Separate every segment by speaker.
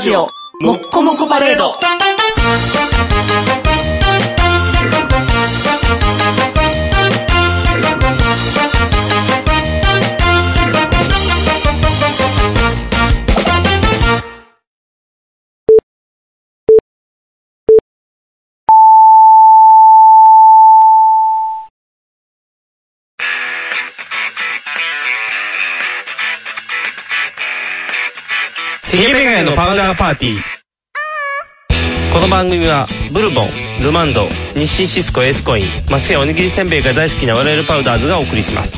Speaker 1: ジオ、もっこもこパレード。
Speaker 2: ヒゲメガネのパウダーパーティー。この番組は、ブルボン、ルマンド、日清シスコエースコイン、マスやおにぎりせんべいが大好きな我々パウダーズがお送りします。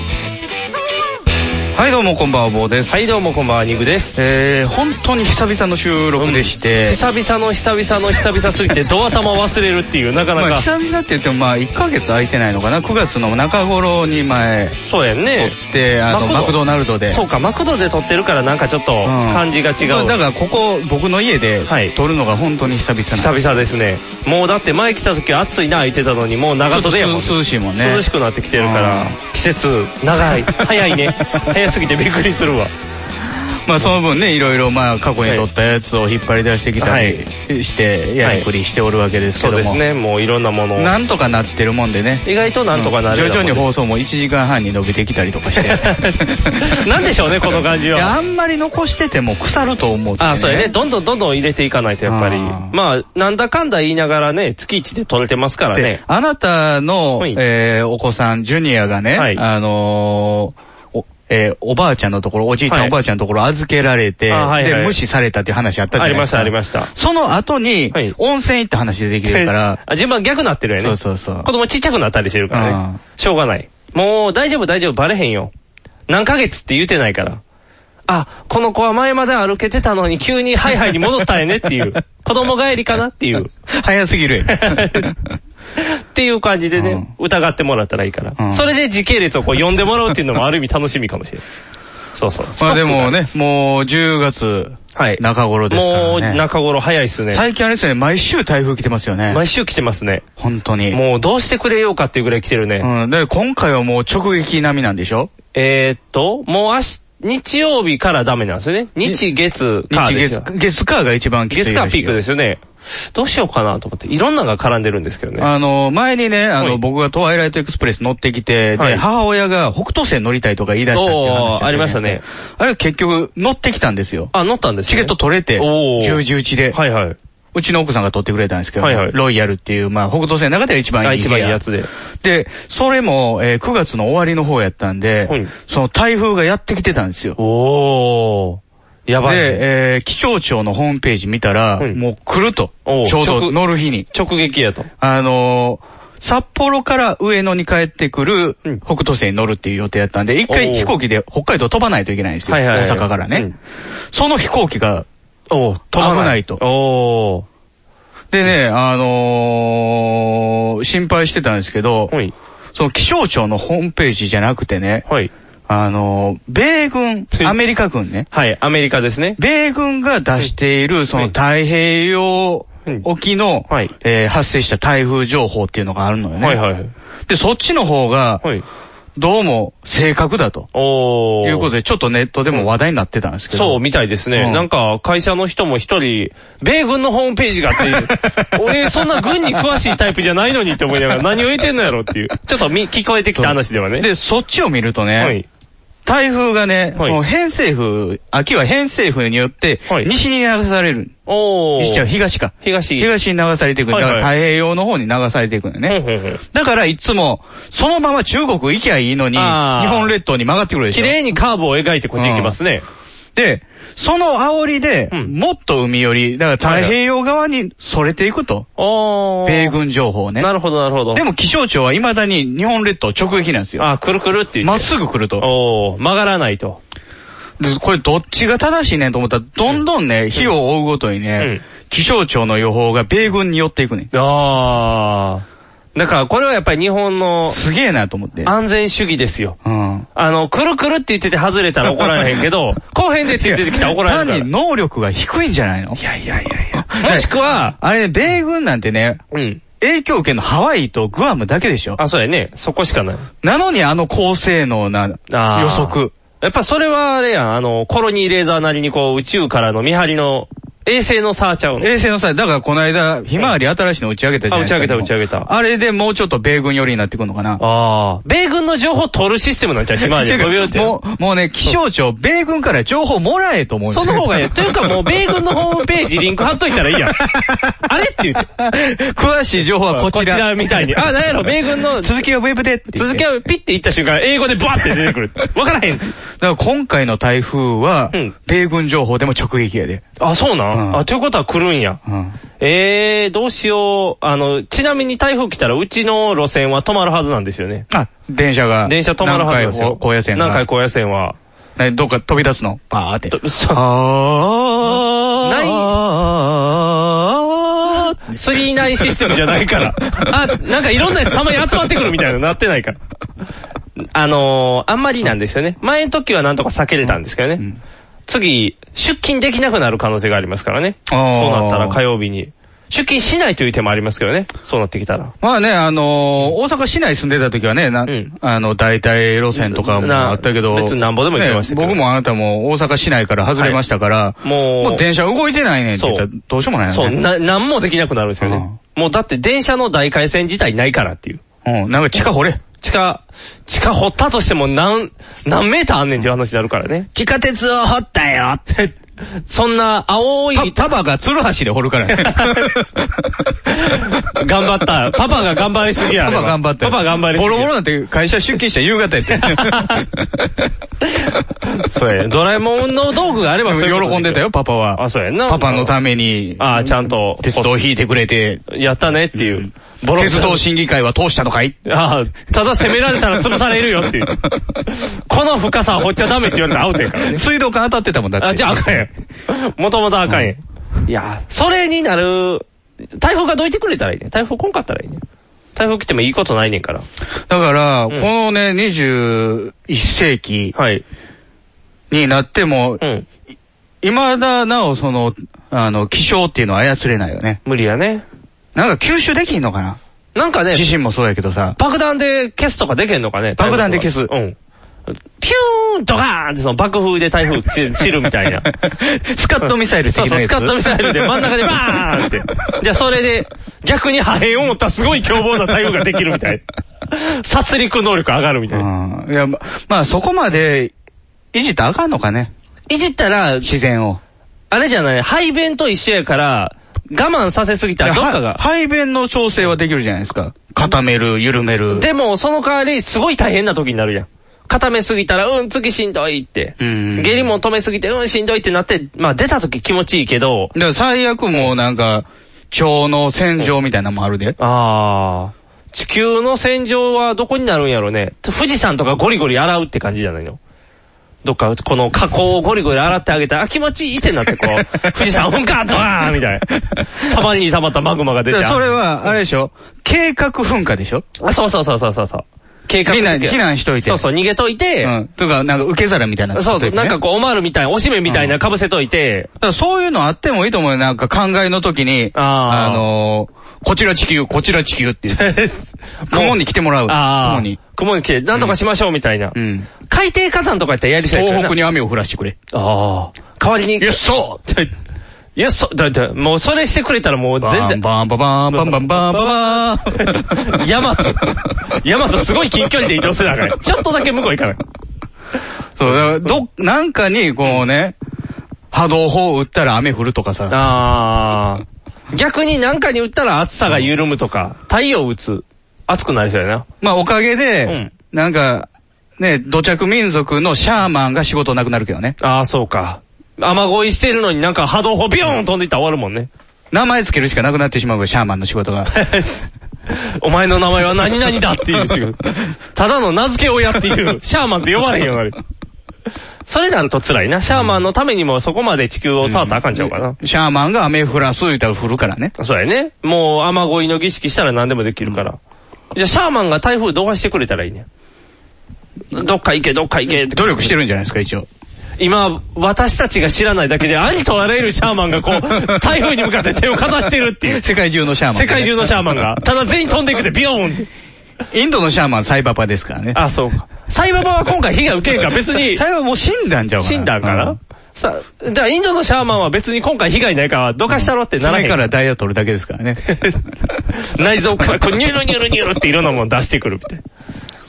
Speaker 3: はい、どうもこんばんは、坊です。
Speaker 2: はい、どうもこんばんは、ニグです。
Speaker 3: えー、本当に久々の収録でして、
Speaker 2: 久々の久々の久々すぎ て、ドア玉忘れるっていう、なかな
Speaker 3: まあ、
Speaker 2: か。
Speaker 3: 久々って言っても、まあ、1ヶ月空いてないのかな。9月の中頃に前、
Speaker 2: そうやん
Speaker 3: 撮っ
Speaker 2: ね。
Speaker 3: て、あの、
Speaker 2: マ
Speaker 3: マ
Speaker 2: ク
Speaker 3: ク
Speaker 2: ド
Speaker 3: ドナルドで。
Speaker 2: そうか、マクドで撮ってるからなんかちょっと、
Speaker 3: うん
Speaker 2: 感じが違
Speaker 3: まあだ
Speaker 2: う。
Speaker 3: から、ここ、僕の家で
Speaker 2: はい、
Speaker 3: 撮るのが本当に久々なんです
Speaker 2: 久々ですね。もうだって前来た時暑いな、言ってたのに、もう長袖やもんね。
Speaker 3: 涼しいもんね。
Speaker 2: 涼しくなってきてるから
Speaker 3: うん、
Speaker 2: 季節、長い、早 いね。早すぎてびっくりするわ。
Speaker 3: まあ、その分ね、いろいろ、まあ、過去に撮ったやつを引っ張り出してきたりして、やりくりしておるわけですけ
Speaker 2: そう
Speaker 3: ども。
Speaker 2: ですね、もういろんなものを。
Speaker 3: なんとかなってるもんでね。
Speaker 2: 意外となんとかなれ
Speaker 3: う
Speaker 2: る
Speaker 3: ん
Speaker 2: よう
Speaker 3: 徐
Speaker 2: な
Speaker 3: 々に
Speaker 2: もん
Speaker 3: 放送も1時間半に伸びてきたり とかして。
Speaker 2: なんでしょうねこの感じはい
Speaker 3: やあんまり残してても腐ると思う、
Speaker 2: あそうやね。。どんどんどんどん入れていかないと、やっぱり。
Speaker 3: あー
Speaker 2: まあ、なんだかんだ言いながらね、月一で取れてますから
Speaker 3: で
Speaker 2: ね、。
Speaker 3: あなたの、
Speaker 2: はい
Speaker 3: えーお子さん、ジュニアがね、
Speaker 2: はい
Speaker 3: あのーお、えーおばあちゃんのところ、おじいちゃん、
Speaker 2: はい
Speaker 3: おばあちゃんのところ預けられて、
Speaker 2: あはいはい
Speaker 3: で、無視されたっていう話あったじ
Speaker 2: あ
Speaker 3: ゃな
Speaker 2: り
Speaker 3: いで
Speaker 2: ますした、
Speaker 3: か。
Speaker 2: ありました。
Speaker 3: した。その後に、
Speaker 2: はい
Speaker 3: 温泉行った話できるから、
Speaker 2: あ、順番逆なって るよね。
Speaker 3: そうそ うそう
Speaker 2: 子供ちっちゃくなったりしてるから
Speaker 3: う
Speaker 2: ね
Speaker 3: ん。
Speaker 2: しょうがない。もう、大丈夫、大丈夫、バレへんよ。何ヶ月って言うてないから。あ、この子は前まで歩けてたのに急にハイハイに戻ったんやねって いう。子供帰りかなっていう。
Speaker 3: 早すぎる。
Speaker 2: っていう感じでね、疑ってもらったらいいから、
Speaker 3: うん
Speaker 2: それで時系列をこう呼んでもらうっていうのもある意味楽しみかもしれない。そうそう。
Speaker 3: まあでもね、もう10月
Speaker 2: はい
Speaker 3: 中頃ですから
Speaker 2: もう
Speaker 3: ね。
Speaker 2: 中頃早いっすね。
Speaker 3: 最近あれですよね、毎週台風来てますよね。
Speaker 2: 毎週来てますね。
Speaker 3: 本当に。
Speaker 2: もうどうしてくれようかっていうぐらい来てるね。
Speaker 3: うん、で、今回はもう直撃並みなんでしょ
Speaker 2: えー、っと、もう明日、日曜日からダメなんですよね。日月火
Speaker 3: 日
Speaker 2: です
Speaker 3: 月
Speaker 2: よ。、
Speaker 3: 月火が一番きついらし
Speaker 2: 月火ピ
Speaker 3: い。
Speaker 2: ークですすよね。どうしようかなと思って。いろんなのが絡んでるんですけどね。
Speaker 3: あの、前にね、あ
Speaker 2: はい
Speaker 3: の、僕がトワイライトエクスプレス乗ってきて、
Speaker 2: はい
Speaker 3: で、母親が北斗線乗りたいとか言い出したっていう話だったじゃないですか
Speaker 2: おーありましたね。
Speaker 3: あれ結局乗ってきたんですよ。
Speaker 2: あ、乗ったんですね
Speaker 3: チケット取れて、
Speaker 2: おー
Speaker 3: 十字打ちで、
Speaker 2: はいは
Speaker 3: うちの奥さんが取ってくれたんですけど、
Speaker 2: はいはい
Speaker 3: ロイヤルっていう、まあ、北斗線の中では一番
Speaker 2: い。
Speaker 3: い
Speaker 2: あ
Speaker 3: い。
Speaker 2: 一番いいやつ。で。
Speaker 3: で、それも、えー9月の終わりの方やったんで、
Speaker 2: はい
Speaker 3: その台風がやってきてたんですよ。
Speaker 2: おー。やばい、ね。
Speaker 3: で、えー気象庁のホームページ見たら、
Speaker 2: はい
Speaker 3: もう来ると。
Speaker 2: おう
Speaker 3: ちょう
Speaker 2: 直
Speaker 3: ど乗る日に。
Speaker 2: 直撃やと。
Speaker 3: あのー札幌から上野に帰ってくる
Speaker 2: うん
Speaker 3: 北斗線に乗るっていう予定だったんで、一
Speaker 2: おう
Speaker 3: 回飛行機で北海道飛ばないといけないんですよ。
Speaker 2: はいはいはい
Speaker 3: 大阪からね、
Speaker 2: うん
Speaker 3: その飛行機が、
Speaker 2: おお、飛ば
Speaker 3: 危ないと
Speaker 2: お
Speaker 3: でね、あのー心配してたんですけど、
Speaker 2: お。はい。
Speaker 3: その気象庁のホームページじゃなくてね、
Speaker 2: はい。
Speaker 3: あのー米軍、アメリカ軍ね、
Speaker 2: はい、アメリカですね。
Speaker 3: 米軍が出している、その太平洋沖の、
Speaker 2: はい
Speaker 3: えー発生した台風情報っていうのがあるのよね。
Speaker 2: はいはいはい。
Speaker 3: で、そっちの方が、
Speaker 2: はい。
Speaker 3: どうも正確だと。
Speaker 2: おお。
Speaker 3: いうことで、ちょっとネットでも話題になってたんですけど。
Speaker 2: そう、みたいですね。
Speaker 3: うん
Speaker 2: なんか、会社の人も一人、米軍のホームページがあっ て、俺、そんな軍に詳しいタイプじゃないのにって思いながら、何を言ってんのやろ っていう。ちょっとみ聞こえてきた話ではね。
Speaker 3: で、そっちを見るとね、
Speaker 2: はい。
Speaker 3: 台風がね、
Speaker 2: はい
Speaker 3: もう偏西風、秋は偏西風によって
Speaker 2: はい、
Speaker 3: 西に流される。
Speaker 2: おお。
Speaker 3: 西ちゃう、東か。
Speaker 2: 東。
Speaker 3: 東に流されていく。だ
Speaker 2: はい
Speaker 3: か
Speaker 2: はい
Speaker 3: ら太平洋の方に流されていくのよね。
Speaker 2: ふんふんふん
Speaker 3: だからいつも、そのまま中国行きゃいいのに、日
Speaker 2: あー
Speaker 3: 本列島に曲がってくるでし
Speaker 2: 綺
Speaker 3: ょ。
Speaker 2: 麗にカーブを描いてこっち行きますね。
Speaker 3: で、その煽りで、
Speaker 2: うん
Speaker 3: もっと海寄り、だから太平洋側にそれていくと。
Speaker 2: おお。
Speaker 3: 米軍情報ね。
Speaker 2: なるほど、なるほど。
Speaker 3: でも気象庁は未だに日本列島直撃なんですよ。
Speaker 2: あ、くるくるって言
Speaker 3: ま
Speaker 2: っ。
Speaker 3: ってすぐ来ると。
Speaker 2: おお、曲がらないと。
Speaker 3: でこれどっちが正しいねんと思ったら、どんどんね、日を追うごとに
Speaker 2: うん
Speaker 3: ね、気象庁の予報が米軍に寄っていくねん。
Speaker 2: ああ。だからこれはやっぱり日本の
Speaker 3: すげえなと思って。
Speaker 2: 安全主義ですよ。
Speaker 3: うん。
Speaker 2: あの、くるくるって言ってて外れたら怒られへんけ ど、後編でって言ってきたら怒られるから。
Speaker 3: 単に能力が低いんじゃないの
Speaker 2: いやいやいやいや。もしくは、
Speaker 3: あれね、米軍なんてね、
Speaker 2: うん。
Speaker 3: 影響受けのハワイとグアムだけでしょ。
Speaker 2: あ、そうやね。そこしかない。
Speaker 3: なのにあの高性能な予
Speaker 2: あー
Speaker 3: 測。
Speaker 2: やっぱそれはあれやん、あの、コロニーレーザーなりにこう宇宙からの見張りの衛星の差ちゃうの。
Speaker 3: 衛星のさ、だからこの間、ひまわり新しいの打ち上げたじゃないですか。
Speaker 2: あ打ち上げた打ち上げた
Speaker 3: あれでもうちょっと米軍寄りになってくるのかな。
Speaker 2: ああ。米軍の情報取るシステム なんちゃうひまわり
Speaker 3: て
Speaker 2: が
Speaker 3: か
Speaker 2: 飛び降りて。
Speaker 3: もう、もうね、気象庁、米軍から情報もらえと思う
Speaker 2: その方がいい。というかもう、米軍のホームページリンク貼っといたらいいやん。 あれって言って。
Speaker 3: 詳しい情報はこちら。
Speaker 2: こちらみたいに。あ、なん やろ、米軍の
Speaker 3: 続きはウェブでって言って
Speaker 2: 続きをピッて行った瞬間、英語でバーって出てくる。わからへん。
Speaker 3: だから今回の台風は、
Speaker 2: うん
Speaker 3: 米軍情報でも直撃やで。
Speaker 2: あ、そうなん、
Speaker 3: うん
Speaker 2: あ、ということは来るんや。
Speaker 3: うん。
Speaker 2: ええー、どうしよう。あの、ちなみに台風来たら、うちの路線は止まるはずなんですよね。
Speaker 3: あ、電車が。
Speaker 2: 電車止まるはずなんで
Speaker 3: 南
Speaker 2: す
Speaker 3: 海
Speaker 2: よ。
Speaker 3: 高野線が。
Speaker 2: 南海高野線は。
Speaker 3: ねどっか飛び出すのバーって。
Speaker 2: そう
Speaker 3: あー。
Speaker 2: ない
Speaker 3: あー
Speaker 2: スリーナインシステムじゃないから。あ、なんかいろんなやつたまに集まってくるみたいなのなってないから。あのー、あんまりなんですよね。前の時はなんとか避けれたんですけどね。
Speaker 3: ん
Speaker 2: 次、出勤できなくなる可能性がありますからね。そ
Speaker 3: あ
Speaker 2: う
Speaker 3: ー
Speaker 2: なったら火曜日に。出勤しないという手もありますけどね。そうなってきたら。
Speaker 3: まあね、あのー、大阪市内住んでた時はね、な、
Speaker 2: ん
Speaker 3: あの、代替路線とかも
Speaker 2: な
Speaker 3: あったけど、
Speaker 2: 別になんぼでも行けましたけど
Speaker 3: ね僕もあなたも大阪市内から外れましたから、
Speaker 2: もう、
Speaker 3: もう電車動いてないねんって言ったら
Speaker 2: そう
Speaker 3: どうしようもないよね。
Speaker 2: そう、な、なんもできなくなるんですよね。もうだって電車の大回線自体ないからっていう。
Speaker 3: うん、なんか地下掘れ。
Speaker 2: 地下、地下掘ったとしても何、何メーターあんねんっていう話になるからね。
Speaker 3: 地下鉄を掘ったよって。
Speaker 2: そんな青い
Speaker 3: パパパが鶴橋で掘るから ね。
Speaker 2: 頑張った。パパが頑張りすぎや。
Speaker 3: パパ頑張って。
Speaker 2: パパ頑張りす
Speaker 3: ボ
Speaker 2: ぎや。
Speaker 3: ロボロなんて会社出勤したら夕方や って。
Speaker 2: そうや。ドラえもんの道具があればそういうこと
Speaker 3: 喜んでたよ、パパは。
Speaker 2: あ、そうやんな。
Speaker 3: パパのために、
Speaker 2: ああ、ちゃんと。
Speaker 3: 鉄道を引いてくれて、
Speaker 2: やったねっていう。ボロ
Speaker 3: 鉄道審議会は通したのかい
Speaker 2: ああ、ただ攻められたら潰されるよ っていう。この深さは掘っちゃダメって言われたらアウトやからね。
Speaker 3: 水道管当たってたもんだって。
Speaker 2: あ、じゃああかんや ん。もともとあかんやん。いや、それになる、台風がどいてくれたらいいね。台風来んかったらいいね。台風来てもいいことないねんから。
Speaker 3: だから、
Speaker 2: ん
Speaker 3: このね、21世紀
Speaker 2: はい。
Speaker 3: になっても
Speaker 2: う、ん。
Speaker 3: 未だなおその、あの、気象っていうのは操れないよね。
Speaker 2: 無理やね。
Speaker 3: なんか吸収できんのかな
Speaker 2: なんかね、
Speaker 3: 地震もそうやけどさ。
Speaker 2: 爆弾で消すとかできんのかね
Speaker 3: 爆弾で消す
Speaker 2: うん。ピューンドカーンってその爆風で台風 散散るみたいな。
Speaker 3: スカットミサイル
Speaker 2: そう
Speaker 3: 的
Speaker 2: そ
Speaker 3: な
Speaker 2: う、ス
Speaker 3: やつ
Speaker 2: カットミサイルで真ん中でバーン って。じゃあそれで、逆に破片を持ったすごい凶暴な台風ができるみたい な。殺戮能力上がるみたいな。
Speaker 3: うんいや、ま、まあそこまで、いじったらあかんのかね
Speaker 2: いじったら、
Speaker 3: 自然を。
Speaker 2: あれじゃない、排便と一緒やから、我慢させすぎたらどっか
Speaker 3: は
Speaker 2: が。
Speaker 3: 排便の調整はできるじゃないですか。固める、緩める。
Speaker 2: でも、その代わり、すごい大変な時になるやん。固めすぎたら、うん、次しんどいって。
Speaker 3: うん
Speaker 2: 下痢も止めすぎて、うん、しんどいってなって、まあ出た時気持ちいいけど、
Speaker 3: だから最悪もうなんか、腸の洗浄みたいなのもあるで。
Speaker 2: あー、地球の戦場はどこになるんやろね。富士山とかゴリゴリ洗うって感じじゃないのどっか、この河口をゴリゴリ洗ってあげたら、あ、気持ちいいってなって、こう、 富士山噴火ドワーンみたいな。たまりに溜まったマグマが出
Speaker 3: だか
Speaker 2: て。
Speaker 3: らそれは、あれでしょ計画噴火でしょ
Speaker 2: あ、そうそうそうそうそうそう。計画
Speaker 3: 避
Speaker 2: 的
Speaker 3: 難、避難しといて。
Speaker 2: そうそう、逃げといて、
Speaker 3: うん。とか、なんか受け皿みたいなの
Speaker 2: そ
Speaker 3: 作
Speaker 2: う
Speaker 3: っと
Speaker 2: そう、なん
Speaker 3: いてね。
Speaker 2: かこう、おまるみたいな、おしめみたいな被せとい て、
Speaker 3: だからそういうのあってもいいと思うよ。なんか考えの時に、
Speaker 2: あー
Speaker 3: あのー、こちら地球、こちら地球って言って。雲に来てもらう。
Speaker 2: ああ、
Speaker 3: 雲に。。
Speaker 2: 雲に来て、なんとかしましょうみたいな。
Speaker 3: うん。
Speaker 2: 海底火山とかやったらやりそうやから
Speaker 3: 東
Speaker 2: な
Speaker 3: 北に雨を降らしてくれ。
Speaker 2: ああ。代わりに、
Speaker 3: よっそーって。
Speaker 2: いや、そ、だ、だ、もうそれしてくれたらもう全
Speaker 3: バン
Speaker 2: 然。
Speaker 3: バンババンバンバンバンバンバ ン。
Speaker 2: ヤマト。ヤマトすごい近距離で移動する から。ちょっとだけ向こう行かない。
Speaker 3: そう、だからど、なんかに、こうね、波動砲打ったら雨降るとかさ。
Speaker 2: ああ。逆に何かに打ったら暑さが緩むとか、太陽打つ。暑くなりそうやな。
Speaker 3: まあおかげで、
Speaker 2: うん
Speaker 3: なんか、ね、土着民族のシャーマンが仕事なくなるけどね。
Speaker 2: ああ、そうか。雨乞いしてるのになんか波動砲ビョーン飛んでいったら終わるもんね。
Speaker 3: 名前つけるしかなくなってしまうから、シャーマンの仕事が。
Speaker 2: お前の名前は何々だっていう仕事。ただの名付け親っていう、シャーマンって呼ばれへんようになる。それなんと辛いな。シャーマンのためにもそこまで地球を触ったらあかんちゃうかな。
Speaker 3: シャーマンが雨降らす言うたら降るからね。
Speaker 2: そうやね。もう雨乞いの儀式したら何でもできるから。じゃあシャーマンが台風どかしてくれたらいいね。どっか行け、どっか行けって。
Speaker 3: 努力してるんじゃないですか、一 応。
Speaker 2: 今、私たちが知らないだけで、ありとあらゆるシャーマンがこう、台風に向かって手をかざしてるっていう。
Speaker 3: 世界中のシャーマン、
Speaker 2: 世界中のシャーマン が。ただ全員飛んでいくで、ビヨーンって。
Speaker 3: インドのシャーマンサイババですからね。
Speaker 2: あ、そうか。サイババは今回被害受けんから別に、
Speaker 3: サイババもう死んだんじゃうかな
Speaker 2: 死んだんか
Speaker 3: う
Speaker 2: なさ、じゃあインドのシャーマンは別に今回被害ないから、どかしたろってならへ
Speaker 3: 目
Speaker 2: ん。
Speaker 3: からダイヤ取るだけですからね。
Speaker 2: 内臓からこうニュルニュルニュルっていろんなもの出してくるみたいな。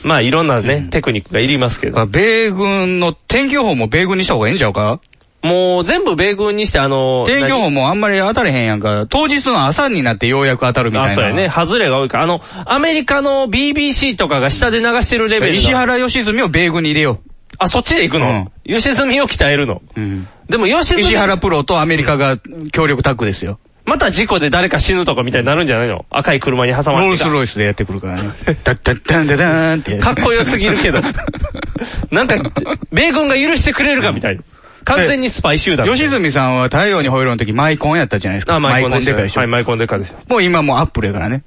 Speaker 2: まあいろんなね、テクニックがいりますけど。
Speaker 3: 米軍の天気予報も米軍にした方がいいんちゃうか
Speaker 2: もう全部米軍にしてあの、
Speaker 3: 天気予
Speaker 2: 何
Speaker 3: 報もあんまり当たれへんやんか。当日の朝になってようやく当たるみたいな。
Speaker 2: あ、そうやね。ハズレが多いから。あの、アメリカの BBC とかが下で流してるレベルが。
Speaker 3: 石原良純を米軍に入れよ
Speaker 2: あ、そっちで行くの、吉住を鍛えるの。
Speaker 3: う。
Speaker 2: でも吉住、
Speaker 3: 石原プロとアメリカが協力タッグですよ。
Speaker 2: また事故で誰か死ぬとかみたいになるんじゃないの赤い車に挟
Speaker 3: ロ
Speaker 2: ま
Speaker 3: ー
Speaker 2: れ
Speaker 3: ル
Speaker 2: て
Speaker 3: ス
Speaker 2: か。
Speaker 3: ロイスでやってくるからね。ダッダッダンダダーンって。
Speaker 2: かっこよすぎる けど。なんか、米軍が許してくれるかみたいな。完全にスパイ集団。
Speaker 3: 吉住さんは太陽にほえろの時マイコンやったじゃないですか。
Speaker 2: あ、マイコンで
Speaker 3: かいでしょ
Speaker 2: はい、。マイコンデカでした。
Speaker 3: もう今もうアップルやからね。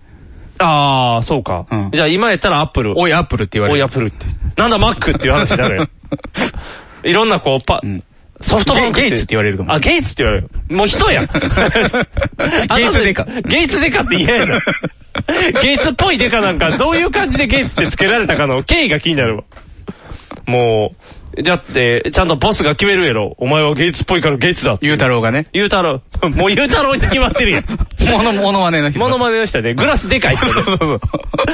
Speaker 2: あー、そうか。
Speaker 3: うん
Speaker 2: じゃあ今やったらアップル。
Speaker 3: おいアップルって言わ
Speaker 2: お
Speaker 3: れ
Speaker 2: い
Speaker 3: る
Speaker 2: アッ。プルって。なんだマックっていう話にな るよ。いろんなこう、パ、
Speaker 3: うん
Speaker 2: ソフトバンク
Speaker 3: ゲゲイツって言われるかも
Speaker 2: あ、ゲイツって言われる。もう人や ん。
Speaker 3: ゲイツデカ
Speaker 2: 後でゲイツデカって嫌や な。ゲイツっぽいデカなんか、どういう感じでゲイツって付けられたかの経緯が気になるわ。もう、だって、ちゃんとボスが決めるやろ。お前はゲイツっぽいからゲイツだって。
Speaker 3: ゆうたろうがね。
Speaker 2: 言うたろう。もう言うたろうに決まってる やん。
Speaker 3: もの、ものまねの人。
Speaker 2: モノマネの人で、グラスでかい人ね
Speaker 3: そうそう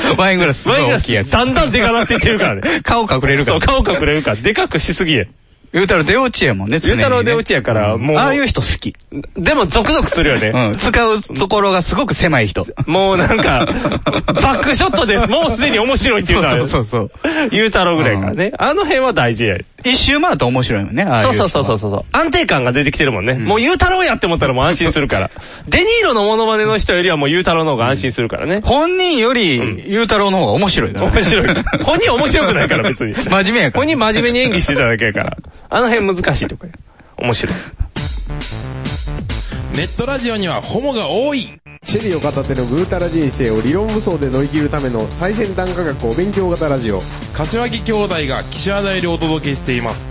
Speaker 3: そう。ワイングラスすごい
Speaker 2: ワイング
Speaker 3: 大
Speaker 2: ラ
Speaker 3: きいや
Speaker 2: ス、
Speaker 3: つ。
Speaker 2: だんだんでかなっていってるからね。
Speaker 3: 顔隠れるか
Speaker 2: そう、
Speaker 3: ら。
Speaker 2: 顔隠れるから、でかくしすぎや。
Speaker 3: ゆうたろう出落ちやもんね、常にね
Speaker 2: ゆうたろう出落ちやからもう
Speaker 3: ああいう人好き。
Speaker 2: でも、ゾクゾクするよね。
Speaker 3: うん。使うところがすごく狭い人。
Speaker 2: もうなん か、バックショットです。もうすでに面白いっていうのは、
Speaker 3: そうそうそう
Speaker 2: ゆうたろうぐらいからね。あの辺は大事や。
Speaker 3: 一周回ると面白いもんね、ああい
Speaker 2: そうう
Speaker 3: 人
Speaker 2: そ
Speaker 3: は
Speaker 2: うそうそうそう。安定感が出てきてるもんね。もうゆうたろうやって思ったらもう安心するから。デニーロのモノマネの人よりはもうゆうたろうの方が安心するからね。
Speaker 3: 本人より、ゆうたろうの方が面白いから。
Speaker 2: 面白い。本人面白くないから別に。
Speaker 3: 真面目やから
Speaker 2: 本人 真面目に演技してただけやから。あの辺難しいとこや。面白い。
Speaker 4: ネットラジオにはホモが多い
Speaker 5: シェリーを片手のぐうたら人生を理論武装で乗り切るための最先端科学お勉強型ラジオ。
Speaker 4: 柏木兄弟が岸和田よりお届けしています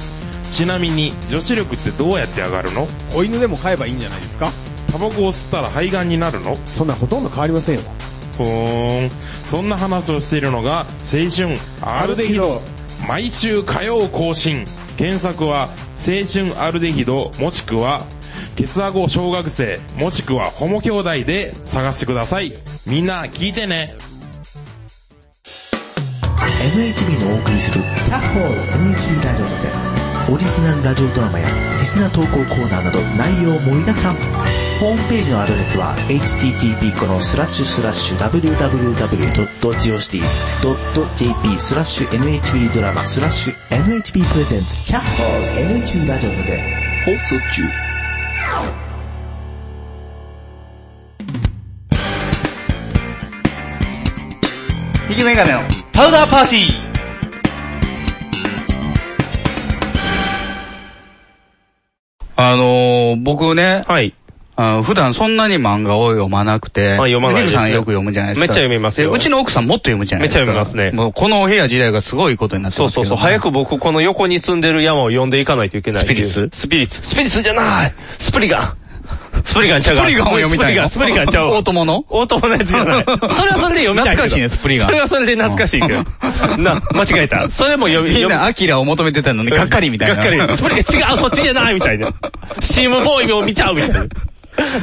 Speaker 4: ちなみに女子力ってどうやって上がるの
Speaker 5: 子犬でも飼えばいいんじゃないですか
Speaker 4: タバコを吸ったら肺がんになるの
Speaker 5: そんなほとんど変わりませんよ。
Speaker 4: ふーんそんな話をしているのが青春アルデヒド毎週火曜更新検索は青春アルデヒドもしくはケツアゴ小学生もしくはホモ兄弟で探してくださいみんな聞いてね
Speaker 6: NHB のお送りする「キャッホール NHB ラジオ」でオリジナルラジオドラマやリスナー投稿コーナーなど内容盛りだくさんホームページのアドレスは http このスラッシュスラッシュ www.geocities.jp スラッシュ NHB ドラマスラッシュ NHB プレゼンツキャッホール NHB ラジオで
Speaker 3: 引き眼鏡の。
Speaker 2: パウダーパーティー
Speaker 3: あのー、僕ね、
Speaker 2: はい。
Speaker 3: あの普段そんなに漫画を読まなくて、
Speaker 2: 読まない
Speaker 3: リ
Speaker 2: で
Speaker 3: ク
Speaker 2: すね
Speaker 3: さんよく読むじゃないです
Speaker 2: め
Speaker 3: か。
Speaker 2: っちゃ読みますよ
Speaker 3: でうちの奥さんもっと読むじゃないですか。
Speaker 2: めっちゃ読みますね
Speaker 3: もうこのお部屋時代がすごいことになって
Speaker 2: そう
Speaker 3: ますけ
Speaker 2: そうそ
Speaker 3: ど
Speaker 2: う。早く僕、この横に積んでる山を呼んでいかないといけない。
Speaker 3: スピリッツ
Speaker 2: スピリッツ。スピリッツじゃないスプリガン。スプリガンちゃう
Speaker 3: スプリガンを読みたいの
Speaker 2: スプリガン、スプリガンちゃうわ
Speaker 3: 大友の
Speaker 2: 大友のやつじゃ ない。それはそれで読みたいけど。
Speaker 3: 懐かしいねスプリガン
Speaker 2: それはそれで懐かしいけど。
Speaker 3: うん
Speaker 2: な、間違えた。それも読み、
Speaker 3: みん
Speaker 2: 読
Speaker 3: な、
Speaker 2: み
Speaker 3: アキラを求めてたのに、がっかりみたいな。
Speaker 2: がっかり。スプリガン、違う、そっちじゃないみたいな。チームボーイを見ちゃうみたいな。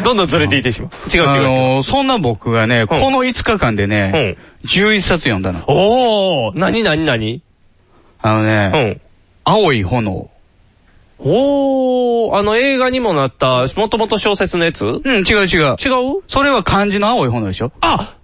Speaker 2: どんどんずれていってしまう。違う
Speaker 3: あ
Speaker 2: 違う違う。
Speaker 3: のー、そんな僕がね、この5日間でね、11冊読んだの。
Speaker 2: おー、なになになに
Speaker 3: あの
Speaker 2: う
Speaker 3: ね、
Speaker 2: ん。
Speaker 3: 青い炎。
Speaker 2: おー、あの映画にもなった、もともと小説のやつ違う
Speaker 3: うん、違う違う。それは漢字の青い炎でしょ
Speaker 2: あ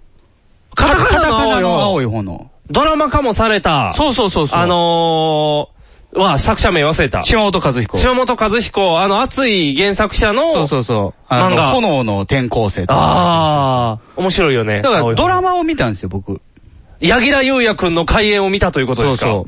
Speaker 2: カタカナの青よ
Speaker 3: の青い炎。
Speaker 2: ドラマ化もされた。
Speaker 3: そうそうそうそう。
Speaker 2: あ、のー、は、作者名忘れた。
Speaker 3: 島本和彦。
Speaker 2: 島本和彦、あの熱い原作者の、
Speaker 3: そうそうそう。あ
Speaker 2: 漫
Speaker 3: の、
Speaker 2: 画
Speaker 3: 炎の転校生とか
Speaker 2: あー、面白いよね。
Speaker 3: だからドラ
Speaker 2: マ、
Speaker 3: マを見たんですよ、僕。
Speaker 2: 柳楽優也くんの開演を見たということですか。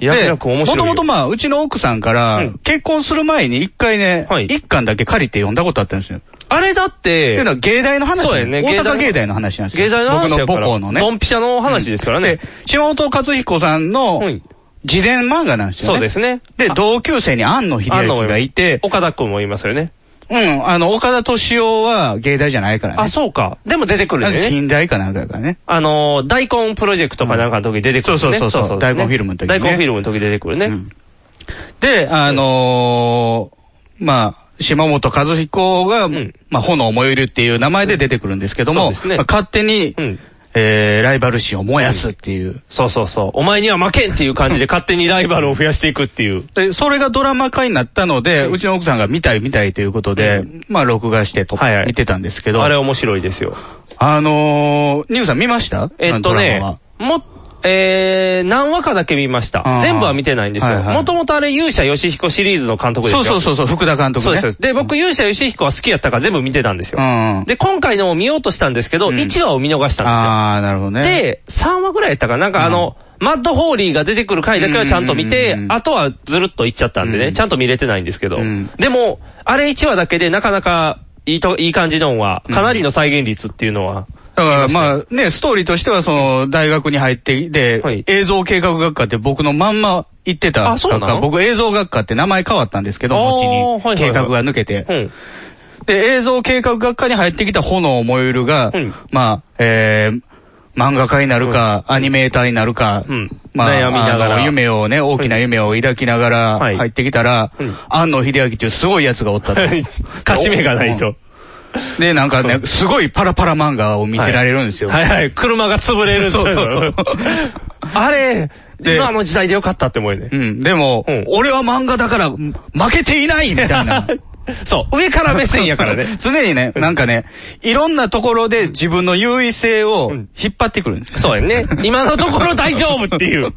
Speaker 2: 柳楽くん面白
Speaker 3: も
Speaker 2: い
Speaker 3: と
Speaker 2: よ。
Speaker 3: もとまあ、うちの奥さんか
Speaker 2: う
Speaker 3: ら
Speaker 2: ん、
Speaker 3: 結婚する前に一回ね
Speaker 2: はい、
Speaker 3: 一巻だけ借りて読んだことあったんですよ。っ
Speaker 2: あれだってて、
Speaker 3: いうのは芸大の話
Speaker 2: そう
Speaker 3: な
Speaker 2: や
Speaker 3: ん
Speaker 2: ね
Speaker 3: です大阪芸
Speaker 2: 芸
Speaker 3: 大の話なんですよ。
Speaker 2: 芸大の話やか
Speaker 3: 僕
Speaker 2: ら
Speaker 3: の母校のね。
Speaker 2: ドンピシャの話ですからね
Speaker 3: で。、島本克彦さんの
Speaker 2: はい、
Speaker 3: 自伝漫画なんですよね。
Speaker 2: そうですね。
Speaker 3: で、
Speaker 2: あ
Speaker 3: 同級生に庵野秀
Speaker 2: あんの
Speaker 3: 明
Speaker 2: も
Speaker 3: がいて、
Speaker 2: 岡田くんもいますよね。
Speaker 3: うん、あの、岡田敏夫は芸大じゃないからね。
Speaker 2: あ、そうか。でも出てくる
Speaker 3: なん
Speaker 2: よ
Speaker 3: か
Speaker 2: ね。
Speaker 3: 近代かなんかやからね。
Speaker 2: あのー、大根プロジェクトかなんかの時出てくるね。
Speaker 3: うんそうそうそうそう
Speaker 2: ですね
Speaker 3: 大根フィルムの時ね
Speaker 2: 大根フィルムの時出てくるね。
Speaker 3: うんで、あのーまあ、島本和彦が、
Speaker 2: ん
Speaker 3: まあ、炎燃ゆるっていう名前で出てくるんですけど
Speaker 2: そう
Speaker 3: も、
Speaker 2: ですね
Speaker 3: まあ勝手に、
Speaker 2: うん
Speaker 3: えー、ライバル心を燃やすっていう。
Speaker 2: そうそうそう。お前には負けんっていう感じで勝手にライバルを増やしていくっていう。
Speaker 3: で、それがドラマ化になったので、うちの奥さんが見たい見たいということで、まあ、録画してと、
Speaker 2: はいはい
Speaker 3: 見てたんですけど、
Speaker 2: あれ面白いですよ。
Speaker 3: あのー、ニューさん見ました
Speaker 2: えっ
Speaker 3: ド
Speaker 2: と
Speaker 3: ラマは
Speaker 2: ね、も、えー、何話かだけ見ました
Speaker 3: あ。ー
Speaker 2: 全部は見てないんです
Speaker 3: は
Speaker 2: よ。
Speaker 3: いはい
Speaker 2: もともとあれ勇者ヨシヒコシリーズの監督です
Speaker 3: そ
Speaker 2: よ。
Speaker 3: うそうそうそう、福田監督
Speaker 2: そ
Speaker 3: ね。
Speaker 2: うですそうです。で、僕勇者ヨシヒコは好きやったから全部見てたんですよ
Speaker 3: う。ん。
Speaker 2: で、今回のも見ようとしたんですけど、
Speaker 3: うん
Speaker 2: 1話を見逃したんですよ。
Speaker 3: あー、なるほどね。、
Speaker 2: で、3話ぐらいやったかななんかあの、マッドホーリーが出てくる回だけはちゃんと見
Speaker 3: う
Speaker 2: て
Speaker 3: んうんう、ん
Speaker 2: あとはずるっといっちゃったんで
Speaker 3: う
Speaker 2: ね、
Speaker 3: ん
Speaker 2: ちゃんと見れてないんですけど
Speaker 3: うん。
Speaker 2: でも、あれ1話だけでなかなかいいと、いい感じのんは、かなりの再現率っていうのは、
Speaker 3: だからまあね、ストーリーとしてはその大学に入って、で、
Speaker 2: はい
Speaker 3: 映像計画学科って僕のまんま行ってた
Speaker 2: あそうな
Speaker 3: 学
Speaker 2: の
Speaker 3: 科、僕映像学科って名前変わったんですけど、
Speaker 2: あー
Speaker 3: 後
Speaker 2: はいはいはい
Speaker 3: に計画が抜けて
Speaker 2: う。ん。
Speaker 3: で、映像計画学科に入ってきた炎燃ゆるが
Speaker 2: うん、
Speaker 3: まあ、えー、漫画家になるか、アニメーターになるか
Speaker 2: うん、
Speaker 3: まあ、
Speaker 2: 悩みながら
Speaker 3: あの夢をね、大きな夢を抱きながら
Speaker 2: はい
Speaker 3: 入ってきたら
Speaker 2: うん、
Speaker 3: 安野秀明っていうすごい奴がおったと。
Speaker 2: 勝ち目がないと。
Speaker 3: で、なんかね、すごいパラパラ漫画を見せられるんですよ。
Speaker 2: はいはい、車が潰れる
Speaker 3: そうそうそう
Speaker 2: あれ、
Speaker 3: で
Speaker 2: 今の時代でよかったって思いね
Speaker 3: う。ん、でも、
Speaker 2: うん
Speaker 3: 俺は漫画だから、ん負けていないみたいな。
Speaker 2: そう、上から目線やから ね。。
Speaker 3: 常にね、なんかね、いろんなところで自分の優位性を引っ張ってくるんですよ。
Speaker 2: そうやね。今のところ大丈夫っていう。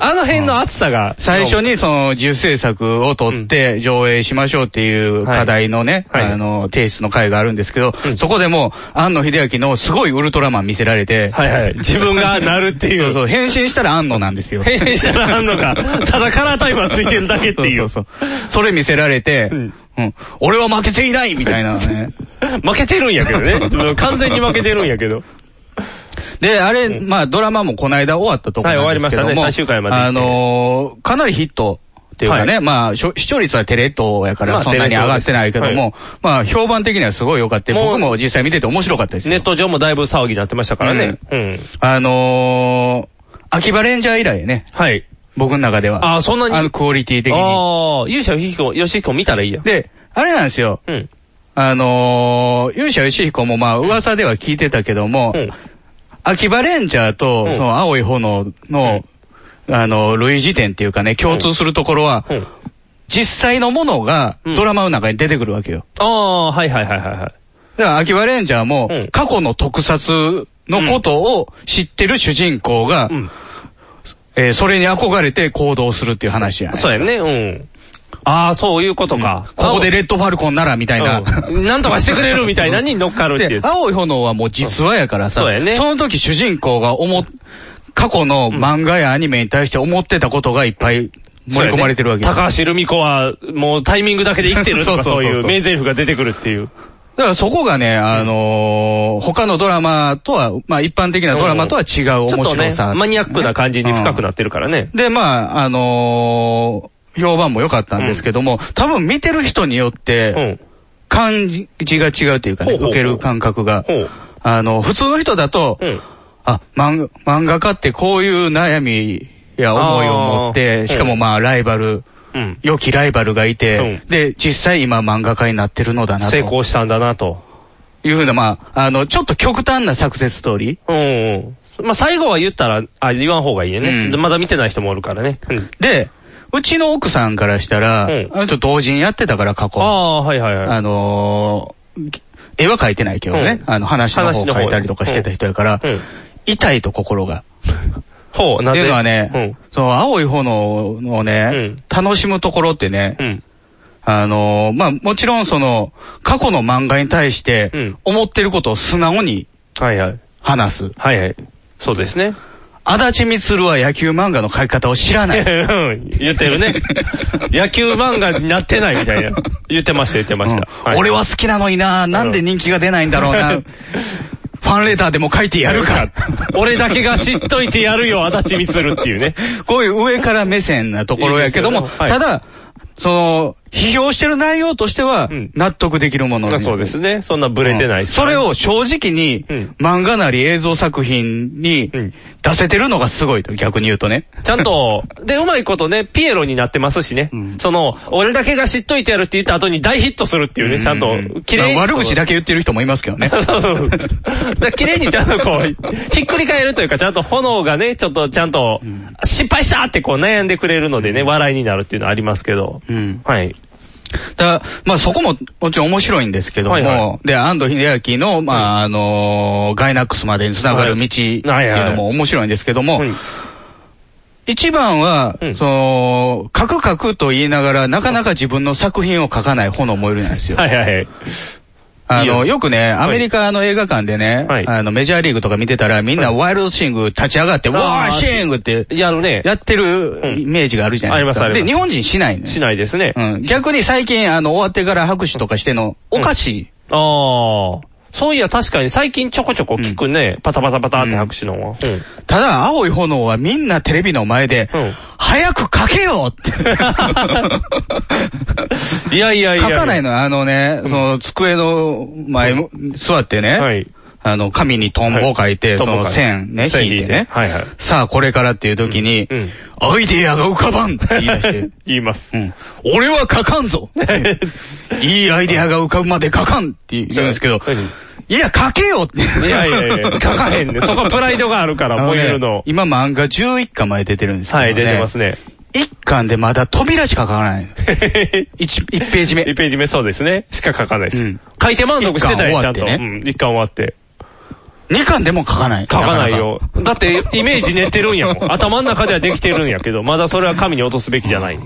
Speaker 2: あの辺の暑さが。
Speaker 3: 最初にその自由制作を取って上映しましょうっていう課題のね、
Speaker 2: はいはい
Speaker 3: あの、提出の会があるんですけど、
Speaker 2: うん
Speaker 3: そこでもう、安野秀明のすごいウルトラマン見せられて、
Speaker 2: はいはい。自分がなるってい
Speaker 3: そう
Speaker 2: う。
Speaker 3: そう、変身したら安野なんですよ。
Speaker 2: 変身したらあんのか。ただカラータイマーついてるだけっていう。
Speaker 3: そうそうそう。それ見せられて、
Speaker 2: ん
Speaker 3: うん、俺は負けていないみたいな ね。
Speaker 2: 負けてるんやけど ね。完全に負けてるんやけど。
Speaker 3: で、あれ、まあ、ドラマもこの間終わったところなんですけども、
Speaker 2: はい終わりましたね最終回まで行って
Speaker 3: あのーかなりヒット。っていうかね、
Speaker 2: は
Speaker 3: まあ、しょ視聴率はテレ東やか
Speaker 2: ま
Speaker 3: ら
Speaker 2: あ
Speaker 3: そんなに上がってないけども、まあ、評判的にはすごい良かった。
Speaker 2: もう
Speaker 3: 僕も実際見てて面白かったですよ。
Speaker 2: ネット上もだいぶ騒ぎになってましたからね。うん。
Speaker 3: あのー、秋葉レンジャー以来ね、
Speaker 2: はい。
Speaker 3: 僕の中では。
Speaker 2: あーそんなに
Speaker 3: あの、クオリティ的に。
Speaker 2: ああ、勇者ひひこ、よしひこ見たらいいや。
Speaker 3: で、あれなんですよ。
Speaker 2: うん。
Speaker 3: あのー、勇者ヨシヒコもまあ、噂では聞いてたけども、
Speaker 2: うん。
Speaker 3: 秋葉レンジャーと、
Speaker 2: うん
Speaker 3: その青い炎の、あの、類似点っていうかね、共通するところは、
Speaker 2: うん。
Speaker 3: 実際のものが
Speaker 2: うん
Speaker 3: ドラマの中に出てくるわけよ。
Speaker 2: ああ、はいはいはいはいはい。
Speaker 3: だから秋葉レンジャーも、
Speaker 2: うん
Speaker 3: 過去の特撮のことを知ってる主人公が、
Speaker 2: うん。
Speaker 3: えーそれに憧れて行動するっていう話やね。
Speaker 2: そうやね、うん。ああ、そういうことか。
Speaker 3: ここでレッドファルコンならみたいな。
Speaker 2: うんなんとかしてくれるみたいなに乗っかるってい
Speaker 3: で
Speaker 2: う、。
Speaker 3: 青い炎はもう実話やからさ、
Speaker 2: そうやね
Speaker 3: の時主人公が思っ、過去の漫画やアニメに対して思ってたことがいっぱい盛り込まれてるわけよ
Speaker 2: 高橋留美子は、もうタイミングだけで生きてるとか
Speaker 3: そう
Speaker 2: そ
Speaker 3: そううそうそう
Speaker 2: いう名台詞が出てくるっていう。
Speaker 3: だからそこがね、あのー他のドラマとは、まあ一般的なドラマとは違う面
Speaker 2: ちょっと
Speaker 3: 白
Speaker 2: ね
Speaker 3: さ、。
Speaker 2: マニアックな感じに深くな
Speaker 3: っ
Speaker 2: ってるからね。
Speaker 3: て。で、まあ、あのー評判も良かったんですけども、多分見てる人によっ
Speaker 2: う
Speaker 3: て、
Speaker 2: ん。
Speaker 3: 感じが違うというかね、
Speaker 2: ほうほうほう
Speaker 3: 受ける感覚が
Speaker 2: ほう。
Speaker 3: あの、普通の人だと、
Speaker 2: うん。
Speaker 3: あ、漫画漫画家ってこういう悩みや思いを持っ
Speaker 2: あー
Speaker 3: て、しか
Speaker 2: う
Speaker 3: も
Speaker 2: ん
Speaker 3: まあライバル、
Speaker 2: うん。
Speaker 3: 良きライバルがいて、
Speaker 2: う
Speaker 3: で、実際今漫画家になってるのだなと。
Speaker 2: 成功したんだなと。
Speaker 3: いうふうな、まあ、あの、ちょっと極端なサクセスストーリー。
Speaker 2: うんうん。まあ、最後は言ったら、あ、言わん方がいいよね。
Speaker 3: うん
Speaker 2: まだ見てない人もおるからね。うん。
Speaker 3: で、うちの奥さんからしたら、
Speaker 2: うん
Speaker 3: あの人同人やってたから過去。
Speaker 2: あ
Speaker 3: あ
Speaker 2: あ、はいはいはい。
Speaker 3: のー絵は描いてないけどね、
Speaker 2: うん
Speaker 3: あの話の方を描いたりとかしてた人やから、
Speaker 2: うん。
Speaker 3: 痛いと心が。
Speaker 2: ほう、な
Speaker 3: っ
Speaker 2: ん
Speaker 3: て
Speaker 2: で
Speaker 3: いうのはね、その青い炎のね、楽しむところってね、
Speaker 2: うん。うん。
Speaker 3: あのーまあ、もちろんその、過去の漫画に対し
Speaker 2: う
Speaker 3: て
Speaker 2: ん、
Speaker 3: 思ってることを素直に
Speaker 2: はいはい。
Speaker 3: 話す。
Speaker 2: はいはい。そうですね。
Speaker 3: 足立みつるは野球漫画の書き方を知 らない。
Speaker 2: うん言って るね。野球漫画になってないみたいな。言ってました、言ってました。
Speaker 3: うん
Speaker 2: い
Speaker 3: 俺は好きなのにな、なんで人気が出ないんだろうな。ファンレターでも書いてやるか。
Speaker 2: 俺だけが知っといてやるよ、足立みつるっていうね。
Speaker 3: こういう上から目線なところやけども、
Speaker 2: いいですよねはい
Speaker 3: ただ、その、批評してる内容としては
Speaker 2: うん、
Speaker 3: 納得できるもの
Speaker 2: まあそうですね。そんなブレてない、
Speaker 3: うんそれ、を正直に
Speaker 2: うん、
Speaker 3: 漫画なり映像作品に
Speaker 2: うん
Speaker 3: 出せてるのがすごいと、逆に言うとね。
Speaker 2: ちゃんと、で、うまいことね、ピエロになってますしね。
Speaker 3: うん
Speaker 2: その、俺だけが知っといてやるって言った後に大ヒットするっていうね、ちゃんと、綺麗に。
Speaker 3: まあ悪口だけ言ってる人もいますけ どね。
Speaker 2: そうそう。だから綺麗にちゃんとこう、ひっくり返るというか、ちゃんと炎がね、ちょっとちゃんと、失敗したってこう悩んでくれるのでね、笑いになるっていうのはありますけど。
Speaker 3: うん
Speaker 2: はい。
Speaker 3: だまあそこももちろん面白いんですけども、
Speaker 2: はいは
Speaker 3: で、安藤秀明の、まああのーガイナックスまでに繋がる道っていうのも面白いんですけども、
Speaker 2: はい
Speaker 3: 一番は、
Speaker 2: うん
Speaker 3: その、書く書くと言いながら、なかなか自分の作品を書かない炎もいるんですよ。
Speaker 2: はいはいはい。
Speaker 3: あ
Speaker 2: いいよ
Speaker 3: の、よくね、アメリカの映画館でね、
Speaker 2: はい
Speaker 3: あの、メジャーリーグとか見てたら、みんなワイルドシング立ち上がって、
Speaker 2: はい
Speaker 3: わ
Speaker 2: あ
Speaker 3: ー
Speaker 2: ー
Speaker 3: シングって
Speaker 2: やるね。
Speaker 3: やってるイメージがあるじゃないですか。
Speaker 2: うんありますあります
Speaker 3: で、日本人しないね。
Speaker 2: しないですね。
Speaker 3: うん。逆に最近、あの、終わってから拍手とかしての、おかしい。
Speaker 2: ああ。そういや、確かに最近ちょこちょこ聞くね。パタパタパタって拍手のは。うん。
Speaker 3: ただ、青い炎はみんなテレビの前で、
Speaker 2: うん
Speaker 3: 早く書けよって。
Speaker 2: いやいやいや。
Speaker 3: 書かないのよあのね、その、机の前も、座ってね、
Speaker 2: はい。
Speaker 3: あの、紙にトンボを書い
Speaker 2: は
Speaker 3: て、
Speaker 2: い
Speaker 3: そ
Speaker 2: トンボ
Speaker 3: の
Speaker 2: 書いて
Speaker 3: 線ね、
Speaker 2: 線
Speaker 3: 引いてね。
Speaker 2: はいはい
Speaker 3: さあ、これからっていう時に、
Speaker 2: うん
Speaker 3: アイデアが浮かばん って言い出して、
Speaker 2: 言います。
Speaker 3: うん俺は書かん ぞいいアイデアが浮かぶまで書かんって言うんですけど
Speaker 2: はい、
Speaker 3: いや、書けよって。い
Speaker 2: いやいやいや、書かへんね。そこはプライドがある から、燃えるの。
Speaker 3: 今漫画11巻まで出てるんですけど、ね。
Speaker 2: はい、出てます。ね。
Speaker 3: 1巻でまだ扉しか書かないの。1, 1ページ 目
Speaker 2: 1。ページ目そうですね。しか書かないです。
Speaker 3: うん
Speaker 2: 書いて満足してたよ、
Speaker 3: 一
Speaker 2: ちゃ
Speaker 3: 巻
Speaker 2: ん
Speaker 3: 終
Speaker 2: と。
Speaker 3: わっ
Speaker 2: う
Speaker 3: て
Speaker 2: ん、一巻終わって。
Speaker 3: 2巻でも書かない。
Speaker 2: 書かないよ。だって、イメージ寝てるんやもん。頭の中ではできてるんやけど、まだそれは神に落とすべきじゃない、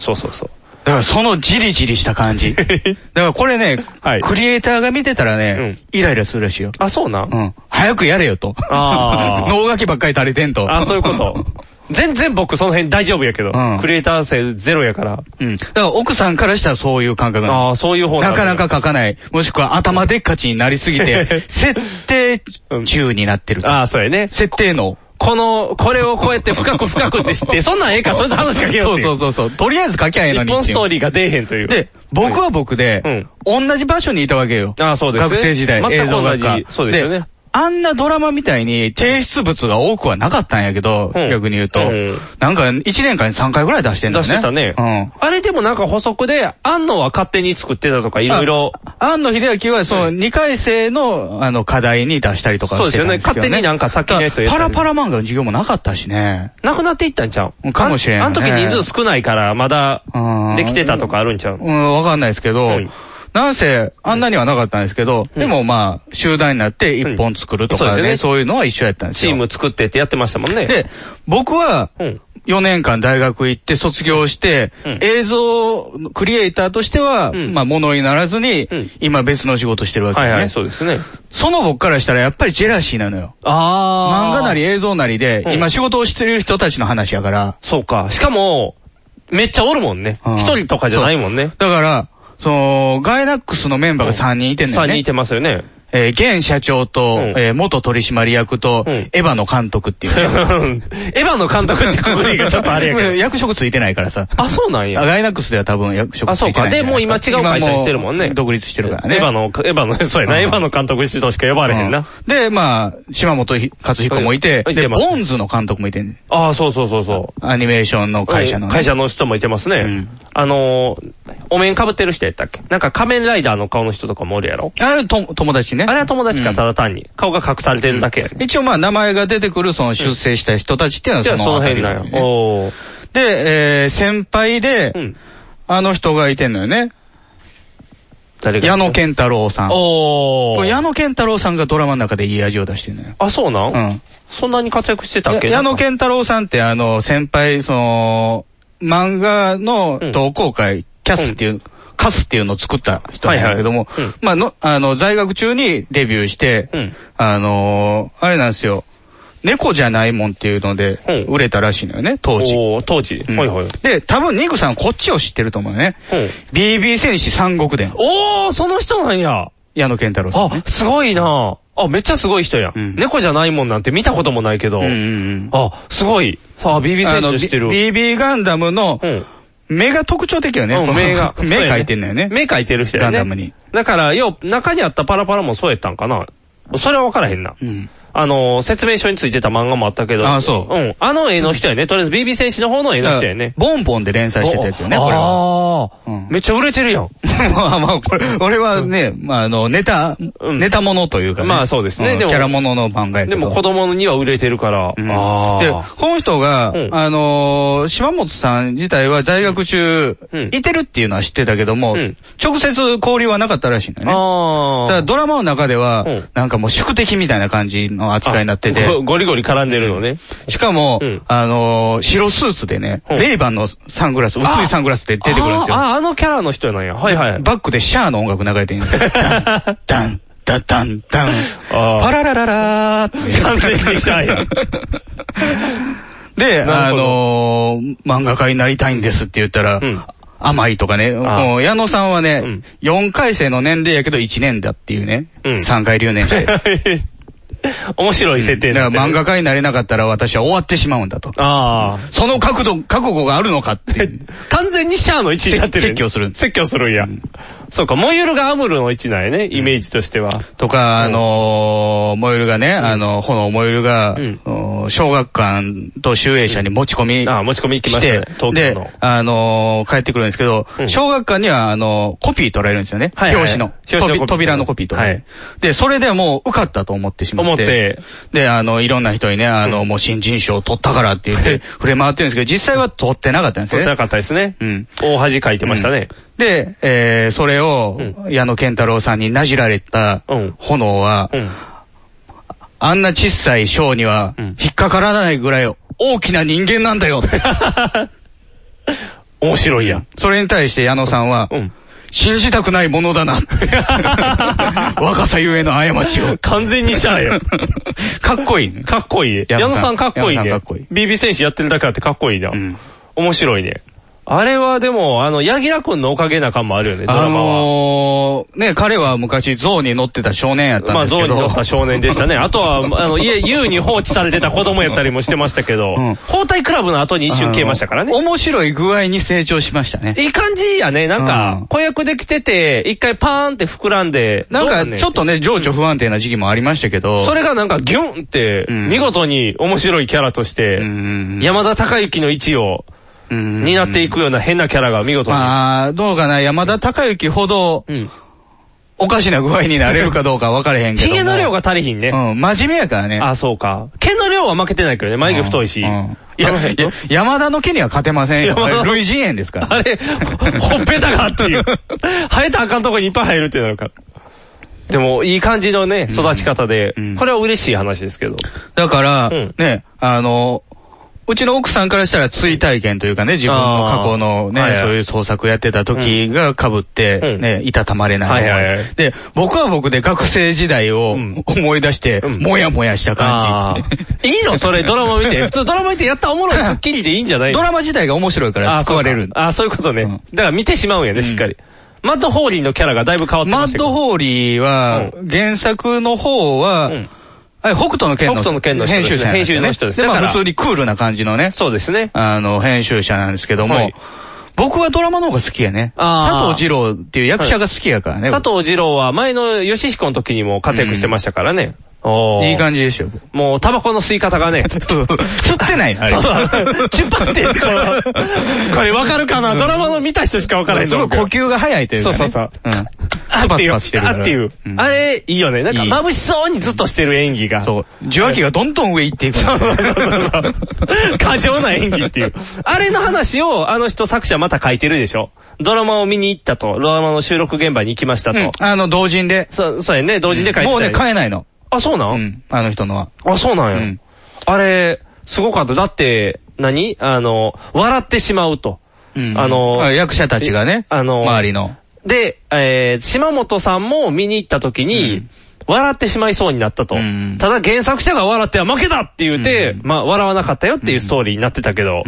Speaker 2: そうそうそう。
Speaker 3: だからそのジリジリした 感じ。だからこれね、
Speaker 2: はい
Speaker 3: クリエイターが見てたらね、イライラするらしいよ。
Speaker 2: あ、そうなん。
Speaker 3: うん。早くやれよと。
Speaker 2: あー
Speaker 3: 脳書きばっかり垂れてんと。
Speaker 2: あ、そういう こと。全然僕その辺大丈夫やけど、
Speaker 3: うん
Speaker 2: クリエイター性ゼロやから。
Speaker 3: うん。だから奥さんからしたらそういう感覚なの。
Speaker 2: ああ、そういう方
Speaker 3: なかな
Speaker 2: か。
Speaker 3: か書かない。もしくは頭でっかちになりすぎて、設定中になってる。
Speaker 2: ああ、そうやね。
Speaker 3: 設定の。
Speaker 2: この、これをこうやって深く深くって知って、そんなんええか、それで話しかけようって
Speaker 3: そう
Speaker 2: い
Speaker 3: そうそうそう。とりあえず書きゃええの
Speaker 2: 一
Speaker 3: に。
Speaker 2: 本ストーリーが出えへんという。
Speaker 3: で、僕は僕で、同じ場所にいたわけよ。
Speaker 2: ああ、そうですね。
Speaker 3: 学生時代、映
Speaker 2: 全く
Speaker 3: 像
Speaker 2: 同
Speaker 3: 学
Speaker 2: じ
Speaker 3: 科。。
Speaker 2: そうですよね。
Speaker 3: あんなドラマみたいに提出物が多くはなかったんやけど、
Speaker 2: うん
Speaker 3: 逆に言うと
Speaker 2: うん。
Speaker 3: なんか1年間に3回ぐらい出してんだ
Speaker 2: 出
Speaker 3: よね。
Speaker 2: してたね。
Speaker 3: うん。
Speaker 2: あれでもなんか補足で、安野は勝手に作ってたとか、いろいろ。
Speaker 3: 安野秀明は、その、2回生の、あの、課題に出したりとかしてたんですけど、ね。
Speaker 2: そうですよね勝手になんか先のやつをやっ
Speaker 3: パ
Speaker 2: たり
Speaker 3: ラパラ漫画の授業もなかったしね。
Speaker 2: なくなっていったんちゃう
Speaker 3: かもしれんね
Speaker 2: あんあの時人数少ないから、まだ
Speaker 3: うん、
Speaker 2: できてたとかあるんちゃう
Speaker 3: うん、わかんないですけど、
Speaker 2: はい
Speaker 3: なんせ、あんなにはなかったんですけど、でもまあ、集団になって1本作ると
Speaker 2: うん
Speaker 3: か
Speaker 2: そう
Speaker 3: ね、
Speaker 2: ですよ
Speaker 3: そういうのは一緒やったんです
Speaker 2: チ
Speaker 3: よ。
Speaker 2: ーム作ってってやってましたもんね。
Speaker 3: で、僕は
Speaker 2: うん、
Speaker 3: 4年間大学行って卒業して、
Speaker 2: うん
Speaker 3: 映像クリエイターとしては、
Speaker 2: ん
Speaker 3: まあ、ものにならずに、
Speaker 2: うん
Speaker 3: 今別の仕事してるわけで
Speaker 2: はい
Speaker 3: すね、
Speaker 2: はい、そうですね。
Speaker 3: その僕からしたらやっぱりジェラシーなのよ。
Speaker 2: あ
Speaker 3: 漫
Speaker 2: ー。
Speaker 3: 画なり映像なりで
Speaker 2: う、ん
Speaker 3: 今仕事をしてる人たちの話やから。
Speaker 2: そうか。しかも、めっちゃおるもんね。
Speaker 3: うん
Speaker 2: 一人とかじゃないもんね。
Speaker 3: だから、その、ガイナックスのメンバーが3人いてんのよ
Speaker 2: 3
Speaker 3: ね。
Speaker 2: 人いてますよね。
Speaker 3: えー現社長と、
Speaker 2: うん
Speaker 3: えー元取締役と、
Speaker 2: うん
Speaker 3: エヴァの監督っていう
Speaker 2: エ
Speaker 3: ね、
Speaker 2: ヴァの監督って国 がちょっとあれや けど。
Speaker 3: 役職ついてないからさ。
Speaker 2: あ、そうなん
Speaker 3: あ
Speaker 2: や。
Speaker 3: ガイナックスでは多分役職
Speaker 2: あ、
Speaker 3: ついて
Speaker 2: そう
Speaker 3: ないんじ
Speaker 2: か。
Speaker 3: ゃない
Speaker 2: で、もう今違う会社にしてるもん
Speaker 3: 今
Speaker 2: ね
Speaker 3: う。独立してるからね。
Speaker 2: エヴァの、エヴァの、 そうやな、エヴァの監督指導しか呼ばれへんな。
Speaker 3: うんで、まあ、島本ひ勝彦もいて、
Speaker 2: はいい
Speaker 3: で、
Speaker 2: てます
Speaker 3: ボンズの監督もいてんね
Speaker 2: ああ、そうそうそうそう。
Speaker 3: アニメーションの会社の、ね。
Speaker 2: 会社の人もいてますね。
Speaker 3: ん
Speaker 2: あのー、お面被ってる人やったっけなんか仮面ライダーの顔の人とかもおるやろ
Speaker 3: あれと、友達ね。
Speaker 2: あれは友達か、ただ単に。顔が隠されてるだけやね。
Speaker 3: 一応まあ、名前が出てくる、その出世した人たちっていうのは
Speaker 2: じゃあその辺
Speaker 3: だ
Speaker 2: だ
Speaker 3: よ
Speaker 2: よ。
Speaker 3: ね
Speaker 2: おー。
Speaker 3: で、えー、先輩で、
Speaker 2: うん。
Speaker 3: あの人がいてんのよね。
Speaker 2: 誰が
Speaker 3: 矢野健太郎さん。
Speaker 2: お
Speaker 3: こ
Speaker 2: ー。
Speaker 3: れ矢野健太郎さんがドラマの中でいい味を出してるのよ。
Speaker 2: あ、そうなん
Speaker 3: うん。
Speaker 2: そんなに活躍してたっ
Speaker 3: や
Speaker 2: け
Speaker 3: 矢野健太郎さんってあの、先輩、その、漫画の
Speaker 2: うん
Speaker 3: 同好会、キャスっていう、カスっていうのを作った人なんだけども、
Speaker 2: はいはいうん
Speaker 3: まあの、あの、在学中にデビューして、
Speaker 2: うん
Speaker 3: あのーあれなんですよ、猫じゃないもんっていうので
Speaker 2: うん、
Speaker 3: 売れたらしいのよね、当時。
Speaker 2: おー、当時。
Speaker 3: うん
Speaker 2: はいはい。
Speaker 3: で、多分ニグさんこっちを知ってると思うよね。
Speaker 2: うん
Speaker 3: BB 戦士三国伝。
Speaker 2: おー、その人なんや。
Speaker 3: 矢野健太郎さんね、
Speaker 2: あ、すごいなあ、めっちゃすごい人や。
Speaker 3: うん
Speaker 2: 猫じゃないもんなんて見たこともないけど。
Speaker 3: うんうんうん。
Speaker 2: あ、すごい。さあ、BB
Speaker 3: あ
Speaker 2: 選手
Speaker 3: の、
Speaker 2: してる。
Speaker 3: BB ガンダムの、
Speaker 2: うん。
Speaker 3: 目が特徴的よね。
Speaker 2: うん目が
Speaker 3: 目
Speaker 2: そうやね
Speaker 3: 描いてんだよね。
Speaker 2: 目描いてる人やね。
Speaker 3: ガンダムに。
Speaker 2: だから、よう、中にあったパラパラもそうやったんかな。それは分からへんな。
Speaker 3: うん。
Speaker 2: あのー、説明書についてた漫画もあったけど。
Speaker 3: あそう
Speaker 2: うん。あの絵の人やね。とりあえず BB 戦士の方の絵
Speaker 3: だ
Speaker 2: の
Speaker 3: か
Speaker 2: 人や
Speaker 3: ら
Speaker 2: ね、。
Speaker 3: ボンボンで連載してたやつよね、
Speaker 2: あ
Speaker 3: これは。
Speaker 2: あー
Speaker 3: うん
Speaker 2: めっちゃ売れてるやん。
Speaker 3: まあまあ、これ、俺はね、まああの、ネタ、
Speaker 2: うん
Speaker 3: ネタものというかね。
Speaker 2: まあそうですね
Speaker 3: ん
Speaker 2: でも
Speaker 3: キャラものの漫画やけ
Speaker 2: で
Speaker 3: ど。
Speaker 2: も子供には売れてるから。
Speaker 3: うん
Speaker 2: あ
Speaker 3: で、
Speaker 2: あ。
Speaker 3: この人が、
Speaker 2: うん
Speaker 3: あのー島本さん自体は在学中、
Speaker 2: うん
Speaker 3: いてるっていうのは知ってたけども、
Speaker 2: うん
Speaker 3: 直接交流はなかったらしいんだよね。
Speaker 2: あ
Speaker 3: だ
Speaker 2: あ。
Speaker 3: からドラマの中では、
Speaker 2: うん
Speaker 3: なんかもう宿敵みたいな感じの扱いになってて、
Speaker 2: あごゴリゴリ絡んでるのね。
Speaker 3: しかも、
Speaker 2: うん
Speaker 3: あのー白スーツでね、
Speaker 2: うん
Speaker 3: レイバンのサングラス、薄いサングラスで 出てくるんですよ。
Speaker 2: あーあー、あのキャラの人なんや。はいはい。
Speaker 3: バックでシャアの音楽流れてるんで すよ。ダン、ダン、ダン、ダン、
Speaker 2: あー
Speaker 3: パララララーって。
Speaker 2: 完全にシャアやん
Speaker 3: で、
Speaker 2: な
Speaker 3: あ
Speaker 2: るほど
Speaker 3: のー、漫画家になりたいんですって言ったら、
Speaker 2: うん
Speaker 3: 甘いとかね、もう矢野さんはね、
Speaker 2: うん
Speaker 3: 4回生の年齢やけど1年だっていうね、
Speaker 2: うん
Speaker 3: 3回留年して。 だか
Speaker 2: 面白い設定
Speaker 3: ら
Speaker 2: になって
Speaker 3: 漫
Speaker 2: る
Speaker 3: 画家になれなかったら私は終わってしまうんだと。
Speaker 2: ああ。
Speaker 3: その角度、覚悟があるのかっていう。
Speaker 2: 完全にシャアの位置になってる。
Speaker 3: 説教する
Speaker 2: 説教するんや。そうか、モユルがアムルの位置なんやね、イメージとしては。
Speaker 3: とか、あのー、モエルがね、あの、炎モエルが、
Speaker 2: うん
Speaker 3: あのー小学館と集英社に持ち込み、
Speaker 2: ああ、持ち込み行き
Speaker 3: し
Speaker 2: ましてたね、東京
Speaker 3: で
Speaker 2: の。、
Speaker 3: あのー帰ってくるんですけど、
Speaker 2: うん
Speaker 3: 小学館には、あのーコピー取られるんですよね。
Speaker 2: はいはい
Speaker 3: 表紙の。
Speaker 2: 表紙のコピー
Speaker 3: とび扉のコピーとか、
Speaker 2: はい
Speaker 3: で、それでもう受かったと思ってしまって。
Speaker 2: 思って
Speaker 3: で、あの、いろんな人にね、あの、もう新人賞を取ったからって 言って、触れ回ってるんですけど、実際は取ってなかったんです
Speaker 2: 撮っ
Speaker 3: よ
Speaker 2: て
Speaker 3: ね
Speaker 2: な。かったですね。
Speaker 3: うん
Speaker 2: 大恥かいてましたね。
Speaker 3: で、えー、それを、
Speaker 2: う
Speaker 3: 矢野健太郎さんになじられた
Speaker 2: うん
Speaker 3: 炎は、
Speaker 2: うん。
Speaker 3: あんな小さい賞には
Speaker 2: うん、
Speaker 3: 引っかからないぐらい大きな人間なん だよ。
Speaker 2: 面白いやん。
Speaker 3: それに対して矢野さんは、
Speaker 2: うん。
Speaker 3: 信じたくないものだ な。若さゆえの過ちを。
Speaker 2: 完全にシャアやん。
Speaker 3: かっこいい ね。
Speaker 2: かっこいいね。矢
Speaker 3: 矢
Speaker 2: 野
Speaker 3: 野
Speaker 2: さ
Speaker 3: さ
Speaker 2: ん
Speaker 3: ん
Speaker 2: かっこいいね。
Speaker 3: 矢野さんかっこいい
Speaker 2: BB 戦士やってるだけあってかっこいいな。
Speaker 3: うん
Speaker 2: 面白いね。あれはでも、あの、ヤギラ君のおかげな感もあるよね、ド
Speaker 3: あ
Speaker 2: ラマは。
Speaker 3: のー、ね、彼は昔象に乗ってた少年やったん
Speaker 2: まあ、
Speaker 3: ですけ
Speaker 2: 象
Speaker 3: ど。
Speaker 2: に乗った少年でした ね。あとは、あの、家、優に放置されてた子供やったりもしてましたけど、
Speaker 3: うん
Speaker 2: 包帯クラブの後に一瞬消えましたから
Speaker 3: あの
Speaker 2: ね。
Speaker 3: 面白い具合に成長しましたね。
Speaker 2: いい感じやね。なん
Speaker 3: う
Speaker 2: か
Speaker 3: ん、
Speaker 2: 子役できてて、一回パーンって膨らんで、
Speaker 3: なん
Speaker 2: どう
Speaker 3: か、ちょっとね、情緒不安定な時期もありましたけど。
Speaker 2: それがなんかギュンって、
Speaker 3: うん
Speaker 2: 見事に面白いキャラとして
Speaker 3: う、ん、
Speaker 2: 山田孝之の位置を担
Speaker 3: 担
Speaker 2: っていくような変なキャラが見事に。
Speaker 3: まあ、どうかな、山田孝之ほど
Speaker 2: うん。
Speaker 3: おかしな具合になれるかどうか分かれへんけど
Speaker 2: ヒ
Speaker 3: も。
Speaker 2: ゲの量が足り ひんね。
Speaker 3: うん、真面目やからね。
Speaker 2: あ、そうか。毛の量は負けてないけどね。眉毛太いし。
Speaker 3: うんうんい
Speaker 2: あの
Speaker 3: や、い
Speaker 2: 辺
Speaker 3: や山田の毛には勝てませんよ。
Speaker 2: 山田
Speaker 3: あれ類人猿ですから。
Speaker 2: あれ、ほほっぺたがっていう。生えたらあかんとこにいっぱい生えるってなるから。でも、いい感じのね、育ち方で、
Speaker 3: うん
Speaker 2: これは嬉しい話ですけど。
Speaker 3: だから、
Speaker 2: うん
Speaker 3: ね、あの、うちの奥さんからしたら追体験というかね、自分の過去のね、
Speaker 2: あーはいはい
Speaker 3: そういう創作やってた時が被って、
Speaker 2: うん
Speaker 3: ね、いたたまれない,、
Speaker 2: はいはいはい
Speaker 3: で、僕は僕で学生時代
Speaker 2: う
Speaker 3: を
Speaker 2: ん
Speaker 3: 思い出して、
Speaker 2: うん
Speaker 3: もやもやした
Speaker 2: あ
Speaker 3: 感じ。
Speaker 2: あ。 いいのそれ、ドラマ見 て。普通ドラマ見てやったらおもろい、スッキリでいいんじゃない
Speaker 3: ドラマ自体が面白いから
Speaker 2: あ
Speaker 3: 救われる。
Speaker 2: あーそうかあー、そういうこと
Speaker 3: うん
Speaker 2: ね。だから見てしまうんやね、しっかり。マッドホーリーのキャラがだいぶ変わって
Speaker 3: マ
Speaker 2: まし
Speaker 3: ッ
Speaker 2: たけど
Speaker 3: ドホーリーは、原作の方は、
Speaker 2: うん
Speaker 3: あれ北斗の剣の
Speaker 2: 北斗の剣の人
Speaker 3: 編集者なんですよね
Speaker 2: 編集の人です
Speaker 3: で、
Speaker 2: だか
Speaker 3: ま
Speaker 2: ら
Speaker 3: あ普通にクールな感じのね、
Speaker 2: そうですね。
Speaker 3: あの、編集者なんですけども、
Speaker 2: はい
Speaker 3: 僕はドラマの方が好きやね。
Speaker 2: あー
Speaker 3: 佐藤二郎っていう役者が好きやからね。
Speaker 2: 佐藤二郎は前の吉彦の時にも活躍してましたからね。おー
Speaker 3: いい感じでしょ。
Speaker 2: もうタバコの吸い方がね。
Speaker 3: 吸ってないのあれ
Speaker 2: そうそう。 チュッパって、これ、これわかるかなドラマの見た人しかわからない。
Speaker 3: すごい呼吸が早いというか、ね。。
Speaker 2: そうそうそうんあっていう、
Speaker 3: スパスパしてるか
Speaker 2: あ
Speaker 3: ら
Speaker 2: っていう。
Speaker 3: ん
Speaker 2: あれ、いいよね。なんか
Speaker 3: いい
Speaker 2: 眩しそうにずっとしてる演技が。
Speaker 3: そう。受話器がどんどん上行っていくの。
Speaker 2: そうそうそうそう。 過剰な演技っていう。あれの話を、あの人作者また書いてるでしょドラマを見に行ったと、ドラマの収録現場に行きました
Speaker 3: うん
Speaker 2: と。
Speaker 3: あの、同人で。
Speaker 2: そう、そうやね。同時で書いてたよ
Speaker 3: もうね、買えないの。
Speaker 2: あ、そうなん、
Speaker 3: うん。あの人のは。
Speaker 2: あ、そうなんや。
Speaker 3: うん
Speaker 2: あれ、すごかった。だって、何あの、笑ってしまうと。
Speaker 3: うん
Speaker 2: あの
Speaker 3: あ役者たちがね、
Speaker 2: あの
Speaker 3: 周りの。
Speaker 2: で、えー、島本さんも見に行った時に、笑ってしまいそうになったと。
Speaker 3: うん
Speaker 2: ただ原作者が笑っては負けだって言って、まあ笑わなかったよっていうストーリーになってたけど、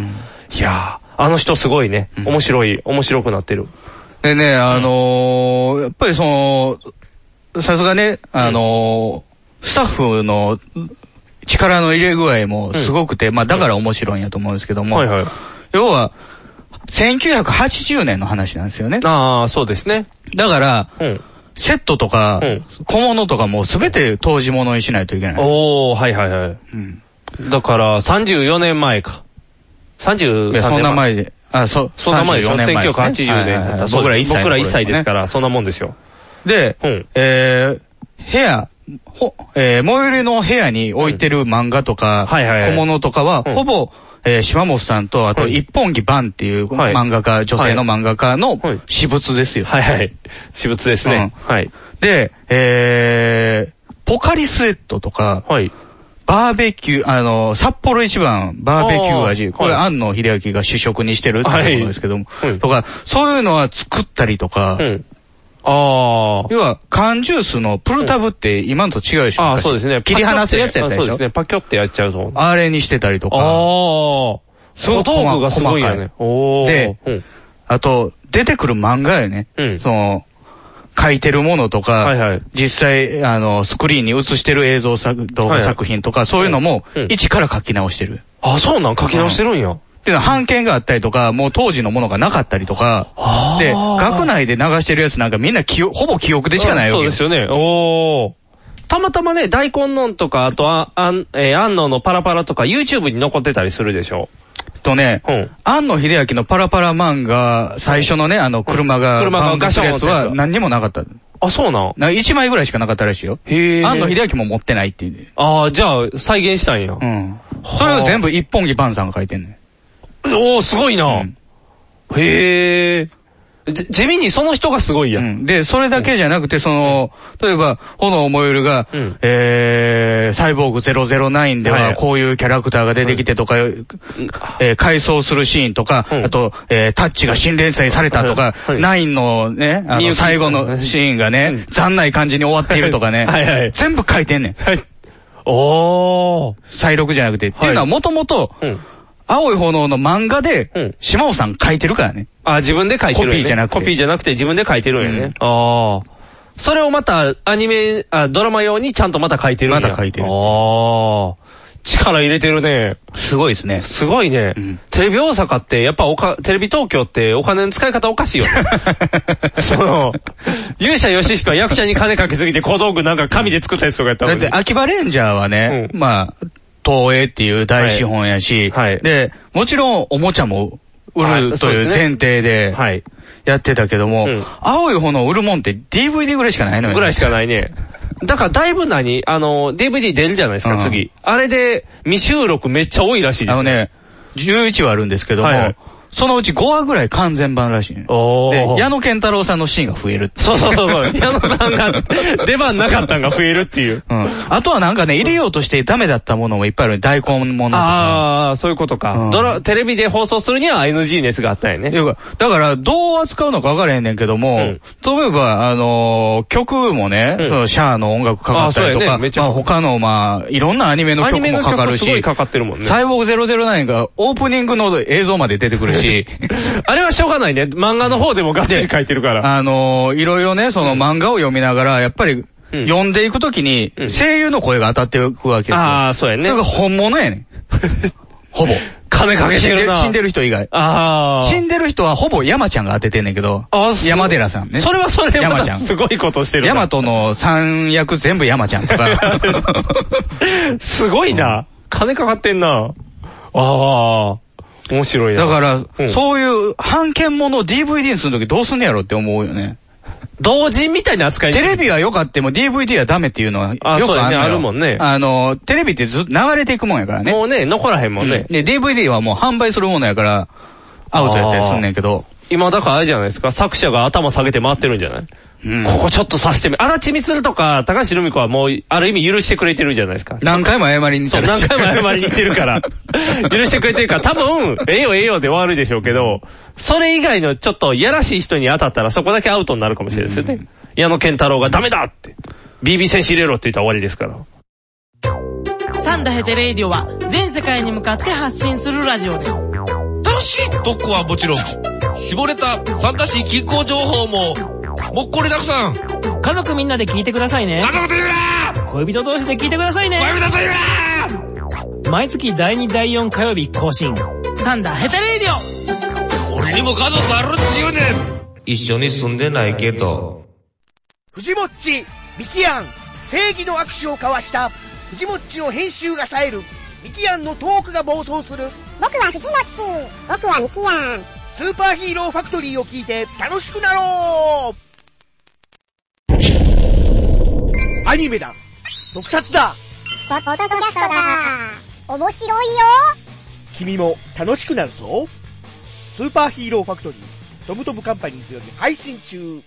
Speaker 2: いやー、あの人すごいね。面白い、面白くなってる。
Speaker 3: でね、あのー、やっぱりその、さすがね、あのー、スタッフの力の入れ具合もすごくて、まあだから面白いんやと思うんですけども、
Speaker 2: はいはい。
Speaker 3: 要は、 1980年の話なんですよね。
Speaker 2: ああ、そうですね。
Speaker 3: だから、
Speaker 2: うん。
Speaker 3: セットとか
Speaker 2: うん、
Speaker 3: 小物とかもすべて当時物にしないといけない。
Speaker 2: おー、はいはいはい。
Speaker 3: うん。
Speaker 2: だから、34年前か。33
Speaker 3: い
Speaker 2: 年
Speaker 3: やそんな前で。あ、そう、
Speaker 2: そんな前ですよ。
Speaker 3: 34年前ですね
Speaker 2: 1980年だ
Speaker 3: は
Speaker 2: っ
Speaker 3: い
Speaker 2: た
Speaker 3: は
Speaker 2: ら
Speaker 3: い
Speaker 2: そう
Speaker 3: 僕ら1歳。。
Speaker 2: 僕ら1歳ですからら、そんなもんですよ。
Speaker 3: で
Speaker 2: うん、
Speaker 3: えー、部屋、ほ、えー、最寄りの部屋に置いてる漫画とか、
Speaker 2: はいはいはい
Speaker 3: 小物とかは、
Speaker 2: うん
Speaker 3: ほぼ、えー、島本さんと、あ
Speaker 2: は
Speaker 3: と、
Speaker 2: い
Speaker 3: 一本木バンっていう
Speaker 2: はい
Speaker 3: 漫画家、女性の漫画家の
Speaker 2: はい
Speaker 3: 私物ですよ。
Speaker 2: はいはい。私物ですね。
Speaker 3: うん
Speaker 2: はい。
Speaker 3: で、えー、ポカリスエットとか、
Speaker 2: はい。
Speaker 3: バーベキュー、あの、札幌一番バーベキュー
Speaker 2: あ
Speaker 3: 味、
Speaker 2: ー
Speaker 3: これ、
Speaker 2: はい
Speaker 3: 安野秀明が主食にしてるっていうものですけども、
Speaker 2: はいはい
Speaker 3: とか、そういうのは作ったりとか、
Speaker 2: うん。あー。
Speaker 3: 要は、缶ジュースのプルタブって今のと違うでしょ、
Speaker 2: あー、
Speaker 3: 昔
Speaker 2: そうですね。
Speaker 3: 切り離すやつやったで
Speaker 2: あ
Speaker 3: し
Speaker 2: そう
Speaker 3: ょ
Speaker 2: ですね。パキョってやっちゃうと。あ
Speaker 3: あれにしてたりと
Speaker 2: あ
Speaker 3: か、
Speaker 2: ー。
Speaker 3: すご
Speaker 2: 小
Speaker 3: い
Speaker 2: 道具がすごいよね。おー。
Speaker 3: で
Speaker 2: うん、
Speaker 3: あと、出てくる漫画よね。
Speaker 2: うん
Speaker 3: その、書いてるものとか、
Speaker 2: はいはい
Speaker 3: 実際、あの、スクリーンに映してる映像作、動
Speaker 2: はい
Speaker 3: 画
Speaker 2: はい
Speaker 3: 作品とか、そういうのも
Speaker 2: うん、
Speaker 3: 一から書き直してる。
Speaker 2: あ、そうなん書き直してるんや。
Speaker 3: っていうのは版権があったりとか、もう当時のものがなかったりとか、
Speaker 2: あー
Speaker 3: で、学内で流してるやつなんかみんな記憶、ほぼ記憶でしかないわ
Speaker 2: そう
Speaker 3: け
Speaker 2: で
Speaker 3: よ。
Speaker 2: すよね。おー。たまたまね、大根のんとか、あとあ、あん、えー、安納のパラパラとか、YouTube に残ってたりするでしょ。
Speaker 3: とね、
Speaker 2: うん。
Speaker 3: 安野秀明のパラパラ漫画、最初のね、あの、車が、
Speaker 2: 車が
Speaker 3: バンクするや
Speaker 2: ガ
Speaker 3: つ
Speaker 2: シャンってやつ
Speaker 3: は
Speaker 2: は
Speaker 3: 何にもなかった。な
Speaker 2: あ、そうなん。
Speaker 3: 1枚ぐらいしかなかったらしいよ。
Speaker 2: へー
Speaker 3: 安野秀明も持ってないっていうね。
Speaker 2: ああ、じゃあ、再現したんや。
Speaker 3: うん。それを全部一本木ンさんが書いてんね。
Speaker 2: おー、すごいな。
Speaker 3: うん
Speaker 2: へえ。じ地味にその人がすごいや。
Speaker 3: うんで、それだけじゃなくて、その、例えば、炎燃えるが
Speaker 2: うん、
Speaker 3: えー、サイボーグ009で
Speaker 2: はい
Speaker 3: はこういうキャラクターが出てきてとか、えー、回想するシーンとか、
Speaker 2: うん
Speaker 3: あと、えー、タッチが新連載されたとか、
Speaker 2: はい
Speaker 3: ナインのね、あ
Speaker 2: みゆ
Speaker 3: の、
Speaker 2: き
Speaker 3: 最後のシーンがね、
Speaker 2: うん
Speaker 3: 残ない感じに終わっているとかね、
Speaker 2: はいはい
Speaker 3: 全部書いてんねん。
Speaker 2: はい。おー。
Speaker 3: 再録じゃなくて。っていうのはもともと
Speaker 2: うん、
Speaker 3: 青い炎の漫画
Speaker 2: うん
Speaker 3: で、島尾さん書いてるからね。
Speaker 2: あ、自分で書いてるんやね。
Speaker 3: コピーじゃなくて
Speaker 2: コピーじゃなくて自分で書いてるんやね。ああ。それをまたアニメ、あ、ドラマ用にちゃんとまた書いてるんや
Speaker 3: また書いてる
Speaker 2: ああ。力入れてるね。
Speaker 3: すごいですね。
Speaker 2: すごいね。
Speaker 3: うん
Speaker 2: テレビ大阪って、やっぱおか、テレビ東京ってお金の使い方おかしい よね。その、勇者よしひこは役者に金かけすぎて小道具なんか紙で作ったやつとかやった
Speaker 3: だ
Speaker 2: も
Speaker 3: っ
Speaker 2: んね
Speaker 3: て、秋葉レンジャーはね、
Speaker 2: う
Speaker 3: まあ、東映っていう大資本やし、
Speaker 2: はいはい
Speaker 3: で、もちろんおもちゃも売
Speaker 2: はい
Speaker 3: ると
Speaker 2: そう
Speaker 3: い
Speaker 2: で
Speaker 3: う
Speaker 2: すね
Speaker 3: 前提で
Speaker 2: はい。
Speaker 3: やってたけども、
Speaker 2: うん
Speaker 3: 青い炎売るもんって DVD ぐらいしかないのよ、ね。
Speaker 2: ぐらいしかないね。だからだいぶ何あの、DVD 出るじゃないですか、
Speaker 3: うん
Speaker 2: 次。あれで、未収録めっちゃ多いらしいです
Speaker 3: あ
Speaker 2: よ
Speaker 3: の。ね、11話あるんですけども、
Speaker 2: はいはい
Speaker 3: そのうち5話ぐらい完全版らしいね、
Speaker 2: お
Speaker 3: で
Speaker 2: ー。、
Speaker 3: 矢野健太郎さんのシーンが増えるって。
Speaker 2: そうそうそうそう。矢野さんが、出番なかったんが増えるっていう。
Speaker 3: うん。あとはなんかね、入れようとしてダメだったものもいっぱいある。大根ものとか。
Speaker 2: ああ、そういうことか、
Speaker 3: うん
Speaker 2: ドラ。テレビで放送するには NG 熱があったんやね。
Speaker 3: いうかだから、どう扱うのか分からへんねんけども、
Speaker 2: うん
Speaker 3: 例えば、あのー曲もね、
Speaker 2: うん
Speaker 3: そのシャアの音楽かかったりと
Speaker 2: あそうや
Speaker 3: か、
Speaker 2: ねめっちゃ
Speaker 3: まあ他の、まあ、いろんなアニメの
Speaker 2: アニ
Speaker 3: 曲
Speaker 2: メ
Speaker 3: も
Speaker 2: の
Speaker 3: かか
Speaker 2: 曲
Speaker 3: る
Speaker 2: すごい
Speaker 3: し、
Speaker 2: かかってるもんね。
Speaker 3: サイボーグ009がオープニングの映像まで出てくるし、
Speaker 2: あれはしょうがないね。漫画の方でもガッツリ書いてるから。
Speaker 3: あのーいろいろね、その漫画を読みながら、やっぱり、
Speaker 2: うん
Speaker 3: 読んでいくときに
Speaker 2: う、ん
Speaker 3: 声優の声が当たっていくわけですよ。
Speaker 2: ああ、そうや
Speaker 3: そ
Speaker 2: ね
Speaker 3: れ。が本物やね ん。ほぼ。
Speaker 2: 金かけてるな。
Speaker 3: 死んでる人以外。
Speaker 2: ああ。
Speaker 3: 死んでる人はほぼ山ちゃんが当ててんねんけど、
Speaker 2: あそう
Speaker 3: 山寺さんね。
Speaker 2: それはそれでま
Speaker 3: 山ちゃ
Speaker 2: た
Speaker 3: ん
Speaker 2: すごいことしてる
Speaker 3: ヤ
Speaker 2: な。
Speaker 3: マトの三役全部ヤマちゃん とか。
Speaker 2: すごいな。金かかってんな。ああ、面白いな。
Speaker 3: だから、
Speaker 2: うん
Speaker 3: そういう、版権ものを DVD にするときどうすんねやろって思うよね。
Speaker 2: 同人みたいな扱い
Speaker 3: テレビは良かっても DVD はダメっていうのはよく
Speaker 2: あ
Speaker 3: あるの
Speaker 2: そ
Speaker 3: よ
Speaker 2: うやねあるもんね
Speaker 3: あの、テレビってずっと流れていくもんやからね。
Speaker 2: もうね、残らへんもんね。
Speaker 3: で、DVD はもう販売するものやから、アウトやったりすんねんけど。
Speaker 2: 今だからあれじゃないですか、作者が頭下げて回ってるんじゃない、
Speaker 3: うん
Speaker 2: ここちょっと刺してみ、足立みつるとか、高橋留美子はもう、ある意味許してくれてるじゃないですか。
Speaker 3: 何回も謝りに行っ
Speaker 2: そう、
Speaker 3: たら
Speaker 2: 何回も謝りに来てる から。許してくれてるから、多分、ええよええよで終わるでしょうけど、それ以外のちょっといやらしい人に当たったらそこだけアウトになるかもしれないですよね。矢野健太郎がダメだって。BB 戦士入れろって言ったら終わりですから。
Speaker 7: サンダヘテレイディオは全世界に向かって発信するラジオです。
Speaker 8: 楽しい特こはもちろん、絞れたファンタシー気候情報も、もっこりたくさん、家
Speaker 7: 家族みんなで聞いてくださいね。
Speaker 8: 族と言うな
Speaker 7: 恋人同士で聞いてくださいね。
Speaker 8: 恋人と言うな
Speaker 7: 毎月第2第4火曜日更新。サンダヘテレイディオ
Speaker 8: 俺ににも家族あるっちゅうねん一緒に住んでないけど。
Speaker 9: 藤もっち、ミキアン、正義の握手を交わした、藤もっちの編集が冴える、ミキアンのトークが暴走する、
Speaker 10: 僕はフジモッチ僕はミキヤン。
Speaker 9: スーパーヒーローファクトリーを聞いて楽しくなろうアニメだ特撮だ
Speaker 10: ポッドキャストだ面白いよ
Speaker 9: 君も楽しくなるぞスーパーヒーローファクトリー、トムトムカンパニーズより配信中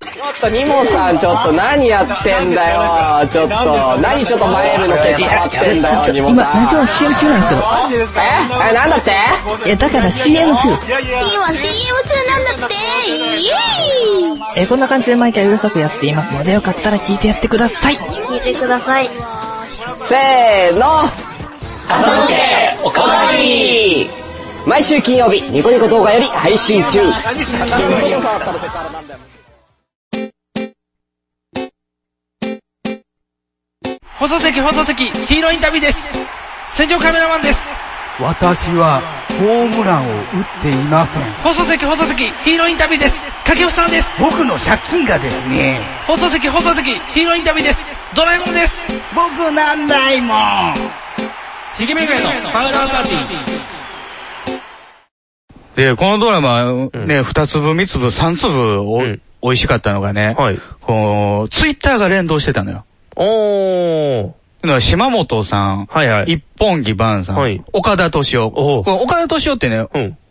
Speaker 11: ちょっとニモさん、ちょっと何やってんだよ、ちょっと。何ちょっとマイルのケツ触ってんだよ、ニモ
Speaker 12: 今、
Speaker 11: さん。
Speaker 12: ラジオ CM 中なんですけど。
Speaker 11: ええ、なんだって
Speaker 12: いや、だから CM 中。
Speaker 10: 今 CM 中なんだってイエーイ
Speaker 12: えーこんな感じで毎回うるさくやっていますので、よかったら聞いてやってください。
Speaker 10: 聞いてください。
Speaker 11: せーの。朝向け、おかわり毎週金曜日、ニコニコ動画より配信中。
Speaker 13: 放送席、放送席、ヒーローインタビューです。戦場カメラマンです。
Speaker 14: 私はホームランを打っていません。
Speaker 13: 放送席、放送席、ヒーローインタビューです。掛布さんです。
Speaker 14: 僕の借金がですね、
Speaker 13: 放送席、放送席、ヒーローインタビューです。ドラえもんです。
Speaker 14: 僕なんないもん。
Speaker 13: ヒゲメガネのパウダーパーティー。
Speaker 3: で、このドラマ、ね、二粒、三粒、三粒、お、美味しかったのがね、こう、ツイッターが連動してたのよ。
Speaker 2: おー。
Speaker 3: っていうのは島本さん、
Speaker 2: はいはい。
Speaker 3: 一本木万さん、岡田敏夫。
Speaker 2: おう
Speaker 3: この岡田敏夫ってね、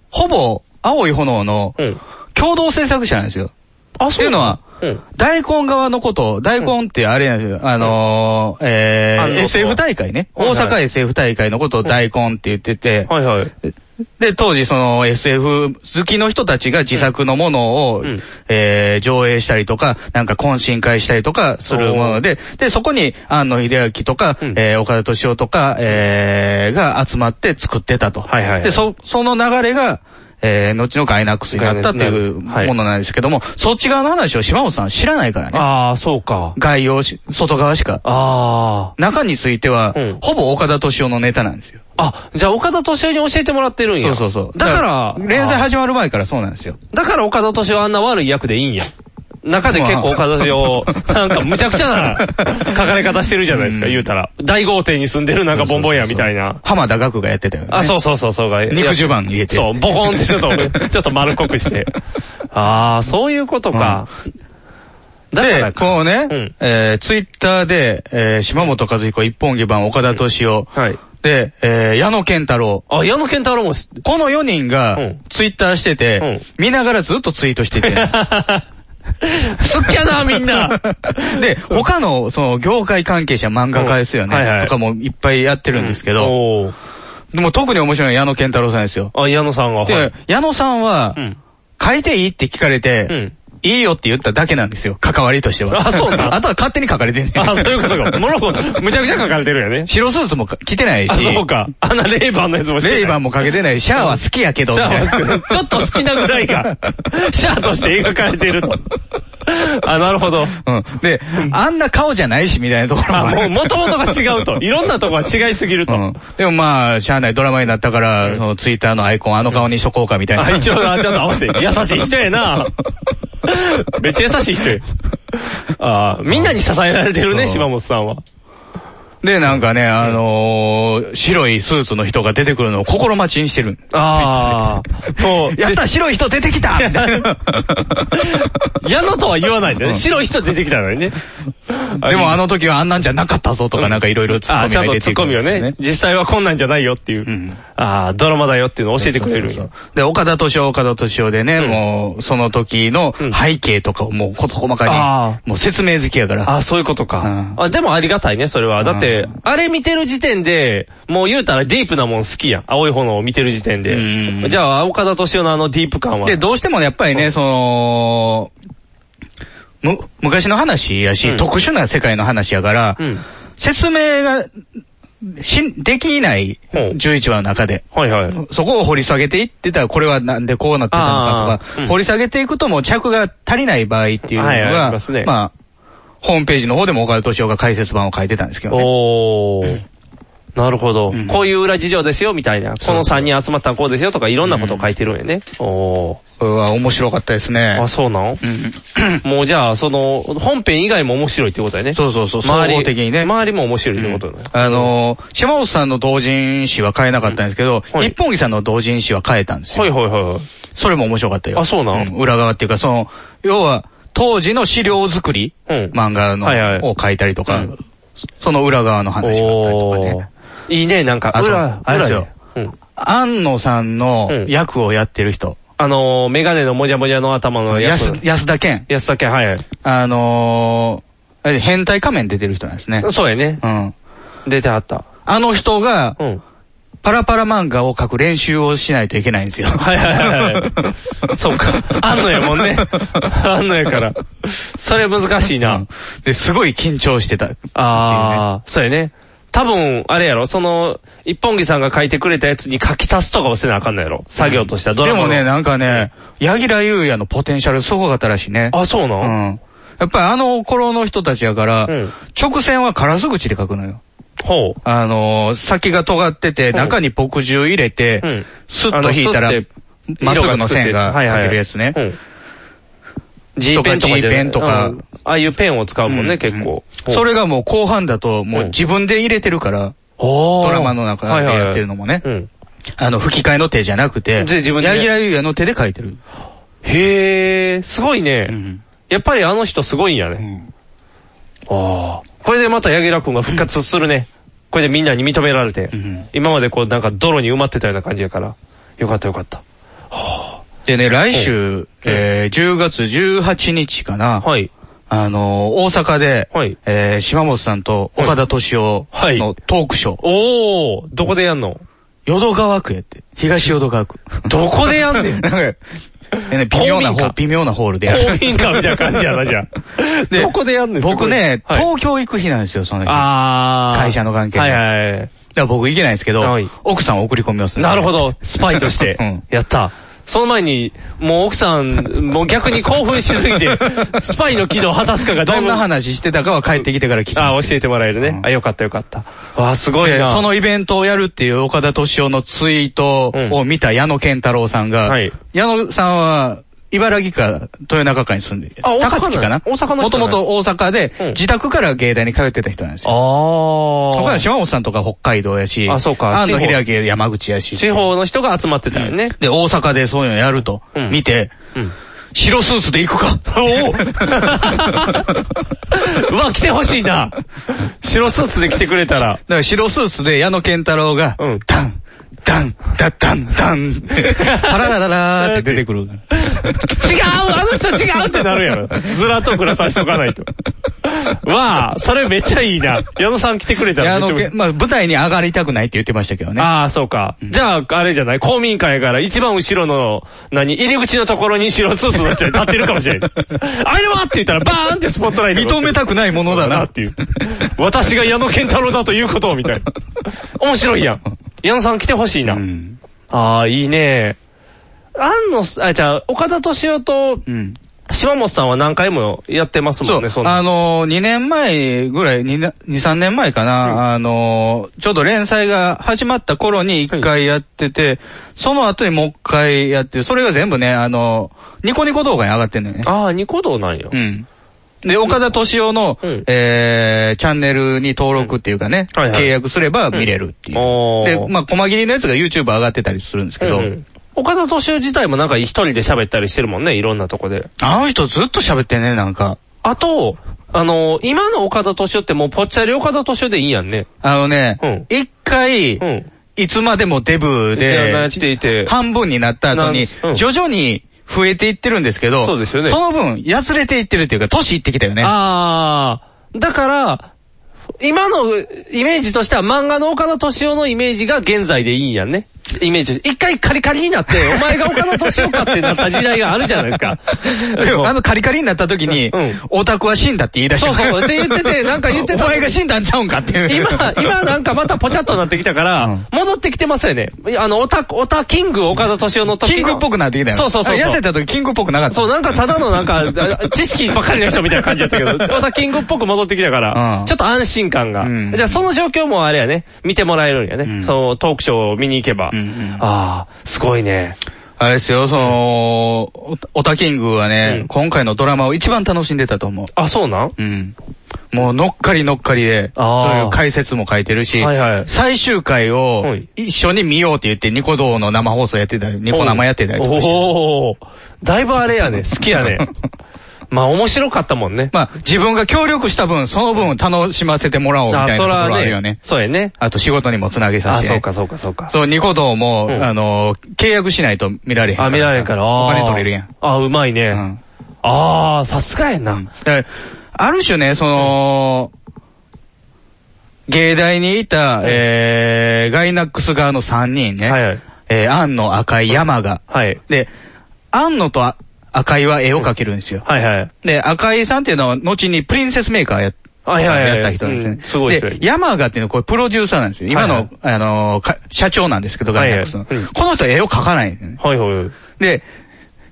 Speaker 3: ほぼ、青い炎の、共同制作者なんですよ。
Speaker 2: あ、
Speaker 3: っていうのは、大根側のこと、大根ってあれなんですよ、あのー、え
Speaker 2: あの
Speaker 3: ー、SF 大会ね。
Speaker 2: はいは
Speaker 3: 大
Speaker 2: い
Speaker 3: 阪 SF 大会のことを大根って言ってて、
Speaker 2: はいはい。
Speaker 3: で、当時その SF 好きの人たちが自作のものを、えー上映したりとか、なんか懇親会したりとかするもので、で、そこに安野秀明とか、えー岡田敏夫とか、えーが集まって作ってたと。
Speaker 2: はいはい
Speaker 3: で、そ、その流れが、えー、後のガイナックスになったっていうものなんですけども、そっち側の話を島本さん知らないからね。
Speaker 2: ああ、そうか。
Speaker 3: 概要し、外側しか。
Speaker 2: あ
Speaker 3: 中については、ほぼ岡田敏夫のネタなんですよ。
Speaker 2: あ、じゃあ岡田敏夫に教えてもらってるんや。
Speaker 3: そうそうそう。
Speaker 2: だから、
Speaker 3: 連載始まる前からそうなんですよ。
Speaker 2: だから岡田敏夫はあんな悪い役でいいんや。中で結構岡田敏夫、なんかむちゃくちゃ な書かれ方してるじゃないですか、言うたら。大豪邸に住んでるなんかボンボンやみたいな。
Speaker 3: 浜田学がやってたよね。
Speaker 2: あ、そうそうそう、そうが。
Speaker 3: 肉襦袢入れて
Speaker 2: そう、ボコンってちょっと、ちょっと丸っこく して。ああ、そういうことか。
Speaker 3: で、こうね、えー、ツイッターで、えー、島本和彦、一本木版、岡田敏夫、で、えー、矢野健太郎。
Speaker 2: あ、矢野健太郎も知って
Speaker 3: この4人が、ツイッターしてて、見ながらずっとツイートしてて。
Speaker 2: 好きやな、 みんな。
Speaker 3: で、他の、その、業界関係者、漫画家ですよね、とかもいっぱいやってるんですけど、でも特に面白いのは矢野健太郎さんですよ。
Speaker 2: あ、矢野さんが。はい
Speaker 3: で、矢野さんは、書いていいって聞かれて、いいよって言っただけなんですよ、関わりとしては。
Speaker 2: あそうなん
Speaker 3: あとは勝手に書かれてんねん
Speaker 2: あ、そういうことか。モロコ、むちゃくちゃ書かれてるよ ね。
Speaker 3: 白スーツも着てないし。
Speaker 2: あ、そうか。あんなレイバンのやつもしてない
Speaker 3: レイバンもかけてないし、シャアは好きやけど、
Speaker 2: シャア
Speaker 3: みたいな
Speaker 2: は好きちょっと好きなぐらい が、シャアとして描かれてると。あ、なるほど。
Speaker 3: うん。で、あんな顔じゃないし、みたいなところ
Speaker 2: あ、
Speaker 3: も
Speaker 2: もう元々が違うと。いろんなとこが違いすぎると。
Speaker 3: でもまあ、しゃあないドラマになったから、そのツイッターのアイコンあの顔にしとこうかみたいな。
Speaker 2: あ、一応、あちゃんと合わせて。優しい人や な。めっちゃ優しい人や。あみんなに支えられてるね、島本さんは。
Speaker 3: で、なんかね、あのー、白いスーツの人が出てくるのを心待ちにしてる。
Speaker 2: ああ、もう、
Speaker 3: やった白い人出てきた みたいな
Speaker 2: 矢野とは言わないんだよ
Speaker 3: うん
Speaker 2: ね。白い人出てきたのにね。
Speaker 3: でもあの時はあんなんじゃなかったぞとかなんかいろいろツッコ
Speaker 2: あ、
Speaker 3: ミ
Speaker 2: ちゃ
Speaker 3: が
Speaker 2: んと
Speaker 3: 出
Speaker 2: ツ
Speaker 3: て
Speaker 2: ッ
Speaker 3: く
Speaker 2: コ
Speaker 3: る
Speaker 2: ミ
Speaker 3: んで
Speaker 2: を
Speaker 3: すよ
Speaker 2: ね。。実際はこんなんじゃないよっていう。ああ、ドラマだよっていうのを教えてくれるんや。
Speaker 3: で、岡田敏夫、岡田敏夫でね、もう、その時の背景とかをもうこと細か
Speaker 2: あ
Speaker 3: に、もう説明好きやから。
Speaker 2: あ、そういうことか。あ、でもありがたいね、それは。だって、あれ見てる時点で、もう言うたらディープなもん好きやん。青い炎を見てる時点で。じゃあ、岡田敏夫のあのディープ感は。
Speaker 3: で、どうしてもね、やっぱりね、その、む、昔の話やし、特殊な世界の話やから、説明が、し、できない、11話の中で。
Speaker 2: はいはい。
Speaker 3: そこを掘り下げていってたら、これはなんでこうなってたのかと
Speaker 2: あ
Speaker 3: か、
Speaker 2: ーうん
Speaker 3: 掘り下げていくともう着が足りない場合っていうのが、
Speaker 2: はいはいあり
Speaker 3: ま
Speaker 2: ますね
Speaker 3: あ、ホームページの方でも岡田敏夫が解説版を書いてたんですけどね。
Speaker 2: おー。なるほど、こういう裏事情ですよ、みたいな。この3人集まったらこうですよとか、いろんなことを書いてるんやね。お
Speaker 3: これは面白かったですね。
Speaker 2: あ、そうなん、 もうじゃあ、その、本編以外も面白いってことやね。
Speaker 3: そうそうそう、総
Speaker 2: 周
Speaker 3: 合
Speaker 2: り
Speaker 3: 的にね。
Speaker 2: 周りも面白いってことだね。
Speaker 3: あのー、島本さんの同人誌は変えなかったんですけど、一本木さんの同人誌は変えたんですよ。
Speaker 2: はいはいはい。
Speaker 3: それも面白かったよ。
Speaker 2: あそうなん
Speaker 3: 裏側っていうか、その、要は、当時の資料作り、漫画の、を書いたりとか、その裏側の話があったりとかね。
Speaker 2: いいね、なんか、
Speaker 3: あと
Speaker 2: 裏、
Speaker 3: あれです
Speaker 2: 裏
Speaker 3: よ。安野さんの役をやってる人。
Speaker 2: あのー、メガネのもじゃもじゃの頭のやつ。
Speaker 3: 安安田健。
Speaker 2: 安田健、はい。
Speaker 3: あのーあれ変態仮面出てる人なんですね。
Speaker 2: そうやね。
Speaker 3: うん。
Speaker 2: 出てはった。
Speaker 3: あの人が、パラパラ漫画を書く練習をしないといけないんですよ。はい
Speaker 2: はいはいそうか。あんのやもんね。あんのやから。それ難しいな。
Speaker 3: で、すごい緊張してた。
Speaker 2: ああ、そうやね。多分、あれやろ、その、一本木さんが書いてくれたやつに書き足すとかをせなあかんのやろ。作業としたド
Speaker 3: で
Speaker 2: ラマ
Speaker 3: も
Speaker 2: の。
Speaker 3: ね、なんかね、柳楽優弥のポテンシャルすごかったらしいね。
Speaker 2: あ、そうなん
Speaker 3: うん。やっぱりあの頃の人たちやから、直線はカラス口で書くのよ。
Speaker 2: ほう。
Speaker 3: あのー、先が尖ってて、
Speaker 2: ほう
Speaker 3: 中に墨汁入れて、スッと引いたら
Speaker 2: あのスッて、
Speaker 3: まっすぐの線が書けるやつね。
Speaker 2: うん G ペンとかじゃない
Speaker 3: ペンとか
Speaker 2: うんああいうペンを使うもんね、結構。
Speaker 3: それがもう後半だと、もう自分で入れてるから、
Speaker 2: ド
Speaker 3: ラマの中でやってるのもね。あの、吹き替えの手じゃなくて、
Speaker 2: で自分でね
Speaker 3: 柳楽優弥の手で書いてる。
Speaker 2: へえ、すごいね。やっぱりあの人すごいんやね。ああ。これでまた柳楽君が復活するね。これでみんなに認められて。今までこうなんか泥に埋まってたような感じやから。よかったよかった。
Speaker 3: でね、来週、えー10月18日かな。あのー、大阪で、えー島本さんと岡田敏夫のトークショー。
Speaker 2: おー、どこでやんの
Speaker 3: 淀川区やって。東淀川 区。
Speaker 2: どこでやんねん
Speaker 3: なんかえね微妙な
Speaker 2: 公
Speaker 3: ホー
Speaker 2: 民
Speaker 3: ル、微妙なホールでやる。
Speaker 2: 公民館みたいな感じやなじゃあ
Speaker 3: で
Speaker 2: どこでやんねん
Speaker 3: 僕ね、
Speaker 2: はい
Speaker 3: 東京行く日なんですよ、その日。
Speaker 2: あー
Speaker 3: 会社の関係で。
Speaker 2: はいはいだから
Speaker 3: 僕行けないんですけど、奥さんを送り込みますね
Speaker 2: なるほど、スパイと して。やった。その前に、もう奥さん、もう逆に興奮しすぎて、スパイの機能を果たすかがだい
Speaker 3: ど
Speaker 2: ぶ
Speaker 3: んな話してたかは帰ってきてから聞きます。
Speaker 2: あ教えてもらえるね。あ、よかったよかった。わ、すごい
Speaker 3: で
Speaker 2: な。
Speaker 3: そのイベントをやるっていう岡田敏夫のツイートを見た矢野健太郎さんが、矢野さんは、茨城か豊中かに住んでる。
Speaker 2: あ大阪
Speaker 3: 高槻かな
Speaker 2: 大阪の人
Speaker 3: もとも
Speaker 2: じゃ
Speaker 3: と大阪で、自宅から芸大に通ってた人なんですよ。
Speaker 2: あ
Speaker 3: 他の島本さんとか北海道やし、
Speaker 2: あそうか
Speaker 3: 安野
Speaker 2: 地方
Speaker 3: 秀明山口やし。
Speaker 2: 地方の人が集まってたよ ね。
Speaker 3: で、大阪でそういうのやると、見て、白スーツで行くか。
Speaker 2: うわ、来てほしいな。白スーツで来てくれたら。
Speaker 3: だから白スーツで矢野健太郎が、ダン、ダン、ダッダン、ダンって、パララララーって出て くる。
Speaker 2: 違うあの人違うってなるやろ。ずらっと暮らさしとかないと。わあ、それめっちゃいいな。矢野さん来てくれたら
Speaker 3: 矢
Speaker 2: めっちゃ
Speaker 3: 野
Speaker 2: 嬉しい
Speaker 3: 健、まあ舞台に上がりたくないって言ってましたけどね。
Speaker 2: ああ、そうか。じゃあ、あれじゃない公民館やから、一番後ろの、何入り口のところに白スーツの人が立ってるかもしれ ない。あれはって言ったら、バーンってスポットライト。
Speaker 3: 認めたくないものだな
Speaker 2: っていう。私が矢野健太郎だということを、みたいな。面白いやん。矢野さん来てほしいな。ああ、いいね。安野、あ、じゃあ、岡田敏夫と、島本さんは何回もやってますもんね、そんな
Speaker 3: あのー、2年前ぐらい、2、な2 3年前かな、あのー、ちょうど連載が始まった頃に1回やってて、その後にもう1回やって、それが全部ね、あのー、ニコニコ動画に上がってんのよね。
Speaker 2: ああ、ニコ動なんよ。
Speaker 3: うん。で、岡田敏夫の、えー、チャンネルに登録っていうかね、
Speaker 2: はいはい
Speaker 3: 契約すれば見れるっていう。
Speaker 2: おー
Speaker 3: で、まあ、細切りのやつが YouTube 上がってたりするんですけど、
Speaker 2: うん岡田敏夫自体もなんか一人で喋ったりしてるもんね、いろんなとこで。
Speaker 3: あの人ずっと喋ってんね、なんか。
Speaker 2: あと、あのー今の岡田敏夫ってもうぽっちゃり岡田敏夫でいいやんね。
Speaker 3: あのね、一、回、いつまでもデブ
Speaker 2: や
Speaker 3: で
Speaker 2: っ、ていて。
Speaker 3: 半分になった後に
Speaker 2: なんうん、
Speaker 3: 徐々に増えていってるんですけど、
Speaker 2: そうですよね
Speaker 3: その分、やつれていってるっていうか、年いってきたよね。
Speaker 2: ああ、だから、今のイメージとしては漫画の岡田敏夫のイメージが現在でいいんやんね。イメージ。一回カリカリになって、お前が岡田敏夫かってなった時代があるじゃないですか。
Speaker 3: で も、あのカリカリになった時に、オタクは死んだって言い出し
Speaker 2: そ
Speaker 3: た。
Speaker 2: うそう。って言ってて、なんか言ってた。
Speaker 3: お前が死んだんちゃうんかっていう。
Speaker 2: 今、今なんかまたポチャっとなってきたから、戻ってきてますよね。あの、オタ、オタキング岡田敏夫の時の。
Speaker 3: キングっぽくなってきたよね
Speaker 2: そうそうそう。
Speaker 3: あ痩せた時キングっぽくなかった。
Speaker 2: そう、なんかただのなん か、あ知識ばっかりの人みたいな感じだったけど、オタキングっぽく戻ってきたから、ちょっと安心感が。じゃあその状況もあれやね、見てもらえるんやね。そのトークショーを見に行けば。ああ、すごいね。
Speaker 3: あれですよ、その、オタオタキングはね、今回のドラマを一番楽しんでたと思う。
Speaker 2: あ、そうなん
Speaker 3: うん。もう乗っかり乗っかりで、
Speaker 2: あー
Speaker 3: そういう解説も書いてるし、
Speaker 2: はいはい
Speaker 3: 最終回を一緒に見ようって言ってニコ動の生放送やってたり、ニコ生やってたりとかして。
Speaker 2: おおだいぶあれやね、好き やね。まあ面白かったもんね。
Speaker 3: まあ自分が協力した分、その分楽しませてもらおうみたいなところ
Speaker 2: あそらね
Speaker 3: あるよね。
Speaker 2: そうやね。
Speaker 3: あと仕事にもつなげさせて、
Speaker 2: あそうかそうかそうか。
Speaker 3: そう、ニコ動も、あの、契約しないと見られへんから。
Speaker 2: あ、見られんから。
Speaker 3: お
Speaker 2: あー
Speaker 3: 金取れるやん。。
Speaker 2: あ、うまいね。ああ、さすがやな。
Speaker 3: だからある種ね、その、芸大にいた、えー、ガイナックス側の3人ね。えー、庵の赤い山が。で、庵野とあ赤いは絵を描けるんですよ。で、赤井さんっていうのは、後にプリンセスメーカーやっ
Speaker 2: はいはいはい
Speaker 3: やった人なんですね。
Speaker 2: うんすごい人
Speaker 3: で、山賀っていうのはこれプロデューサーなんですよ。今の、
Speaker 2: はい
Speaker 3: あのーか社長なんですけど、ガイナックスの。この人は絵を描かないんですね。
Speaker 2: はいはい。
Speaker 3: で、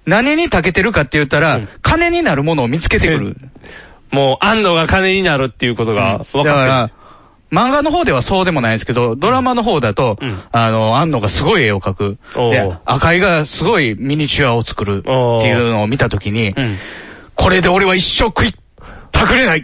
Speaker 3: 何に長けてるかって言ったら、金になるものを見つけてくる。
Speaker 2: もう、安野が金になるっていうことが分
Speaker 3: だか
Speaker 2: かっ
Speaker 3: ら、漫画の方ではそうでもないですけど、ドラマの方だと、あの、安野がすごい絵を描く。
Speaker 2: おう
Speaker 3: で、赤井がすごいミニチュアを作るっていうのを見たときに、これで俺は一生食いたく れない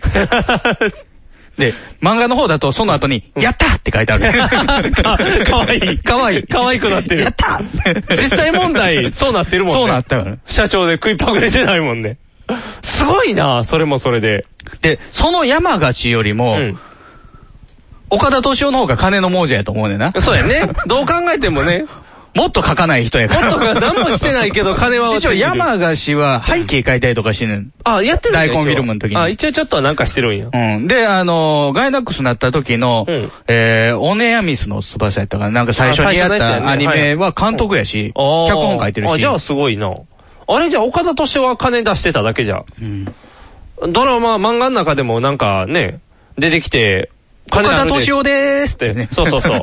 Speaker 3: で、漫画の方だとその後に、やったって書いてある。
Speaker 2: かかわいい
Speaker 3: かわいい。
Speaker 2: かわいくなってる
Speaker 3: や った
Speaker 2: てる。実際問 題、そうなってるもんね。
Speaker 3: そうなったから。
Speaker 2: 社長で食いパクれてないもんね。すごいな、それもそれで。
Speaker 3: で、その山勝ちよりも、岡田敏夫の方が金の亡者やと思うねんな。
Speaker 2: そうやね。どう考えても ね。
Speaker 3: もっと書かない人やから。
Speaker 2: もっとか何もしてないけど 金は渡っ
Speaker 3: 一
Speaker 2: てく
Speaker 3: 応
Speaker 2: る
Speaker 3: 山菓子は背景書いたりとかしてんねん。
Speaker 2: あ、やってるんだ
Speaker 3: 大根フィルムの時に
Speaker 2: 一応あ、一応ちょっとはなんかしてるんや。
Speaker 3: うん。で、あのーガイナックスになった時の、えー、オネアミスの翼やったから、なんか最初にやっ
Speaker 2: あ最初のやつや
Speaker 3: た
Speaker 2: ね
Speaker 3: アニメは監督やし、脚
Speaker 2: あー
Speaker 3: 本書いてる
Speaker 2: あ、
Speaker 3: し。
Speaker 2: じゃあすごいな。あれじゃあ岡田敏夫は金出してただけじゃ。ドラマ、漫画の中でもなんかね、出てきて、
Speaker 3: 岡
Speaker 2: 金
Speaker 3: 田
Speaker 2: 出
Speaker 3: 敏夫でーすってね。
Speaker 2: そうそう そう。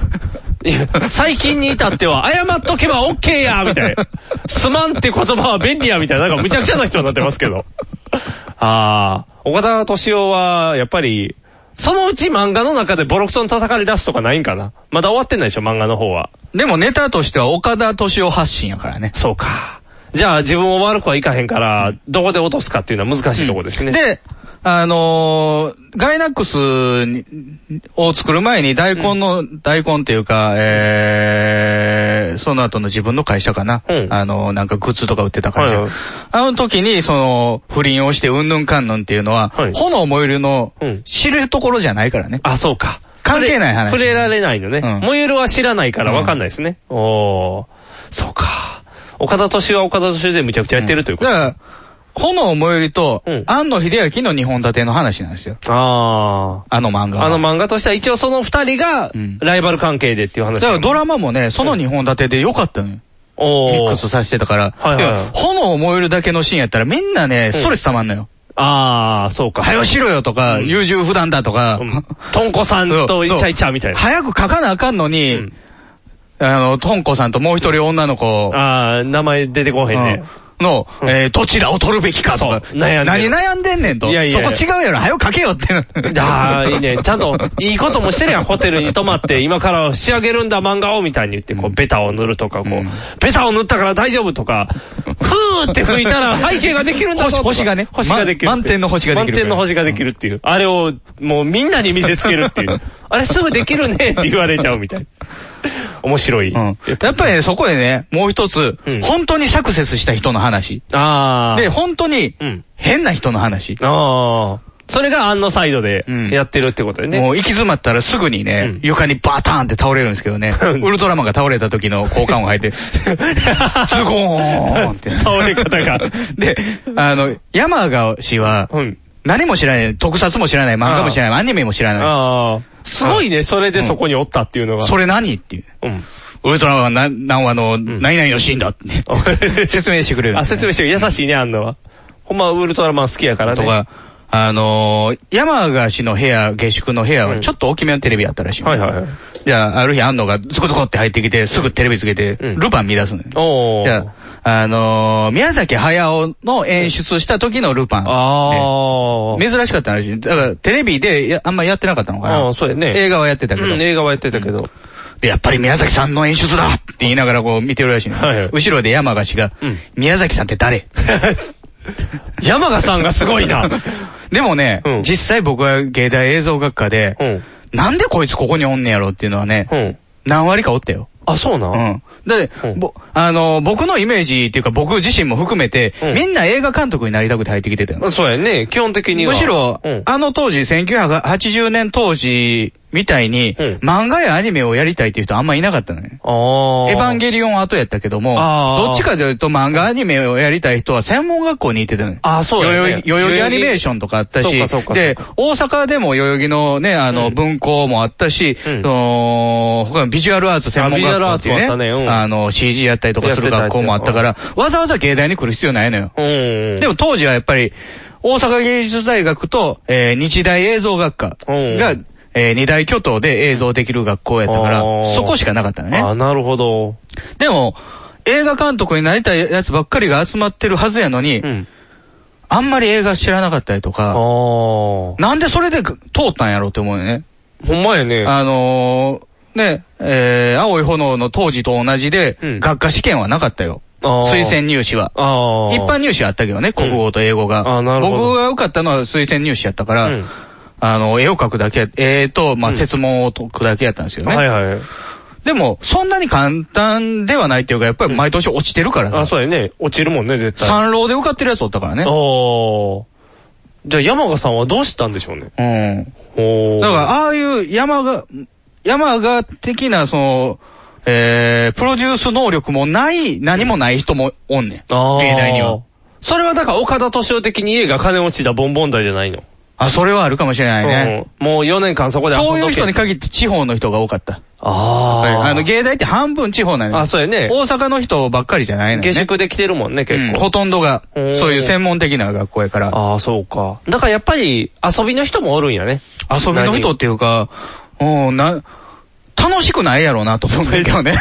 Speaker 2: いや最近に至っては、謝っとけば OK やみたいな。すまんって言葉は便利やみたいな、なんかむちゃくちゃな人になってますけど。ああ、岡田敏夫は、やっぱり、そのうち漫画の中でボロクソに叩かれ出すとかないんかなまだ終わってないでしょ、漫画の方は。
Speaker 3: でもネタとしては岡田敏夫発信やからね。
Speaker 2: そうか。じゃあ自分を悪くはいかへんから、どこで落とすかっていうのは難しいところですね。
Speaker 3: で、あのーガイナックスにを作る前に大根の、大根っていうか、えー、その後の自分の会社かな。あのーなんかグッズとか売ってた会社。あの時に、その、不倫をしてうんぬんかんぬんっていうのは、炎燃えるの、知るところじゃないからね。
Speaker 2: あ、そうか。
Speaker 3: 関係ない話。
Speaker 2: 触れられないのね。モユルは知らないから分かんないですね。おー。そうか。岡田敏夫は岡田敏夫でむちゃくちゃやってるということ。
Speaker 3: だから、炎燃えると、庵野秀明の日本立ての話なんですよ。
Speaker 2: あ
Speaker 3: あの漫画は。
Speaker 2: あの漫画としては一応その二人がライバル関係でっていう話。
Speaker 3: だからドラマもね、その2本立てで良かったのよ。
Speaker 2: ミ
Speaker 3: ックスさせてたから。
Speaker 2: はいはいはい
Speaker 3: で炎を燃えるだけのシーンやったらみんなね、ストレス溜まんのよ。
Speaker 2: ああ、そうか。
Speaker 3: 早よしろよとか、優柔不断だとか。
Speaker 2: トンコさんとイチャイチャみたいな。
Speaker 3: 早く書かなあかんのに、あの、トンコさんともう一人女の子。
Speaker 2: ああ、名前出てこへんね。
Speaker 3: の、えーどちらを取るべきかとか。
Speaker 2: そう悩んでる
Speaker 3: 何悩んでんねんと。
Speaker 2: いやいやいや
Speaker 3: そこ違うやろ、早く書けよって。
Speaker 2: ああ、いいね。ちゃん と、いいこともしてるやん。ホテルに泊まって、今から仕上げるんだ漫画を、みたいに言って、こう、ベタを塗るとか、こう、ベタを塗ったから大丈夫と か、ふーって吹いたら背景ができるんだぞとか
Speaker 3: 星星がね
Speaker 2: 星ができる。
Speaker 3: ま満点の星ができる
Speaker 2: 満点の星ができるっていう。あれを、もうみんなに見せつけるって いう。あれすぐできるねって言われちゃうみたいな。面白い。
Speaker 3: やっぱりね、そこでね、もう一つ、本当にサクセスした人の話。
Speaker 2: ああ。
Speaker 3: で、本当に、変な人の話。
Speaker 2: ああ。それがアンのサイドでやってるってことよね。
Speaker 3: もう行き詰まったらすぐにね、床にバターンって倒れるんですけどね、ウルトラマンが倒れた時の効果音が 入って、ズゴーンって。
Speaker 2: 倒れ方が。
Speaker 3: で、あの、山川氏は、何も知らない、特撮も知らない、漫画も知らない、アニメも知らない。
Speaker 2: ああ。すごいね、それでそこにおったっていうのが。
Speaker 3: それ何っていう。ウルトラマンは何何話の、何々のシーン だって。説明してくれる。
Speaker 2: あ、説明して優しいね、あんのは。ほんまウルトラマン好きやからね。
Speaker 3: とか、あのー、山賀氏の部屋、下宿の部屋はちょっと大きめのテレビやったらしい。はいはいはい。じゃあ、ある日安野がズコズコって入ってきて、すぐテレビつけて、ルパン見出すのよ。じゃあ、あのー、宮崎駿の演出した時のルパン。ね珍しかったらしい。だから、テレビでやあんまやってなかったのかな。そうやね。映画はやってたけど。映
Speaker 2: 画はやってたけ ど。
Speaker 3: で、やっぱり宮崎さんの演出だって言いながらこう見てるらしいの後ろで山賀氏が、宮崎さんって誰
Speaker 2: 山賀さんがすごい な。
Speaker 3: でもね、実際僕は芸大映像学科で、なんでこいつここにおんねやろっていうのはね、何割かおったよ。
Speaker 2: あ、そうなん
Speaker 3: うん。だって、ぼあの、僕のイメージっていうか僕自身も含めて、みんな映画監督になりたくて入ってきてたよ。
Speaker 2: そうやね、基本的には。
Speaker 3: むしろ、あの当時、1980年当時みたいに、漫画やアニメをやりたいっていう人あんまいなかったのね。エヴァンゲリオン後やったけども、
Speaker 2: あー
Speaker 3: どっちかというと漫画アニメをやりたい人は専門学校に行ってたのね。
Speaker 2: あーそうやね
Speaker 3: 代々木代々木アニメーションとかあった
Speaker 2: そう
Speaker 3: し
Speaker 2: かそうかそう、か
Speaker 3: で、大阪でも代々木のね、あの、文校もあったし、その、他のビジュアルアーツ専門
Speaker 2: あビジュア
Speaker 3: 学
Speaker 2: ル
Speaker 3: 校
Speaker 2: アー
Speaker 3: っ
Speaker 2: ツ
Speaker 3: て
Speaker 2: もあ
Speaker 3: い
Speaker 2: った
Speaker 3: う
Speaker 2: ねう
Speaker 3: ね、
Speaker 2: ん
Speaker 3: あの、CG やったりとかする学校もあったから、わざわざ芸大に来る必要ないのよ。でも当時はやっぱり、大阪芸術大学と、えー日大映像学科が、えー二大巨頭で映像できる学校やったから、そこしかなかったのね。あ、
Speaker 2: なるほど。
Speaker 3: でも、映画監督になりたいやつばっかりが集まってるはずやのに、あんまり映画知らなかったりとか、なんでそれで通ったんやろうって思うよね。
Speaker 2: ほんまやね。
Speaker 3: あのー、ね、えー、青い炎の当時と同じで、学科試験はなかったよ。
Speaker 2: あー
Speaker 3: 推薦入試は。一般入試あったけどね、国語と英語が。僕が受かったのは推薦入試やったから、あの、絵を描くだけや、絵と、まあ、説問を解くだけやったんですよね。
Speaker 2: はいはい。
Speaker 3: でも、そんなに簡単ではないっていうか、やっぱり毎年落ちてるからさ
Speaker 2: あ、そうやね。落ちるもんね、絶対。
Speaker 3: 三浪で受かってるやつおったからね。
Speaker 2: おー。じゃあ山賀さんはどうしたんでしょうね。。
Speaker 3: うん
Speaker 2: おー。
Speaker 3: だから、ああいう山が、山が的な、その、えー、プロデュース能力もない、何もない人もおんねん。芸大には。
Speaker 2: それはだから岡田敏夫的に家が金落ちたボンボン台じゃないの。
Speaker 3: あ、それはあるかもしれないね。
Speaker 2: うん。もう4年間そこで遊んど
Speaker 3: そう
Speaker 2: け
Speaker 3: いう人に限って地方の人が多かった。
Speaker 2: あー
Speaker 3: あの、芸大って半分地方なん
Speaker 2: あそうやね
Speaker 3: 大阪の人ばっかりじゃないのよね。
Speaker 2: 下宿で来てるもんね、結構。
Speaker 3: ほとんどが、そう
Speaker 2: ー
Speaker 3: いう専門的な学校やから。
Speaker 2: ああ、そうか。だからやっぱり遊びの人もおるんやね。
Speaker 3: 遊びの人っていうか、うん、な、楽しくないやろうなと思うんだけどね。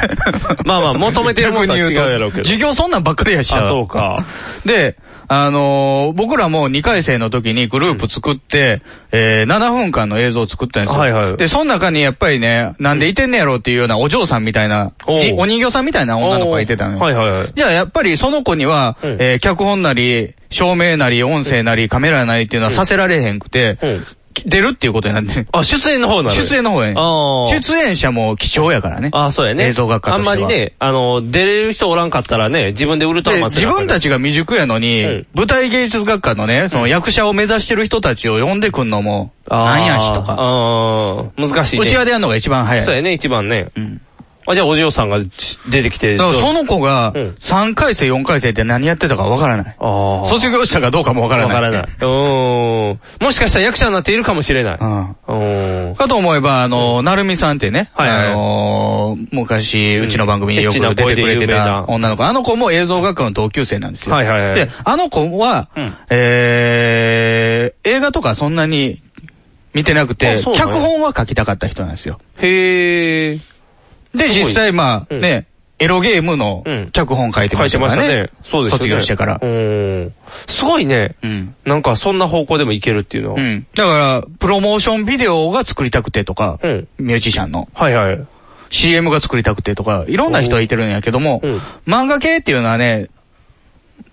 Speaker 2: まあまあ、求めてるものは違うやろうけど。
Speaker 3: 授業そんなんばっかりやしな
Speaker 2: あそうか。
Speaker 3: で、あのー僕らも2回生の時にグループ作って、えー7分間の映像を作ったんですよ。
Speaker 2: はいはい
Speaker 3: で、その中にやっぱりね、なんでいてんねやろうっていうようなお嬢さんみたいな、
Speaker 2: おう
Speaker 3: いお人形さんみたいな女の子がいてたのよ。
Speaker 2: はいはいはい。
Speaker 3: じゃあやっぱりその子には、えー脚本なり、照明なり、音声なり、カメラなりっていうのはさせられへんくて、出るっていうことになって。
Speaker 2: あ、出演の方なのよ
Speaker 3: 出演の方やね
Speaker 2: あー
Speaker 3: 出演者も貴重やからね。
Speaker 2: ああ、そうやね。
Speaker 3: 映像学科
Speaker 2: あ
Speaker 3: と
Speaker 2: ん
Speaker 3: して
Speaker 2: ま
Speaker 3: は。
Speaker 2: りね、あの、出れる人おらんかったらね、自分でウルトラ
Speaker 3: で、
Speaker 2: マンす
Speaker 3: 自
Speaker 2: る
Speaker 3: 分たちが未熟やのに、舞台芸術学科のね、その役者を目指してる人たちを呼んでくんのも、なんやしとか。
Speaker 2: あー難しいね。
Speaker 3: うちわでやるのが一番早い
Speaker 2: そうやね、一番ね。
Speaker 3: うん。
Speaker 2: あ、じゃあお嬢さんがし出てきて。
Speaker 3: だからその子が
Speaker 2: うん、
Speaker 3: 3回生、4回生って何やってたかわからない。
Speaker 2: あー
Speaker 3: 卒業したかどうかもわからない。
Speaker 2: わからない。うーん。もしかしたら役者になっているかもしれない。うん。
Speaker 3: かと思えば、あの、なるみさんってね、あのー、昔、うちの番組によく
Speaker 2: エッチ
Speaker 3: 出
Speaker 2: な
Speaker 3: て
Speaker 2: 声で
Speaker 3: くれて
Speaker 2: 有名
Speaker 3: た
Speaker 2: な
Speaker 3: 女の子、あの子も映像学科の同級生なんですよ。
Speaker 2: はいはいはい
Speaker 3: で、あの子は、えー、映画とかそんなに見てなくて、
Speaker 2: あそう
Speaker 3: 脚
Speaker 2: なんや
Speaker 3: 本は書きたかった人なんですよ。
Speaker 2: へー。
Speaker 3: で、
Speaker 2: すごい
Speaker 3: 実際まあ、ね、エロゲームの脚本書いて
Speaker 2: 書
Speaker 3: ま
Speaker 2: い
Speaker 3: してた
Speaker 2: ま
Speaker 3: か
Speaker 2: し
Speaker 3: ら
Speaker 2: た
Speaker 3: ね。
Speaker 2: ね。そうですよね。
Speaker 3: 卒業してから。
Speaker 2: うん。すごいね。
Speaker 3: うん。
Speaker 2: なんかそんな方向でもいけるっていうのは。
Speaker 3: うん。だから、プロモーションビデオが作りたくてとか、ミュージシャンの。
Speaker 2: はいはい。
Speaker 3: CM が作りたくてとか、いろんな人がいてるんやけども、漫画系っていうのはね、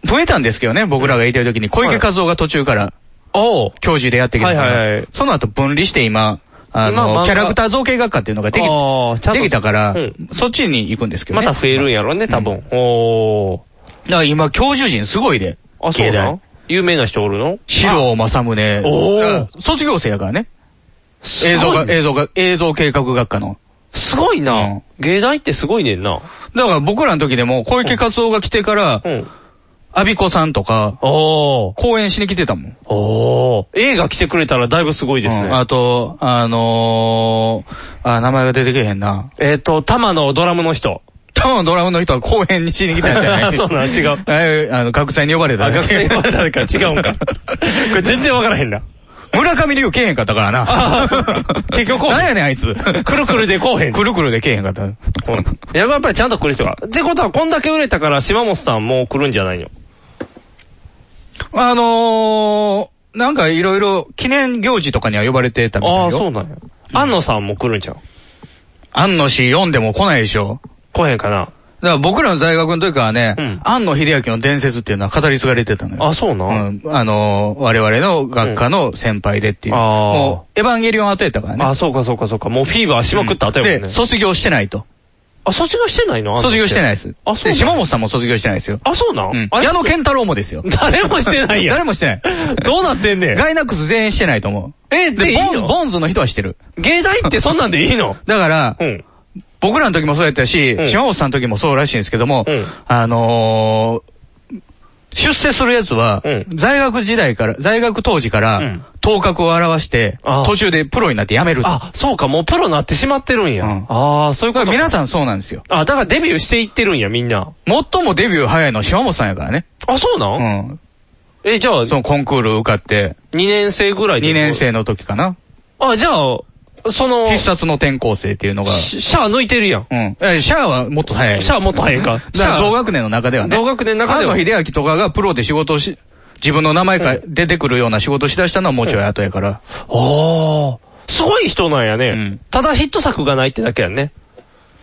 Speaker 3: 増えたんですけどね、僕らがいてる時に、小池和夫が途中から、教授でやってきたから、その後分離して今、あ
Speaker 2: 今漫
Speaker 3: の、
Speaker 2: 画
Speaker 3: キャラクター造形学科っていうのができ
Speaker 2: あーちゃん
Speaker 3: で
Speaker 2: と
Speaker 3: きたから、そっちに行くんですけど
Speaker 2: また
Speaker 3: ね。
Speaker 2: 増えるんやろね、多分。おー。
Speaker 3: だから今、教授陣すごいで。
Speaker 2: あ、そうな
Speaker 3: 芸
Speaker 2: ん有名な人おるの
Speaker 3: 四郎正宗。
Speaker 2: おー
Speaker 3: だから卒業生やからね。
Speaker 2: ごい
Speaker 3: 映像が、映像が、映像計画学科の。
Speaker 2: すごいな、芸大ってすごいねんな。
Speaker 3: だから僕らの時でも、小池和夫が来てから、アビコさんとか、
Speaker 2: 公
Speaker 3: 演しに来てたもん。
Speaker 2: お映画来てくれたらだいぶすごいですね。
Speaker 3: うんあと、あのー、あ、名前が出てけへんな。
Speaker 2: えっ、と、玉のドラムの人。
Speaker 3: 玉のドラムの人は公演にしに来たんじゃない
Speaker 2: そうなん違う
Speaker 3: う。あの、学祭に呼ばれた。
Speaker 2: あ、 学生呼ばれたから違 うんか。これ全然わからへんな。
Speaker 3: 村上龍けえへんかったから
Speaker 2: あーそう
Speaker 3: な。結局なんやねん、あい つ。
Speaker 2: くるくるでこうへん
Speaker 3: くるくるでけえへんかった。
Speaker 2: やばいやっぱりちゃんと来る人が。ってことは、こんだけ売れたから、島本さんもう来るんじゃないの
Speaker 3: あのー、なんかいろいろ記念行事とかには呼ばれてたみたいよ。
Speaker 2: ああ、そうなんや。安野さんも来るんちゃう
Speaker 3: 安野氏読んでも来ないでしょ。
Speaker 2: 来へんかな。
Speaker 3: だから僕らの在学の時からね、安野秀明の伝説っていうのは語り継がれてたのよ。
Speaker 2: あ、そうなん、
Speaker 3: あのー、我々の学科の先輩でっていう。
Speaker 2: うんあー
Speaker 3: もう、エヴァンゲリオン後やったからね。
Speaker 2: あ、そうかそうかそうか。もうフィーバーしまくった後やもんね。
Speaker 3: で、卒業してないと。
Speaker 2: あ、卒業してないの
Speaker 3: 卒業してないです。
Speaker 2: あ、そう
Speaker 3: で、
Speaker 2: なん
Speaker 3: 島本さんも卒業してないですよ。
Speaker 2: あ、そうなん、
Speaker 3: うん。
Speaker 2: あれ
Speaker 3: 矢野健太郎もですよ。
Speaker 2: 誰もしてないやん
Speaker 3: 誰もしてない。
Speaker 2: どうなってんねん。
Speaker 3: ガイナックス全員してないと思う。
Speaker 2: えでいい
Speaker 3: ボン
Speaker 2: の
Speaker 3: ボンズの人はしてる。
Speaker 2: 芸大ってそんなんでいいの
Speaker 3: だから、僕らの時もそうやったし、
Speaker 2: うん
Speaker 3: 島本さんの時もそうらしいんですけども、あのー、出世するやつは、在学時代から、在学当時から、頭角を表して、途中でプロになって辞めると。
Speaker 2: あ、そうか、もうプロになってしまってるんや。ああ、そういうことか。
Speaker 3: 皆さんそうなんですよ。
Speaker 2: あ、だからデビューしていってるんや、みんな。
Speaker 3: 最もデビュー早いのは島本さんやからね。
Speaker 2: あ、そうなん
Speaker 3: うん。
Speaker 2: え、じゃあ、
Speaker 3: そのコンクール受かって、
Speaker 2: 2年生ぐらいで。
Speaker 3: 2年生の時かな。
Speaker 2: あ、じゃあ、その、
Speaker 3: 必殺の転校生っていうのが。
Speaker 2: シャア抜いてるやん。
Speaker 3: うん。えシャアはもっと早い。
Speaker 2: シャアもっと早いか
Speaker 3: だから
Speaker 2: シャア
Speaker 3: 同学年の中ではね。
Speaker 2: 同学年の中では
Speaker 3: 安野秀明とかがプロで仕事をし、自分の名前が出てくるような仕事をしだしたのはもうちょい後やから。
Speaker 2: ああ、すごい人なんやね。ただヒット作がないってだけやんね。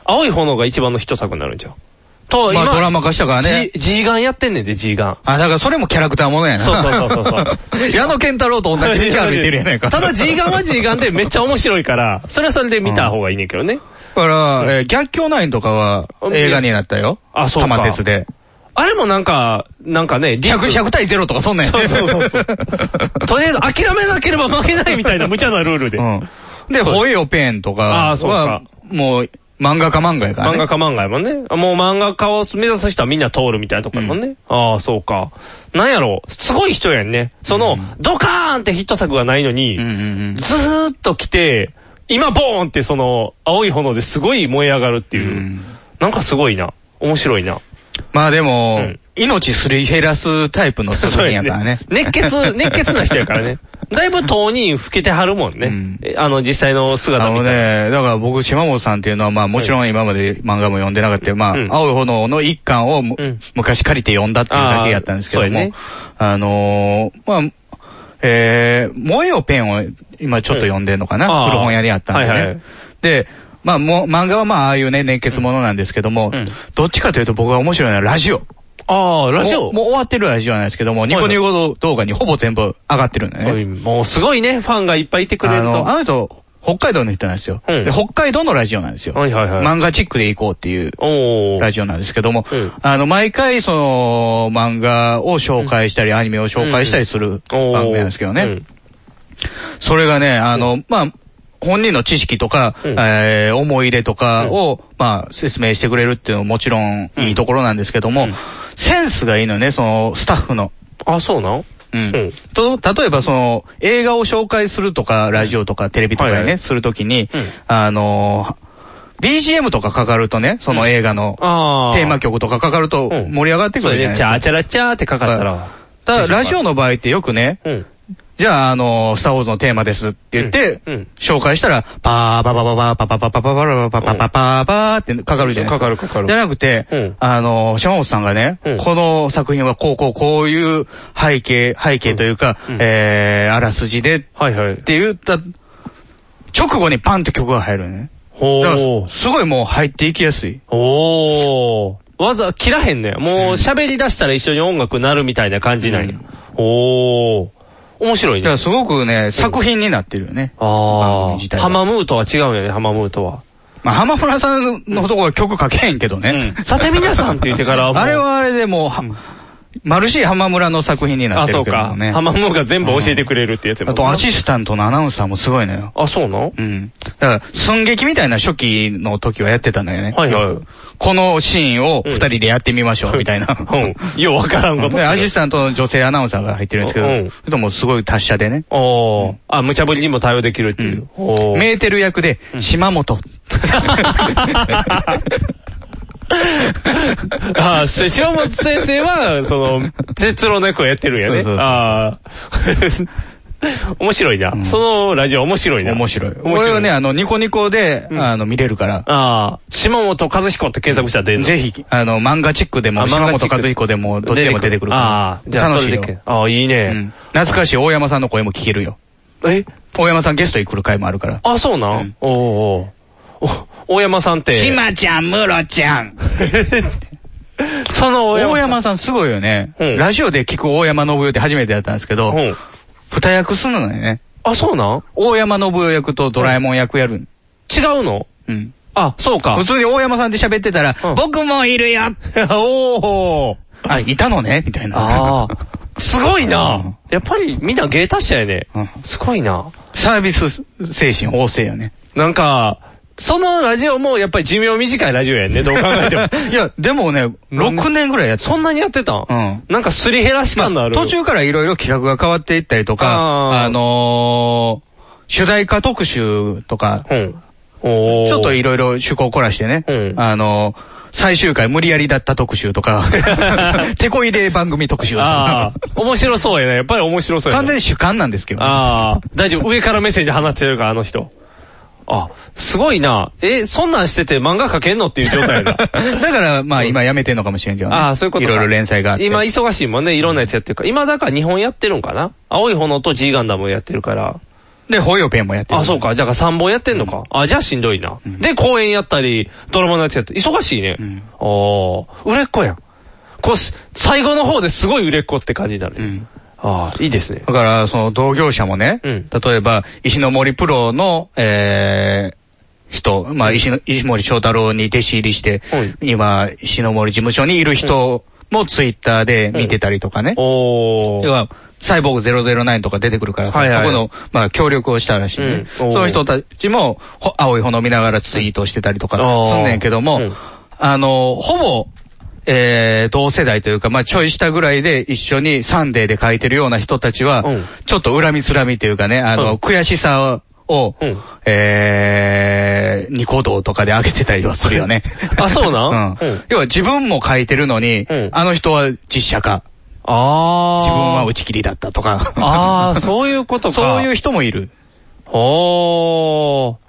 Speaker 2: 青い炎が一番のヒット作になるんじゃん。と、
Speaker 3: まあ
Speaker 2: 今
Speaker 3: ドラマ化したからね
Speaker 2: G, G ガンやってんねんで、G ガン。
Speaker 3: あ、だからそれもキャラクターものやな。
Speaker 2: そうそうそうそう
Speaker 3: う。 矢野健太郎と同じ道歩いてるやないか。
Speaker 2: ただ G ガンは G ガンでめっちゃ面白いから、それはそれで見た方がいいねんけどね。
Speaker 3: だから、えー逆境ナインとかは映画になったよ。
Speaker 2: あそうか
Speaker 3: 玉鉄で。
Speaker 2: あれもなんか、なんかね、ディープ
Speaker 3: 100, 100対0とかそんなんやね
Speaker 2: そうそうそうそう。とりあえず諦めなければ負けないみたいな無茶なルールで。
Speaker 3: で、ホエよペンとか
Speaker 2: あーそうか
Speaker 3: は、もう漫画家漫画やから
Speaker 2: 漫
Speaker 3: ね。
Speaker 2: 画家漫画やもんね。あもう漫画家を目指す人はみんな通るみたいなとこやもんね。ああ、そうか。なんやろう、すごい人やんね。その、ドカーンってヒット作がないのに、ずーっと来て、今ボーンってその、青い炎ですごい燃え上がるっていう。なんかすごいな。面白いな。
Speaker 3: まあでも、命すり減らすタイプの作品やからね。
Speaker 2: 熱 血、熱血な人やからね。だいぶ当人老けてはるもんね。えあの、実際の姿
Speaker 3: あの
Speaker 2: 見たら。
Speaker 3: ね、だから僕、島本さんっていうのは、まあもちろん今まで漫画も読んでなかったよまあ、青い炎の一巻をむ、昔借りて読んだっていうだけやったんですけど
Speaker 2: あーそうや
Speaker 3: も
Speaker 2: ね、
Speaker 3: あのー、まあ、えー、萌えよペンを今ちょっと読んでんのかな、
Speaker 2: うんあー
Speaker 3: 古本屋にあったんでね。
Speaker 2: はいはい
Speaker 3: で、まあもう漫画はまあああいうね、熱血ものなんですけども、どっちかというと僕が面白いのはラジオ。
Speaker 2: ああ、ラジ
Speaker 3: も
Speaker 2: オ
Speaker 3: うもう終わってるラジオなんですけども、ニコニコ動画にほぼ全部上がってるんだよね。
Speaker 2: もうすごいね、ファンがいっぱいいてくれ
Speaker 3: あ
Speaker 2: る
Speaker 3: の、あ
Speaker 2: と。
Speaker 3: の人、北海道の人なんですよ、で。北海道のラジオなんですよ。
Speaker 2: はいはいはい
Speaker 3: 漫画チックで行こうっていうラジオなんですけども、あの、毎回その漫画を紹介したり、アニメを紹介したりする番組なんですけどね。それがね、あの、まあ、本人の知識とか、えー思い入れとかを、まあ、説明してくれるっていうのももちろんいいところなんですけども、センスがいいのよね、その、スタッフの。
Speaker 2: あ、そうなん
Speaker 3: うん。と、例えばその、映画を紹介するとか、ラジオとか、テレビとかにね、するときに、あのー、BGM とかかかるとね、その映画の、
Speaker 2: ああ。
Speaker 3: テーマ曲とかかかると盛り上がってく
Speaker 2: そ
Speaker 3: る
Speaker 2: れ
Speaker 3: じゃ
Speaker 2: で、
Speaker 3: ないで
Speaker 2: チ
Speaker 3: す
Speaker 2: ャ
Speaker 3: か。
Speaker 2: ーチャラチャーってかかったら。
Speaker 3: ただ、ラジオの場合ってよくね、じゃあ、あのー、スターウォーズのテーマですって言って、紹介したら、パーパパパパパパパパパパパパパパパーってかかるじゃないで
Speaker 2: か
Speaker 3: すか。
Speaker 2: かるかかる
Speaker 3: じゃなくて、あのー、島本さんがね、この作品はこうこうこういう背景、背景というか、えー、あらすじで、って言った、直後にパンって曲が入るね。
Speaker 2: ほ
Speaker 3: だから、すごいもう入っていきやすい。
Speaker 2: おー。わざ、切らへんねもう喋り出したら一緒に音楽なるみたいな感じなんや。おー。面白いね。
Speaker 3: だからすごくね、作品になってるよね。
Speaker 2: ああ。ハマムーとは違うよね、ハマムーとは。
Speaker 3: まあ、浜村さんのところは曲かけへんけどね。
Speaker 2: さて皆さんって言ってからはもう
Speaker 3: あれはあれでもうは、マルシー浜村の作品にな
Speaker 2: あ、
Speaker 3: って
Speaker 2: そ
Speaker 3: る
Speaker 2: う
Speaker 3: けど
Speaker 2: か
Speaker 3: も。ね。
Speaker 2: 浜村が全部教えてくれるってやつやも
Speaker 3: あ
Speaker 2: んな
Speaker 3: と、アシスタントのアナウンサーもすごいのよ。
Speaker 2: あ、そうな
Speaker 3: うん。だから、寸劇みたいな初期の時はやってたんだよね。
Speaker 2: はいはい
Speaker 3: よくこのシーンを二人でやってみましょう、みたいな。
Speaker 2: うん。ようわからんことす
Speaker 3: で
Speaker 2: る
Speaker 3: アシスタントの女性アナウンサーが入ってるんですけど、
Speaker 2: う
Speaker 3: うんん、もうすごい達者でね。
Speaker 2: おー。あ、無茶ぶりにも対応できるっていう。おー
Speaker 3: メーテル役で、島本。
Speaker 2: あー、し塩本先生は、その、鉄郎の役をやってるんやね。あー 面白いな、そのラジオ面白いな。面
Speaker 3: 白い。俺はね、あの、ニコニコで、あの、見れるから。
Speaker 2: ああ、島本和彦って検索したら出るの
Speaker 3: ぜひ、あの、漫画チックで
Speaker 2: あ
Speaker 3: も、
Speaker 2: 漫画
Speaker 3: 島本
Speaker 2: チック
Speaker 3: 和彦でも、どっちでも出てくるから
Speaker 2: ああ。ー、じゃあ
Speaker 3: 楽
Speaker 2: そ
Speaker 3: しい
Speaker 2: れ
Speaker 3: よ
Speaker 2: で。。ああ、いいね。
Speaker 3: うん懐かしい大山さんの声も聞けるよ。
Speaker 2: え
Speaker 3: 大山さんゲストに来る回もあるから。
Speaker 2: あ、そうなん、おーおーお大山さんって。
Speaker 3: 島ちゃん、ムロちゃん。
Speaker 2: その
Speaker 3: 大山さんすごいよね。ラジオで聞く大山信代って初めてだったんですけど、二役するのよね。
Speaker 2: あ、そうなん
Speaker 3: 大山信代役とドラえもん役やる。
Speaker 2: 違うの
Speaker 3: うん。
Speaker 2: あ、そうか。
Speaker 3: 普通に大山さんで喋ってたら、僕もいるよ
Speaker 2: おー
Speaker 3: あ、いたのねみたいな。
Speaker 2: ああ。すごいな。やっぱりみんな芸達者やね。すごいな。
Speaker 3: サービス精神旺盛よ ね。
Speaker 2: なんか、そのラジオもやっぱり寿命短いラジオやんね、どう考えても。
Speaker 3: いや、でもね、6年ぐらいやって
Speaker 2: そんなにやってたん
Speaker 3: うん。
Speaker 2: なんかすり減らし感のある。
Speaker 3: 途中からいろいろ企画が変わっていったりとか、あのー、主題歌特集とか、
Speaker 2: ち
Speaker 3: ょっといろいろ趣向を凝らしてね、あのー、最終回無理やりだった特集 とか、手こ入れ番組特集と
Speaker 2: あ
Speaker 3: か、
Speaker 2: あ、面白そうやね。やっぱり面白そうやね
Speaker 3: 完全に主観なんですけど、
Speaker 2: ああ、大丈夫。上から目線で放ってるから、あの人。あ、すごいな。え、そんなんしてて漫画描けんのっていう状態や な。
Speaker 3: だから、まあ今やめてんのかもしれんけどね。
Speaker 2: ああ、そういうこと
Speaker 3: いろいろ連載があって。
Speaker 2: 今忙しいもんね、いろんなやつやってるから。今だから日本やってるんかな青い炎と G ガンダムやってるから。
Speaker 3: で、ホヨペンもやってる。
Speaker 2: あ、そうか。だから3本やってんのか。あ、じゃあしんどいな。で、公演やったり、ドラマのやつやったり。忙しいね。おー、売れっ子やん。こうし、最後の方ですごい売れっ子って感じになる。ああ、いいです ね。
Speaker 3: だから、その同業者もね、例えば、石の森プロの、えー人、まあ、石の、石森章太郎に弟子入りして、今、石の森事務所にいる人もツイッターで見てたりとかね。
Speaker 2: 要
Speaker 3: は、サイボーグ009とか出てくるからさ、
Speaker 2: はいはい
Speaker 3: そこの、まあ、協力をしたらしいね。
Speaker 2: うんおー
Speaker 3: その人たちも、ほ青い炎見ながらツイートしてたりとか
Speaker 2: おー
Speaker 3: すんねんけども、あの、ほぼ、えー、同世代というか、まあ、ちょい下ぐらいで一緒にサンデーで書いてるような人たちは、ちょっと恨みつらみというかね、あの、悔しさを、えー、ニコ動とかで上げてたりはするよね。
Speaker 2: あ、そうなん
Speaker 3: うん要は自分も書いてるのに、あの人は実写化。
Speaker 2: ああ。
Speaker 3: 自分は打ち切りだったとか。
Speaker 2: ああ、そういうことか。
Speaker 3: そういう人もいる。
Speaker 2: お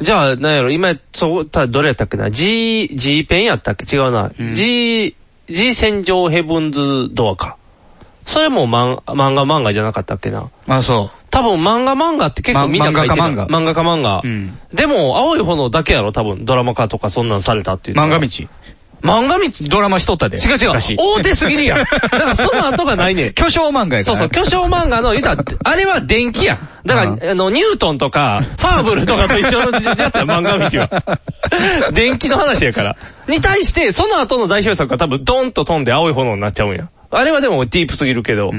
Speaker 2: ー。じゃあ、なんやろ、今、そう、た、どれやったっけな ?G、G ペンやったっけ違うな。G、G 戦場ヘブンズドアか。それも漫漫画漫画じゃなかったっけな
Speaker 3: まあそう。
Speaker 2: 多分漫画漫画って結構みんな書いてた
Speaker 3: ま漫画
Speaker 2: 漫画か漫画。でも、青い炎だけやろ多分、ドラマ化とかそんなんされたっていうのは。
Speaker 3: 漫画道。
Speaker 2: 漫画道
Speaker 3: ドラマしとったで。
Speaker 2: 違う違う
Speaker 3: 昔。
Speaker 2: 大手すぎ るやん。だからその後がないねん。
Speaker 3: 巨匠漫画やか
Speaker 2: そう
Speaker 3: ら。
Speaker 2: そう、巨匠漫画の、言うたらあれは電気やん。だから、あの、ニュートンとか、ファーブルとかと一緒のやつや、漫画道 は。電気の話やから。に対して、その後の代表作が多分、ドンと飛んで青い炎になっちゃうんや。あれはでもディープすぎるけど。だか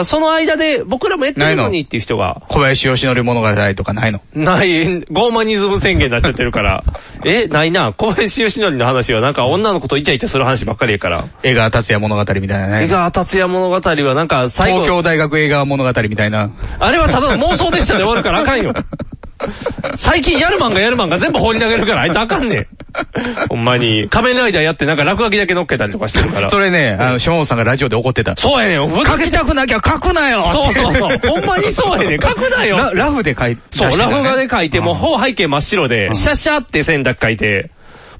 Speaker 2: ら、その間で、僕らもやってるのにっていう人が、
Speaker 3: 小林義則物語とかないの。
Speaker 2: ない、ゴーマニズム宣言になっちゃってるから。え、ないな。小林義則の話は、なんか女の子とイチャイチャする話ばっかりやから。
Speaker 3: 江川達也物語みたいな
Speaker 2: 江
Speaker 3: ね。
Speaker 2: 川達也物語はなんか最後
Speaker 3: 東、京大学映画物語みたいな。
Speaker 2: あれはただの妄想でしたで終わるからあかんよ。最近やる漫画やる漫画全部放り投げるからあいつあかんねん。ほんまに。仮面ライダーやってなんか落書きだけ乗っけたりとかしてるから。
Speaker 3: それね、あの、島本さんがラジオで怒ってた。
Speaker 2: そうやねん。
Speaker 3: 書きたくなきゃ書くなよ
Speaker 2: そうそう そう。ほんまにそうやねん。書くなよ。
Speaker 3: ララフで書いて
Speaker 2: そう、ラフ画で書いて、もう
Speaker 3: うん
Speaker 2: 方背景真っ白で、シャシャって線だけ書いて、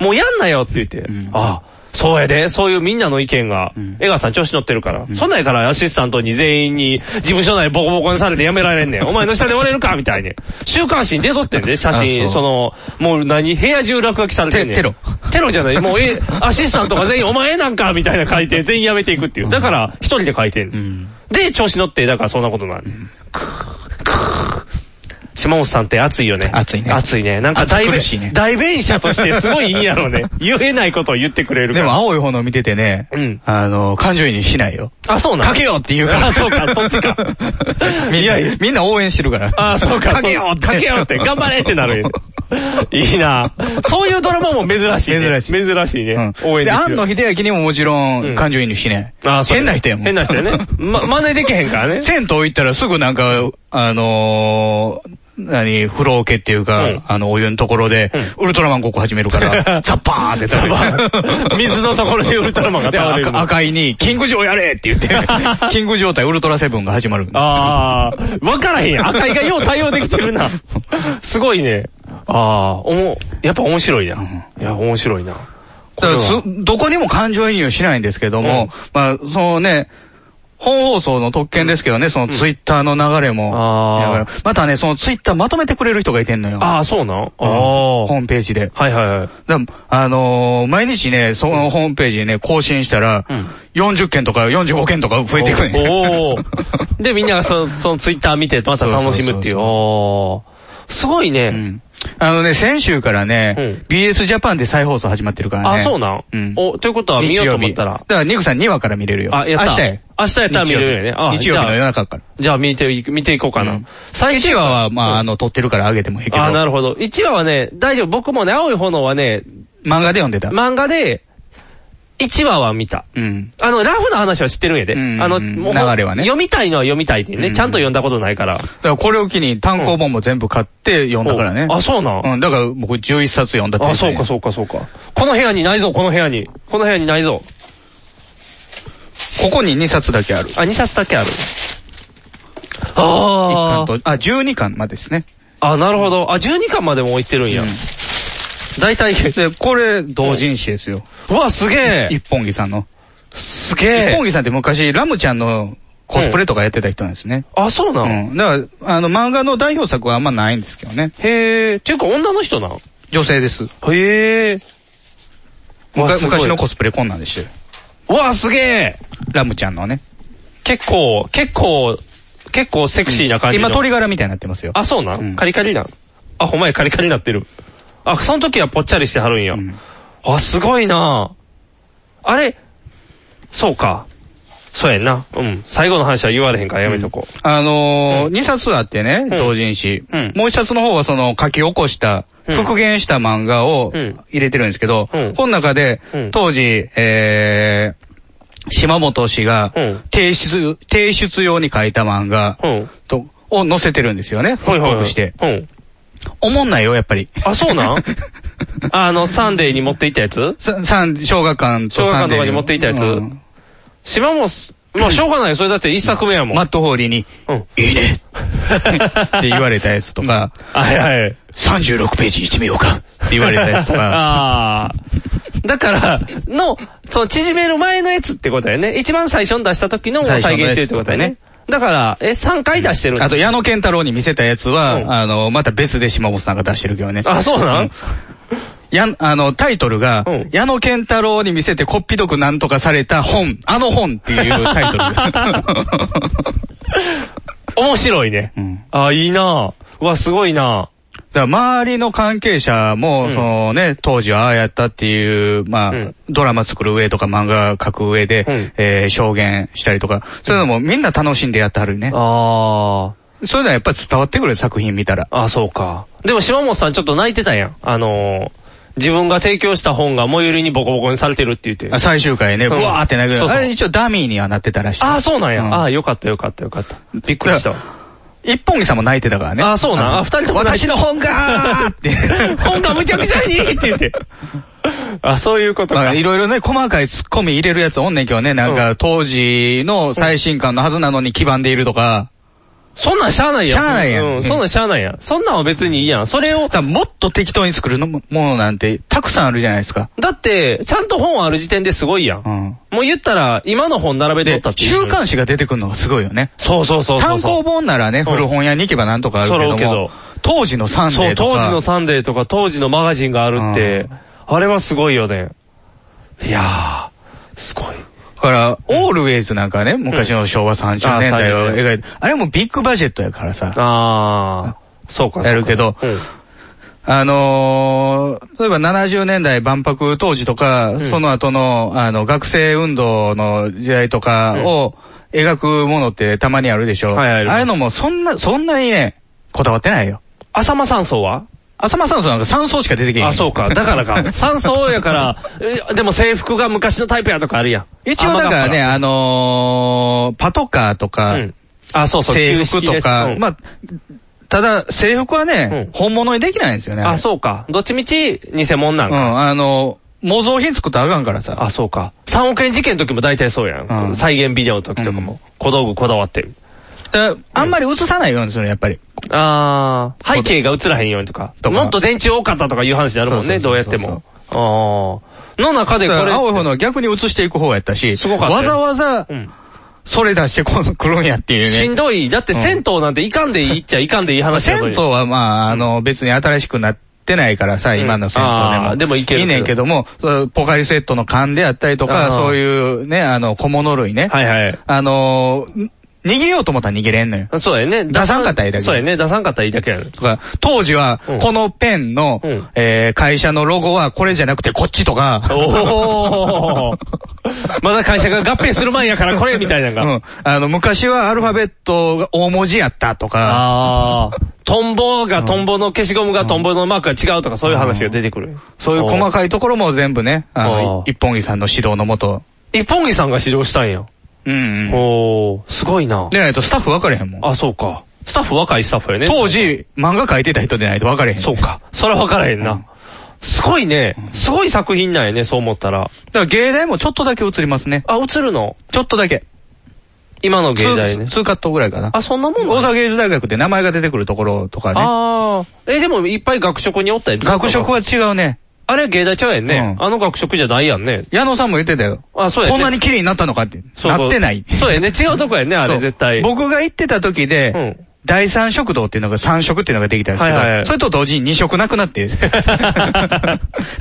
Speaker 2: もうやんなよって言って、ああ、そうやで、そういうみんなの意見が、江川さん調子乗ってるから、そんなんやからアシスタントに全員に事務所内ボコボコにされてやめられんねん。お前の下で割れるかみたいに。週刊誌に出とってんで、写
Speaker 3: あ
Speaker 2: 真、
Speaker 3: そう
Speaker 2: その、もう何、部屋中落書きされてんねん。
Speaker 3: テテロ。
Speaker 2: テロじゃ ない、もうえ、アシスタントが全員お前なんかみたいな書いて、全員やめていくっていう。だから、一人で書いてんの。で、調子乗って、だからそんなことになる。島本さんって熱いよね。熱いね。熱いね。なんか代
Speaker 3: 暑
Speaker 2: 弁
Speaker 3: 苦しいね
Speaker 2: 代弁者としてすごいいいやろうね。言えないことを言ってくれるか
Speaker 3: で
Speaker 2: ら。
Speaker 3: も、青い炎見ててね、あの、感情移入しないよ。
Speaker 2: あ、そうなの
Speaker 3: かけようって言うから。
Speaker 2: あ、 そうか、そっち か。
Speaker 3: みんな、みんな応援してるから。
Speaker 2: あ、そうか。
Speaker 3: かけようって
Speaker 2: かけようって、頑張れってなるよ。いいなそういうドラマも珍しいね。珍しい。珍しいね。応援で
Speaker 3: で、
Speaker 2: き
Speaker 3: 安
Speaker 2: る
Speaker 3: 野秀明にももちろん、感情移入しない。
Speaker 2: あそう
Speaker 3: 変な人やもん。
Speaker 2: 変な人やね。ま、真似できへんからね。
Speaker 3: 銭湯行ったらすぐなんか、あのー、何、風呂桶っていうか、あの、お湯のところで、ウルトラマンごっこ始め るから、ザッパーンって
Speaker 2: ザバン 水のところでウルトラマンが
Speaker 3: で
Speaker 2: 倒れる
Speaker 3: 赤赤いに、キングジョーやれって 言って、キングジョー対ウルトラセブンが始まる。
Speaker 2: ああ、わからへんやん。 赤井がよう対応できてるな。すごいね。ああ、おも、やっぱ面白いな。いや、面白いな。
Speaker 3: だからすどこにも感情移入しないんですけども、まあ、そのね、本放送の特権ですけどね、そのツイッターの流れも。だからまたね、そのツイッターまとめてくれる人がいてんのよ。
Speaker 2: ああ、そうなん
Speaker 3: うんホームページで。
Speaker 2: はいはいはい。
Speaker 3: あのー毎日ね、そのホームページにね、更新したら、40件とか45件とか増えていくね。
Speaker 2: おおーで、みんながその、そのツイッター見て、また楽しむっていう。おーすごいね、
Speaker 3: あのね、先週からね、BS ジャパンで再放送始まってるからね。
Speaker 2: あ、そうなん、お、ということは見ようと思った
Speaker 3: 日曜
Speaker 2: ら
Speaker 3: 日。だから、ニクさん2話から見れるよ。
Speaker 2: あ、やった。
Speaker 3: 明日や。
Speaker 2: 明日やったら見れるよね。あ、
Speaker 3: 日曜日の夜中から。
Speaker 2: じゃあ見てい、見ていこうかな。
Speaker 3: 最終話は、まあ、あの、撮ってるから上げてもいいけど。
Speaker 2: あ、なるほど。1話はね、大丈夫。僕もね、青い炎はね、
Speaker 3: 漫画で読んでた。
Speaker 2: 漫画で、1話は見た。
Speaker 3: うん。
Speaker 2: あの、ラフな話は知ってるんやで。あの、もう
Speaker 3: 流れはね
Speaker 2: 読みたいのは読みたいっていうね。ちゃんと読んだことないから。
Speaker 3: だからこれを機に単行本も全部買って読んだからね。
Speaker 2: あ、そうなん
Speaker 3: うん、だから僕11冊読んだって。
Speaker 2: あ、そうか、そうか、そうか。この部屋にないぞ、この部屋に。この部屋にないぞ。
Speaker 3: ここに2冊だけある。
Speaker 2: あ、2冊だけある。あ
Speaker 3: あ。あ、12巻までですね。
Speaker 2: あ、なるほど。あ、12巻までも置いてるんや。大体。
Speaker 3: で、これ、同人誌ですよ。
Speaker 2: うわ、すげえ
Speaker 3: 一本木さんの。
Speaker 2: すげえ
Speaker 3: 一本木さんって昔、ラムちゃんのコスプレとかやってた人なんですね。
Speaker 2: あ、そうな
Speaker 3: のうん。だから、あの、漫画の代表作はあんまないんですけどね。
Speaker 2: へえ。っていうか、女の人な
Speaker 3: 女性です。
Speaker 2: へえ。
Speaker 3: む
Speaker 2: わ
Speaker 3: か
Speaker 2: すごい
Speaker 3: 昔のコスプレこんなんでしてる。
Speaker 2: わあ、すげえ
Speaker 3: ラムちゃんのね。
Speaker 2: 結構、結構、結構セクシーな感じの。
Speaker 3: 今、鳥柄みたいになってますよ。
Speaker 2: あ、そうなん、カリカリなんあ、ほんまやカリカリになってる。あ、その時はぽっちゃりしてはるんや。あ、すごいなあれ、そうか。そうやんな。うん。最後の話は言われへんからやめとこう。
Speaker 3: あのー、2冊あってね、同人誌。もう1冊の方はその書き起こした、復元した漫画を入れてるんですけど、この中で、当時、えー、島本氏が提出、提出用に書いた漫画と、を載せてるんですよね、復刻して。おもんないよ、やっぱり。
Speaker 2: あ、そう なんあの、サンデーに持っていったやつ
Speaker 3: さん小学館
Speaker 2: 小
Speaker 3: と
Speaker 2: 学
Speaker 3: サ
Speaker 2: 館
Speaker 3: ン
Speaker 2: と
Speaker 3: デー
Speaker 2: かに持っていったやつ、
Speaker 3: うん
Speaker 2: 島もす、まあしょうがない。それだって一作目やもん。
Speaker 3: マットホーリーに、い いねって言われたやつとか、
Speaker 2: はいはい。
Speaker 3: 36ページしてみようかって言われたやつ とか、
Speaker 2: ああ。だから、の、その縮める前のやつってことやね。一番最初に出した時のを再現してるってことやね。だから、え、3回出してるん
Speaker 3: あと、矢野健太郎に見せたやつは、あの、また別で島本さんが出してるけどね。
Speaker 2: あそうなん
Speaker 3: やん、あの、タイトルが、矢野健太郎に見せてこっぴどくなんとかされた本、あの本っていうタイト ル。
Speaker 2: 面白いね。あ、いいなぁ。うわ、すごいな
Speaker 3: だから周りの関係者も、そのね、当時はああやったっていう、まあ、ドラマ作る上とか漫画書く上で、えー証言したりとか、そういうのもみんな楽しんでやってはるね。
Speaker 2: あ
Speaker 3: あ。そういうのはやっぱ伝わってくる作品見たら。
Speaker 2: あ、そうか。でも島本さんちょっと泣いてたやん。あのー、自分が提供した本が最寄りにボコボコにされてるって言って。
Speaker 3: あ最終回ね、
Speaker 2: うん
Speaker 3: うわーってなるけど
Speaker 2: そうそう
Speaker 3: あれ一応ダミーにはなってたらしい。
Speaker 2: ああ、そうなんや。
Speaker 3: うん
Speaker 2: ああ、よかったよかったよかった。びっく りした。
Speaker 3: 一本木さんも泣いてたからね。
Speaker 2: ああ、そうなん。あ、二人とも泣いて
Speaker 3: 私の本がー って。
Speaker 2: 本がむちゃくちゃにって言 って。あ、そういうこと
Speaker 3: か。いろいろね、細かい突っ込み入れるやつおんねんけどね、なんか、当時の最新刊のはずなのに基盤でいるとか。
Speaker 2: そんなんしゃあないやん。
Speaker 3: しゃあないやん
Speaker 2: うん、そんなんしゃあないやん。そんなんは別にいいやん。それを、
Speaker 3: もっと適当に作るのもものなんて、たくさんあるじゃないですか。
Speaker 2: だって、ちゃんと本ある時点ですごいやん。もう言ったら、今の本並べとったっていう。
Speaker 3: 週刊誌が出てくるのがすごいよね。
Speaker 2: そうそうそうそうそう
Speaker 3: 単行本ならね、古本屋に行けばなんとかあるけど
Speaker 2: そ
Speaker 3: も、
Speaker 2: うけど
Speaker 3: 当時のサン
Speaker 2: そ
Speaker 3: デ
Speaker 2: う、
Speaker 3: ーと
Speaker 2: 当
Speaker 3: か。
Speaker 2: 時のサンデーとか、当時のマガジンがあるって、あれはすごいよね。いやー、すごい。
Speaker 3: だから、オールウェイズなんかね、昔の昭和30年代を
Speaker 2: あー
Speaker 3: 描いて、あれもビッグバジェットやからさ。
Speaker 2: あそうかそうか
Speaker 3: やるけど、あのー例えば70年代万博当時とか、
Speaker 2: うん
Speaker 3: その後の、あの、学生運動の時代とかを描くものってたまにあるでしょ。
Speaker 2: はいあります
Speaker 3: ああいうのもそんな、そんなにね、こだわってないよ。
Speaker 2: 浅間山荘は
Speaker 3: 浅間山荘なんか山荘しか出てけへん。
Speaker 2: あ、そうか。だから か。山荘やから、えでも制服が昔のタイプやとかあるやん。
Speaker 3: 一応だからね、あのーパトカーとか、
Speaker 2: あ、そうそう。
Speaker 3: 制服と
Speaker 2: 旧
Speaker 3: か、
Speaker 2: 式ですうん
Speaker 3: まあ、ただ制服はね、本物にできないんですよね。
Speaker 2: あ、そうか。どっちみち偽物なん
Speaker 3: う
Speaker 2: か。
Speaker 3: ん、あの、模造品作ったらあかんからさ。
Speaker 2: あ、そうか。3億円事件の時も大体そうやん。再現ビデオの時とかも。小道具こだわってる。
Speaker 3: だからあんまり映さないようにするやっぱり。
Speaker 2: あー、背景が映らへんようにとか。もっと電池多かったとかいう話になるもんね、どうやっても。あー。の中でこ
Speaker 3: だから
Speaker 2: れ、
Speaker 3: 青い方のは逆に映していく方やったし、
Speaker 2: かったよ
Speaker 3: わざわざ、それ出してこん来るんやっていうね。
Speaker 2: しんどい。だって銭湯なんていかんでいいっちゃいかんでいい話やの
Speaker 3: 銭
Speaker 2: に
Speaker 3: 湯はまあ、あの、別に新しくなってないからさ、今の銭湯で
Speaker 2: あー
Speaker 3: も。
Speaker 2: でもいける
Speaker 3: いいねんけども、そうポカリスエットの缶であったりとか、
Speaker 2: あー
Speaker 3: そういうね、あの、小物類ね。
Speaker 2: はいはい。
Speaker 3: あのー、ん逃げようと思ったら逃げれんのよ。
Speaker 2: そうやね。
Speaker 3: 出さんかったらいいだけ。
Speaker 2: そうやね。出さんかったらいいだけやね。
Speaker 3: とか、当時は、このペンの、えー会社のロゴはこれじゃなくてこっちとか。
Speaker 2: おーまだ会社が合併する前やからこれみたいなのが。
Speaker 3: うん。あの、昔はアルファベットが大文字やったとか。
Speaker 2: あー。トンボがトンボの消しゴムがトンボのマークが違うとかそういう話が出てくる。
Speaker 3: そういう細かいところも全部ね、あ
Speaker 2: あ
Speaker 3: の、一本木さんの指導のもと。
Speaker 2: 一本木さんが指導したんや。
Speaker 3: うん、うん。
Speaker 2: おー、すごいな。
Speaker 3: でないとスタッフ分かれへんもん。
Speaker 2: あ、そうか。スタッフ若いスタッフやね。
Speaker 3: 当時、漫画描いてた人でないと分かれへん。
Speaker 2: そうか。それは分からへんな。すごいね。すごい作品なんやね、そう思ったら。
Speaker 3: だから芸大もちょっとだけ映りますね。
Speaker 2: あ、映るの
Speaker 3: ちょっとだけ。
Speaker 2: 今の芸大ね。
Speaker 3: 2カットぐらいかな。
Speaker 2: あ、そんなもん
Speaker 3: 大阪芸術大学って名前が出てくるところとかね。
Speaker 2: ああ。え、でもいっぱい学食におったやん
Speaker 3: 学食は違うね。
Speaker 2: あれ芸大ちゃうやんね。あの学食じゃないやんね。
Speaker 3: 矢野さんも言ってたよ。
Speaker 2: あ、そうやね。
Speaker 3: こんなに綺麗になったのかって。
Speaker 2: そうそう
Speaker 3: なってない。
Speaker 2: そうやね。違うとこやね、あれ絶対。
Speaker 3: 僕が行ってた時で、第三食堂っていうのが三食っていうのができたんですけど、
Speaker 2: はいはい
Speaker 3: それと同時に二食なく なって。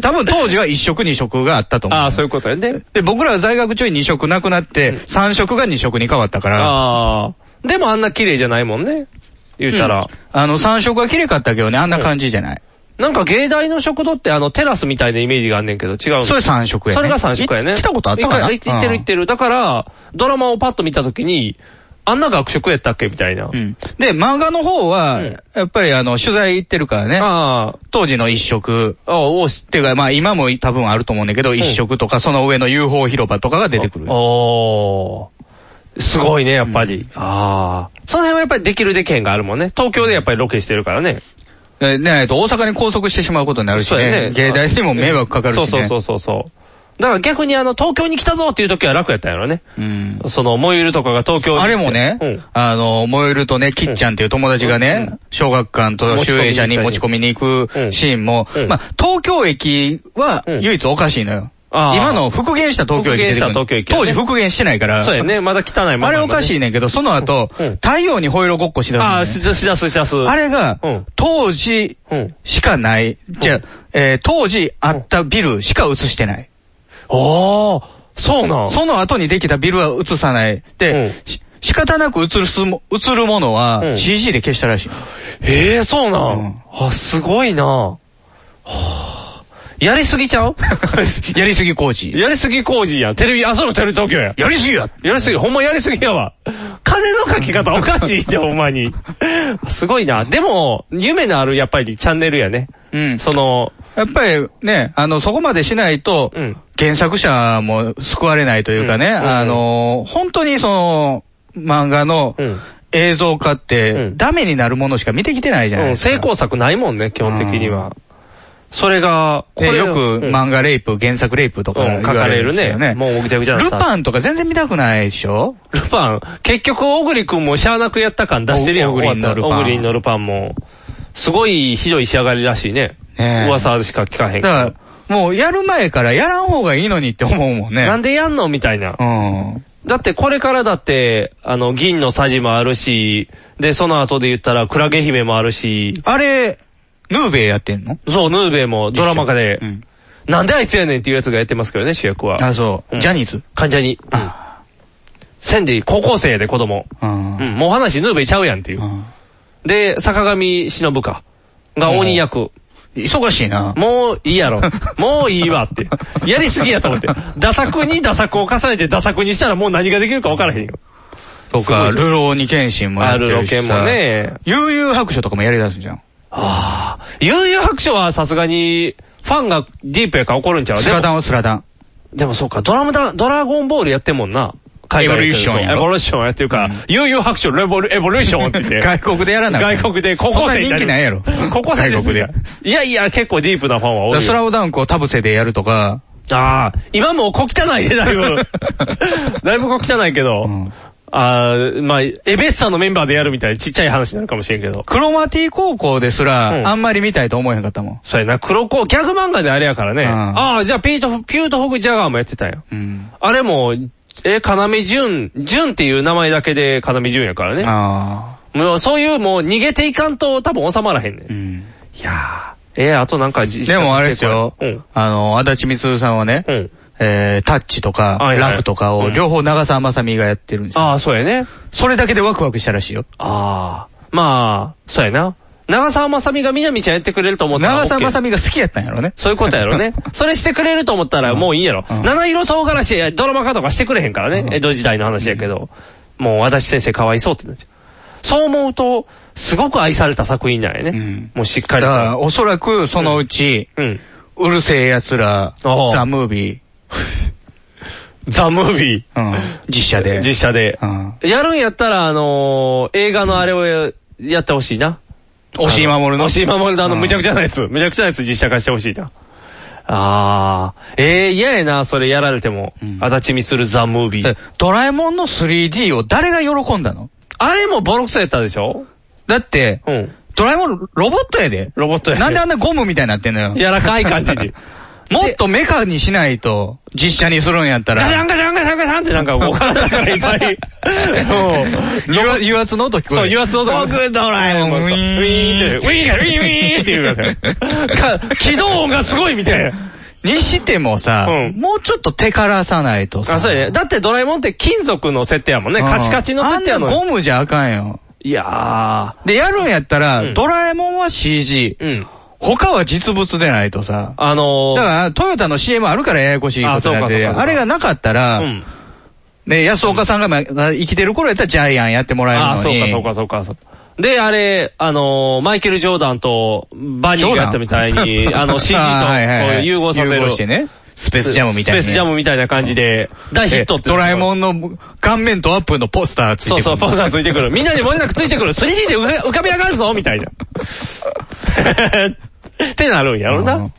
Speaker 3: 多分当時は一食二食があったと思う。
Speaker 2: ああ、そういうことやね。
Speaker 3: で、僕らは在学中に二食なくなって、三食が二食に変わったから、
Speaker 2: ああ。でもあんな綺麗じゃないもんね。言うたら。
Speaker 3: あの三食は綺麗かったけどね、あんな感じじゃない。
Speaker 2: なんか芸大の食堂ってあのテラスみたいなイメージがあんねんけど、違うの
Speaker 3: それ三色やね
Speaker 2: それが三色やね。
Speaker 3: い来たことあったかな
Speaker 2: 行ってる
Speaker 3: うん
Speaker 2: 行ってる。だから、ドラマをパッと見たときに、あんな学食やったっけみたいな。
Speaker 3: で、漫画の方は、やっぱりあの、取材行ってるからね。当時の一食。っていうか、まあ今も多分あると思うんだけど、一食とか、その上の UFO 広場とかが出てくる。
Speaker 2: おー。すごいね、やっぱり。ああ。その辺はやっぱりできるできへんがあるもんね。東京でやっぱりロケしてるからね。
Speaker 3: えねえと大阪に拘束してしまうことになるし
Speaker 2: そうやね
Speaker 3: ね。芸大にも迷惑かかるしね。
Speaker 2: そうそうそうそう。だから逆にあの、東京に来たぞっていう時は楽やったんやろね。
Speaker 3: うん。
Speaker 2: その、モイルとかが東京に来て
Speaker 3: あれもね、あの、燃えるとね、きっちゃんっていう友達がね、小学館と集英社に持ち込みに行くシーンも、まあ、東京駅は唯一おかしいのよ。
Speaker 2: あー
Speaker 3: 今の復元した東京駅出
Speaker 2: 復元し
Speaker 3: てくる
Speaker 2: た東京駅やね
Speaker 3: 当時復元してないから。
Speaker 2: そうやね、まだ汚いまま、
Speaker 3: あれおかしいねんけど、その後、太陽にホイロごっこしてたのね
Speaker 2: ああ、しだす、しだす、しだす。
Speaker 3: あれが、当時しかない、じゃあ、えー当時あったビルしか映してない。
Speaker 2: ああ、そうなん
Speaker 3: その後にできたビルは映さない。で、し仕方なく映すも、映るものは CG で消したらしい。
Speaker 2: ええそうなん、あ、すごいなはあやりすぎちゃ う
Speaker 3: やりすぎ工事。
Speaker 2: やりすぎ工事やん。テレビ、あ、そのテレビ東京や。
Speaker 3: やりすぎや。
Speaker 2: やりすぎ、ほんまやりすぎやわ。金のかけ方おかしいって、ほんまに。すごいな。でも、夢のある、やっぱりチャンネルやね。
Speaker 3: うん。
Speaker 2: その、
Speaker 3: やっぱりね、あの、そこまでしないと、原作者も救われないというかね、あの、本当にその、漫画の映像化って、ダメになるものしか見てきてないじゃないですか。
Speaker 2: 成功作ないもんね、基本的には。それが、
Speaker 3: ねよく
Speaker 2: うん
Speaker 3: 漫画レイプ、原作レイプとか
Speaker 2: うん
Speaker 3: 言
Speaker 2: 書か
Speaker 3: われ
Speaker 2: れ
Speaker 3: る
Speaker 2: る
Speaker 3: んですよ
Speaker 2: ね。
Speaker 3: ね。
Speaker 2: もうぐちゃぐちゃな
Speaker 3: ルパンとか全然見たくないでしょ
Speaker 2: ルパン、結局、小栗くんもシャーナクやった感出してるやん、
Speaker 3: お小栗のルパン
Speaker 2: 小栗のルパンも。すごいひどい仕上がりらしいね。
Speaker 3: ねえ
Speaker 2: 噂しか聞かへんけ
Speaker 3: だ
Speaker 2: ど
Speaker 3: から、もうやる前からやらん方がいいのにって思うもんね。
Speaker 2: なんでやんのみたいな。
Speaker 3: うん。
Speaker 2: だってこれからだって、あの、銀のさじもあるし、で、その後で言ったら、クラゲ姫もあるし、
Speaker 3: あれ、ヌーベイやってんの
Speaker 2: そう、ヌーベイもドラマ化で、なんであいつやねんっていうやつがやってますけどね、主役は。
Speaker 3: あ、そう。ジャニーズ
Speaker 2: 患者に。うん。せんでいい、高校生やで、子供。うん。もう話、ヌーベイちゃうやんっていう。で、坂上忍か。が鬼役。
Speaker 3: 忙しいな。
Speaker 2: もういいや ろ。もういいわって。やりすぎやと思って。打作に打作を重ねて打作にしたらもう何ができるか分からへんよ。
Speaker 3: とか、ルローニケンシンもやってるし
Speaker 2: あ
Speaker 3: さ。
Speaker 2: ルロケンもね。
Speaker 3: 悠々白書とかもやり出すじゃん。
Speaker 2: 悠々白書はさすがに、ファンがディープやから怒るんちゃう
Speaker 3: スラ
Speaker 2: で
Speaker 3: ダン
Speaker 2: も
Speaker 3: はスラダン。
Speaker 2: でもそうか、ドラムだ、ドラゴンボールやってんもんな。海外で
Speaker 3: エボリューションや
Speaker 2: エ
Speaker 3: ろ
Speaker 2: ボリューションやってるから、悠々白書レボリュ、エボリューションって言って。
Speaker 3: 外国でやらな
Speaker 2: 外国で高校生に
Speaker 3: そんな人気ないやろ
Speaker 2: 高校生です
Speaker 3: 外国で。
Speaker 2: いやいや、結構ディープなファンは多いよ。
Speaker 3: スラオダンクをタブセでやるとか。
Speaker 2: ああ、今もう小汚いね、だい ぶ。だいぶ小汚いけど。ああ、まあ、エベッサのメンバーでやるみたいなちっちゃい話になるかもしれんけど。
Speaker 3: クロマティ高校ですら、
Speaker 2: うん
Speaker 3: あんまり見たいと思えへんかったもん。
Speaker 2: そうやな、黒子、ギャグ漫画であれやからね。ああ、じゃあピート、ピュート・ホグ・ジャガーもやってたよ。
Speaker 3: うん。
Speaker 2: あれも、え、かなみじゅん、じゅんっていう名前だけでかなみじゅんやからね。
Speaker 3: あ
Speaker 2: もうそういうもう逃げていかんと多分収まらへんね。
Speaker 3: ん。
Speaker 2: いやー、えー、あとなんかじ
Speaker 3: でもあれですよ
Speaker 2: うん。
Speaker 3: あの、足立みつさんはね、えー、タッチとか、
Speaker 2: はいはい
Speaker 3: ラフとかを、
Speaker 2: うん
Speaker 3: 両方長澤まさみがやってるんですよ。
Speaker 2: ああ、そうやね。
Speaker 3: それだけでワクワクしたらしいよ。
Speaker 2: ああ、まあ、そうやな。長澤まさみがみなみちゃんやってくれると思ったら。
Speaker 3: 長澤まさ
Speaker 2: み。
Speaker 3: みが好きやったんやろね。
Speaker 2: そういうことや ろね。それしてくれると思ったらもういいやろ。七色唐辛子、ドラマ化とかしてくれへんからね。江戸時代の話やけど。もう足立先生かわいそうってなっちゃう。そう思うと、すごく愛された作品なんやね。もうしっか
Speaker 3: だ
Speaker 2: りと。
Speaker 3: から、おそらくそのうち、
Speaker 2: う
Speaker 3: るせえ奴ら、
Speaker 2: おう
Speaker 3: ザ・ムービー、
Speaker 2: ザ・ムービー。
Speaker 3: うん、実写で。
Speaker 2: 実写で。
Speaker 3: うん。
Speaker 2: やるんやったら、あのー、映画のあれをやってほしいな。
Speaker 3: 押井守の
Speaker 2: 押井守のあの、
Speaker 3: うん
Speaker 2: むちゃくちゃなやつ。むちゃくちゃなやつ実写化してほしいな。あー。えー、嫌やな、それやられても。足立みつるザ・ムービー。
Speaker 3: ドラえもんの 3D を誰が喜んだの
Speaker 2: あれもボロクソやったでしょ
Speaker 3: だって、ドラえもんロボットやで。
Speaker 2: ロボットやで
Speaker 3: なんであんなゴムみたいになってんのよ。
Speaker 2: 柔らかい感じに。
Speaker 3: もっとメカにしないと、実写にするんやったら。
Speaker 2: ガシャンガシャンガシャンガシャンってなんかもう体からいっぱい。
Speaker 3: 油圧油圧の音聞こえる。
Speaker 2: そう、油圧の音。
Speaker 3: 僕ドラえもん。
Speaker 2: ウィーンって、ウィーンがウィーンウィーンって言うからね。か起動音がすごいみたいな。
Speaker 3: にしてもさ、もうちょっと手からさないとさ。
Speaker 2: あ、そうやね。だってドラえもんって金属の設定やもんね。
Speaker 3: うん
Speaker 2: カチカチの設定やの
Speaker 3: あんな
Speaker 2: に。
Speaker 3: ゴムじゃあかんよ。
Speaker 2: いやー。
Speaker 3: で、やるんやったら、
Speaker 2: うん
Speaker 3: ドラえもんは CG。他は実物でないとさ。
Speaker 2: あのー、
Speaker 3: だから、トヨタの CM あるからややこしいことになっ
Speaker 2: あそうかそう
Speaker 3: て、
Speaker 2: かそうか
Speaker 3: あれがなかったら、
Speaker 2: うん
Speaker 3: ね、安岡さんがまだ生きてる頃やったらジャイアンやってもらえるの
Speaker 2: あ
Speaker 3: に。
Speaker 2: ー、そうかそうかそうかそうか。で、あれ、あのー、マイケル・ジョーダンとバニーがやったみたい
Speaker 3: ジョ ー
Speaker 2: に、
Speaker 3: ダン
Speaker 2: あの CG とこ
Speaker 3: あー はいはいはいう
Speaker 2: 融合させる。
Speaker 3: 融合してねスペースジャムみたいなね
Speaker 2: スペースジャムみたいな感じで、大ヒットって。
Speaker 3: えドラえも
Speaker 2: ん。
Speaker 3: んの顔面とアップのポスターついてく
Speaker 2: そう
Speaker 3: る。
Speaker 2: そう、ポスターついてくる。みんなにもれなくついてくる。3D で浮か浮かび上がるぞみたいな。 ってなるんやろな。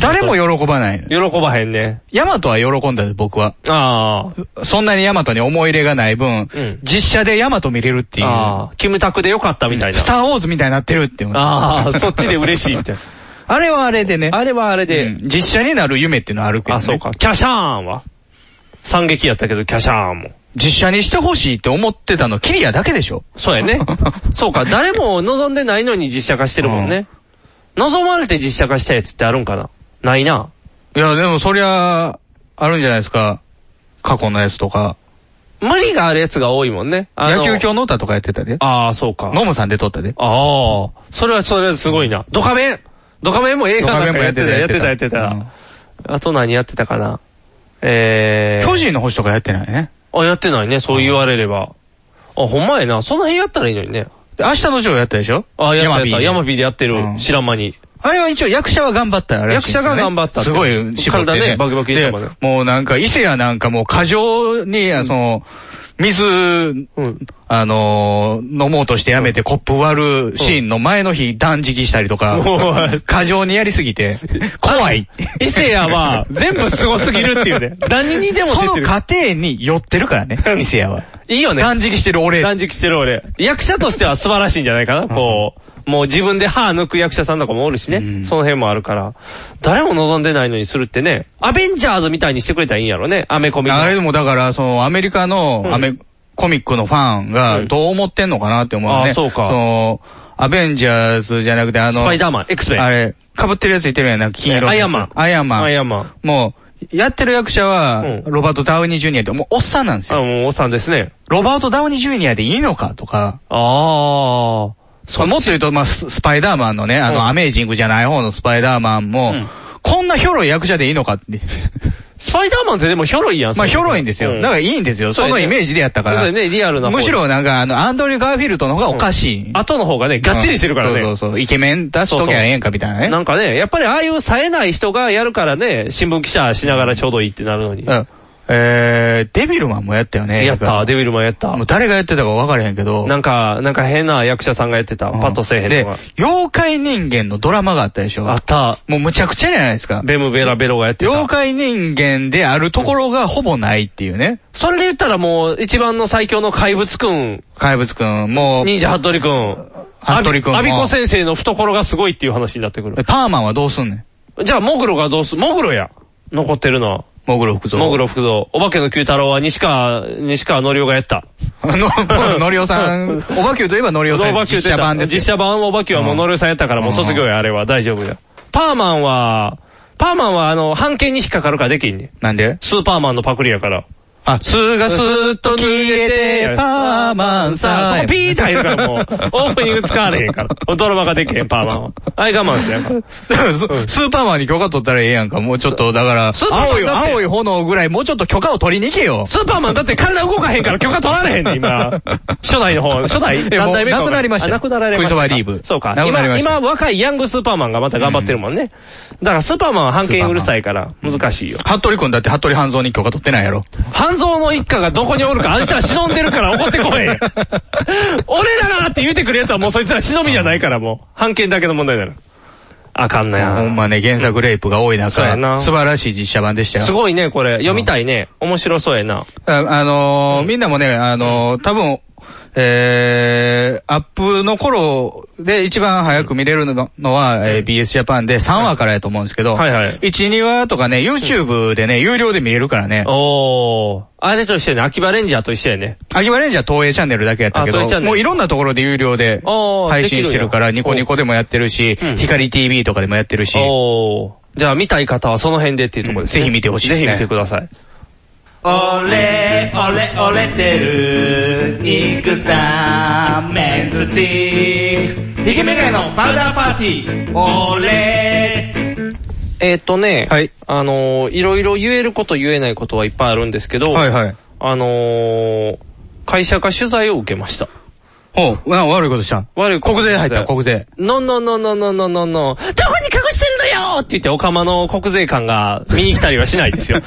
Speaker 3: 誰も喜ばない。
Speaker 2: 喜ばへんね。
Speaker 3: ヤマトは喜んだよ、僕は。
Speaker 2: ああ。
Speaker 3: そんなにヤマトに思い入れがない分、
Speaker 2: ん
Speaker 3: 実写でヤマト見れるっていう。
Speaker 2: ああ、キムタクでよかったみたいな
Speaker 3: ス。ターウォーズみたいになってるって思う
Speaker 2: ああ、そっちで嬉しいみたいな。
Speaker 3: あれはあれでね。
Speaker 2: あれはあれで。
Speaker 3: 実写になる夢っていうのはあるけど、ね。
Speaker 2: あ、そうか。キャシャーンは惨劇やったけど、キャシャーンも。
Speaker 3: 実写にしてほしいって思ってたの、キリアだけでしょ。
Speaker 2: そうや ね。そうか、誰も望んでないのに実写化してるもんね。望まれて実写化したやつってあるんかなないな。
Speaker 3: いや、でもそりゃ、あるんじゃないですか。過去のやつとか。
Speaker 2: 無理があるやつが多いもんね。あ
Speaker 3: 野
Speaker 2: の
Speaker 3: 球教の歌とかやってたで。
Speaker 2: ああ、そうか。
Speaker 3: ノムさんで撮った で。
Speaker 2: ああ、それはそれはすごいな。ドカベンドカベンも映画なんかやってた、や
Speaker 3: ド
Speaker 2: っ
Speaker 3: カベ
Speaker 2: て
Speaker 3: ン
Speaker 2: た、
Speaker 3: もや
Speaker 2: やっ
Speaker 3: って
Speaker 2: た。
Speaker 3: てた
Speaker 2: あと何やってたかなえー。
Speaker 3: 巨人の星とかやってないね。
Speaker 2: あ、やってないね、そう言われれば。あ、ほんまやな、その辺やったらいいのにね。
Speaker 3: で明日のジョーやったでしょ
Speaker 2: あ、やってた、ヤ
Speaker 3: ヤ
Speaker 2: マ
Speaker 3: マ
Speaker 2: ビーでやってる、知らん間に。
Speaker 3: あれは一応役者は頑張ったらしいんですよね
Speaker 2: 役者が頑張ったって
Speaker 3: すごい絞って、
Speaker 2: 体ねバキバキにしたもんね
Speaker 3: でもうなんか、伊勢やなんかもう過剰に、その、水、あのー飲もうとしてやめてコップ割るシーンの前の日断食したりとか、
Speaker 2: も
Speaker 3: 過剰にやりすぎて、怖い。
Speaker 2: 伊勢屋は、全部凄すぎるっていう ね。何にでも
Speaker 3: そ
Speaker 2: 出
Speaker 3: の
Speaker 2: てる。
Speaker 3: 過程に寄ってるからね、伊勢 屋は。
Speaker 2: いいよね。
Speaker 3: 断食してる 俺。
Speaker 2: 断食してる俺。役者としては素晴らしいんじゃないかな、こう。もう自分で歯抜く役者さんとかもおるしね。その辺もあるから。誰も望んでないのにするってね。アベンジャーズみたいにしてくれたらいいんやろね。アメコミの
Speaker 3: あれでもだから、そのアメリカのアメ、コミックのファンがどう思ってんのかなって思うね。
Speaker 2: あーそうか
Speaker 3: の、アベンジャーズじゃなくてあの、
Speaker 2: スパイダーマン X-Men
Speaker 3: あれ、被ってるやついてるやん、なんか金色のやつ
Speaker 2: アイアンマン
Speaker 3: アイアンマン。
Speaker 2: アイアンマン
Speaker 3: もう、やってる役者は、ロバート・ダウニー・ジュニアって、もうおっさんなんですよ。
Speaker 2: あ、もうおっさんですね。
Speaker 3: ロバート・ダウニー・ジュニアでいいのかとか、
Speaker 2: ああ。
Speaker 3: そうもっと言うと、まあ、ススパイダーマンのね、あの、アメージングじゃない方のスパイダーマンも、こんなひょろい役者でいいのかって。
Speaker 2: スパイダーマンってでもひょろいやん。
Speaker 3: まあ、ひょろいんですよ。だからいいんですよ。そ
Speaker 2: そうやね
Speaker 3: のイメージでやったから。
Speaker 2: そうやねリアルな方
Speaker 3: むしろなんか、あの、アンドリュー・ガーフィールドの方がおかしい。
Speaker 2: 後の方がね、がっちりしてるからね。
Speaker 3: うんそうそうそう。イケメン出しときゃええんかみたいなね。
Speaker 2: なんかね、やっぱりああいう冴えない人がやるからね、新聞記者しながらちょうどいいってなるのに。
Speaker 3: うん。えー、デビルマンもやったよね。
Speaker 2: やった、デビルマンやった。
Speaker 3: もう誰がやってたか分からへんけど。
Speaker 2: なんか、なんか変な役者さんがやってた。パッとせえへん
Speaker 3: で
Speaker 2: のが。、
Speaker 3: 妖怪人間のドラマがあったでしょ。あ
Speaker 2: った。
Speaker 3: もうむちゃくちゃじゃないですか。
Speaker 2: ベムベラベロがやってた。
Speaker 3: 妖怪人間であるところがほぼないっていうね。
Speaker 2: それで言ったらもう、一番の最強の怪物くん、
Speaker 3: 怪物くん、もう。
Speaker 2: 忍者ハットリくん、
Speaker 3: ハットリくんも
Speaker 2: アビコ先生の懐がすごいっていう話になってくる。
Speaker 3: パーマンはどうすんね
Speaker 2: じゃあ、モグロがどうす、モグロや。残ってるのは。
Speaker 3: モグロ福蔵。
Speaker 2: モグロ福蔵。お化けの九太郎は西川、西川のりおがやった。
Speaker 3: ん。のりおさん、おばきゅうといえばのりおさんです。実写版ですよ。
Speaker 2: 実写版おばきゅうはもうのりおさんやったからもう卒業や、あれは。大丈夫や。パーマンは、パーマンはあの、半径に引っかかるからできんねん。
Speaker 3: なんで
Speaker 2: スーパーマンのパクリやから。
Speaker 3: あ、スーがスーッと消えて、パーマンさ
Speaker 2: そこピー って入るからもう、オープニング使われへんから。ドラマができへん、パーマンは。あれ我慢してやから。
Speaker 3: だからススーパーマンに許可取ったらええやんか、もうちょっと、だから
Speaker 2: スー、パーマン
Speaker 3: 青い、
Speaker 2: だって
Speaker 3: 青い炎ぐらい、もうちょっと許可を取りに行けよ。
Speaker 2: スーパーマンだって体動かへんから許可取られへんねん、今。初代の方、初代
Speaker 3: えも
Speaker 2: 何
Speaker 3: う
Speaker 2: 代目か分から
Speaker 3: なくなりましたよ
Speaker 2: あなくなられました。
Speaker 3: クリストファーリーブ
Speaker 2: そうか。
Speaker 3: なくなり
Speaker 2: 今、
Speaker 3: ました
Speaker 2: 今若いヤングスーパーマンがまた頑張ってるもんね。だからスーパーマンは半径うるさいから難しいよ。
Speaker 3: 服部くんだって服部半蔵に許可取ってないやろ。
Speaker 2: 半蔵の一家がどこにおるか、あいつら忍んでるから怒っ てこい。俺らなって言うてくるやつはもうそいつら忍びじゃないからもう。半径だけの問題だなる。あかんなや。
Speaker 3: ほんまね、原作レイプが多い中
Speaker 2: そうや、な
Speaker 3: 素晴らしい実写版でしたよ。
Speaker 2: すごいね、これ。読みたいね。面白そうやな。
Speaker 3: ああのーみんなもね、あのー多分、えー、アップの頃で一番早く見れるののは、えー BS ジャパンで3話からやと思うんですけど、
Speaker 2: はいはい
Speaker 3: 1、2話とかね、YouTube でね、有料で見れるからね、
Speaker 2: おー。あれと一緒やね。秋葉レンジャーと一緒やね。
Speaker 3: 秋葉レンジャー東映チャンネルだけやったけ
Speaker 2: あ東映チャ
Speaker 3: ど、
Speaker 2: ンネル
Speaker 3: もういろんなところで有料で
Speaker 2: おー
Speaker 3: 配信してるから、
Speaker 2: できるんや
Speaker 3: ニコニコでもやってるし、光 TV とかでもやってるし、
Speaker 2: おー。じゃあ見たい方はその辺でっていうところですね。
Speaker 3: ぜひ見てほしいですね
Speaker 2: ぜひ見てください。
Speaker 15: 俺、俺、折れてる、肉さん、メンズティー。ヒゲメガネのパウダーパーティー。俺、
Speaker 2: えーっとね、あのー、いろいろ言えること言えないことはいっぱいあるんですけど、あのー、会社が取材を受けました。
Speaker 3: おうな悪いことした。
Speaker 2: 悪いこと
Speaker 3: 国税入った、国税。
Speaker 2: のんのんのんのんのんのんのんのんどこに隠してんのよって言って、オカマの国税官が見に来たりはしないですよ。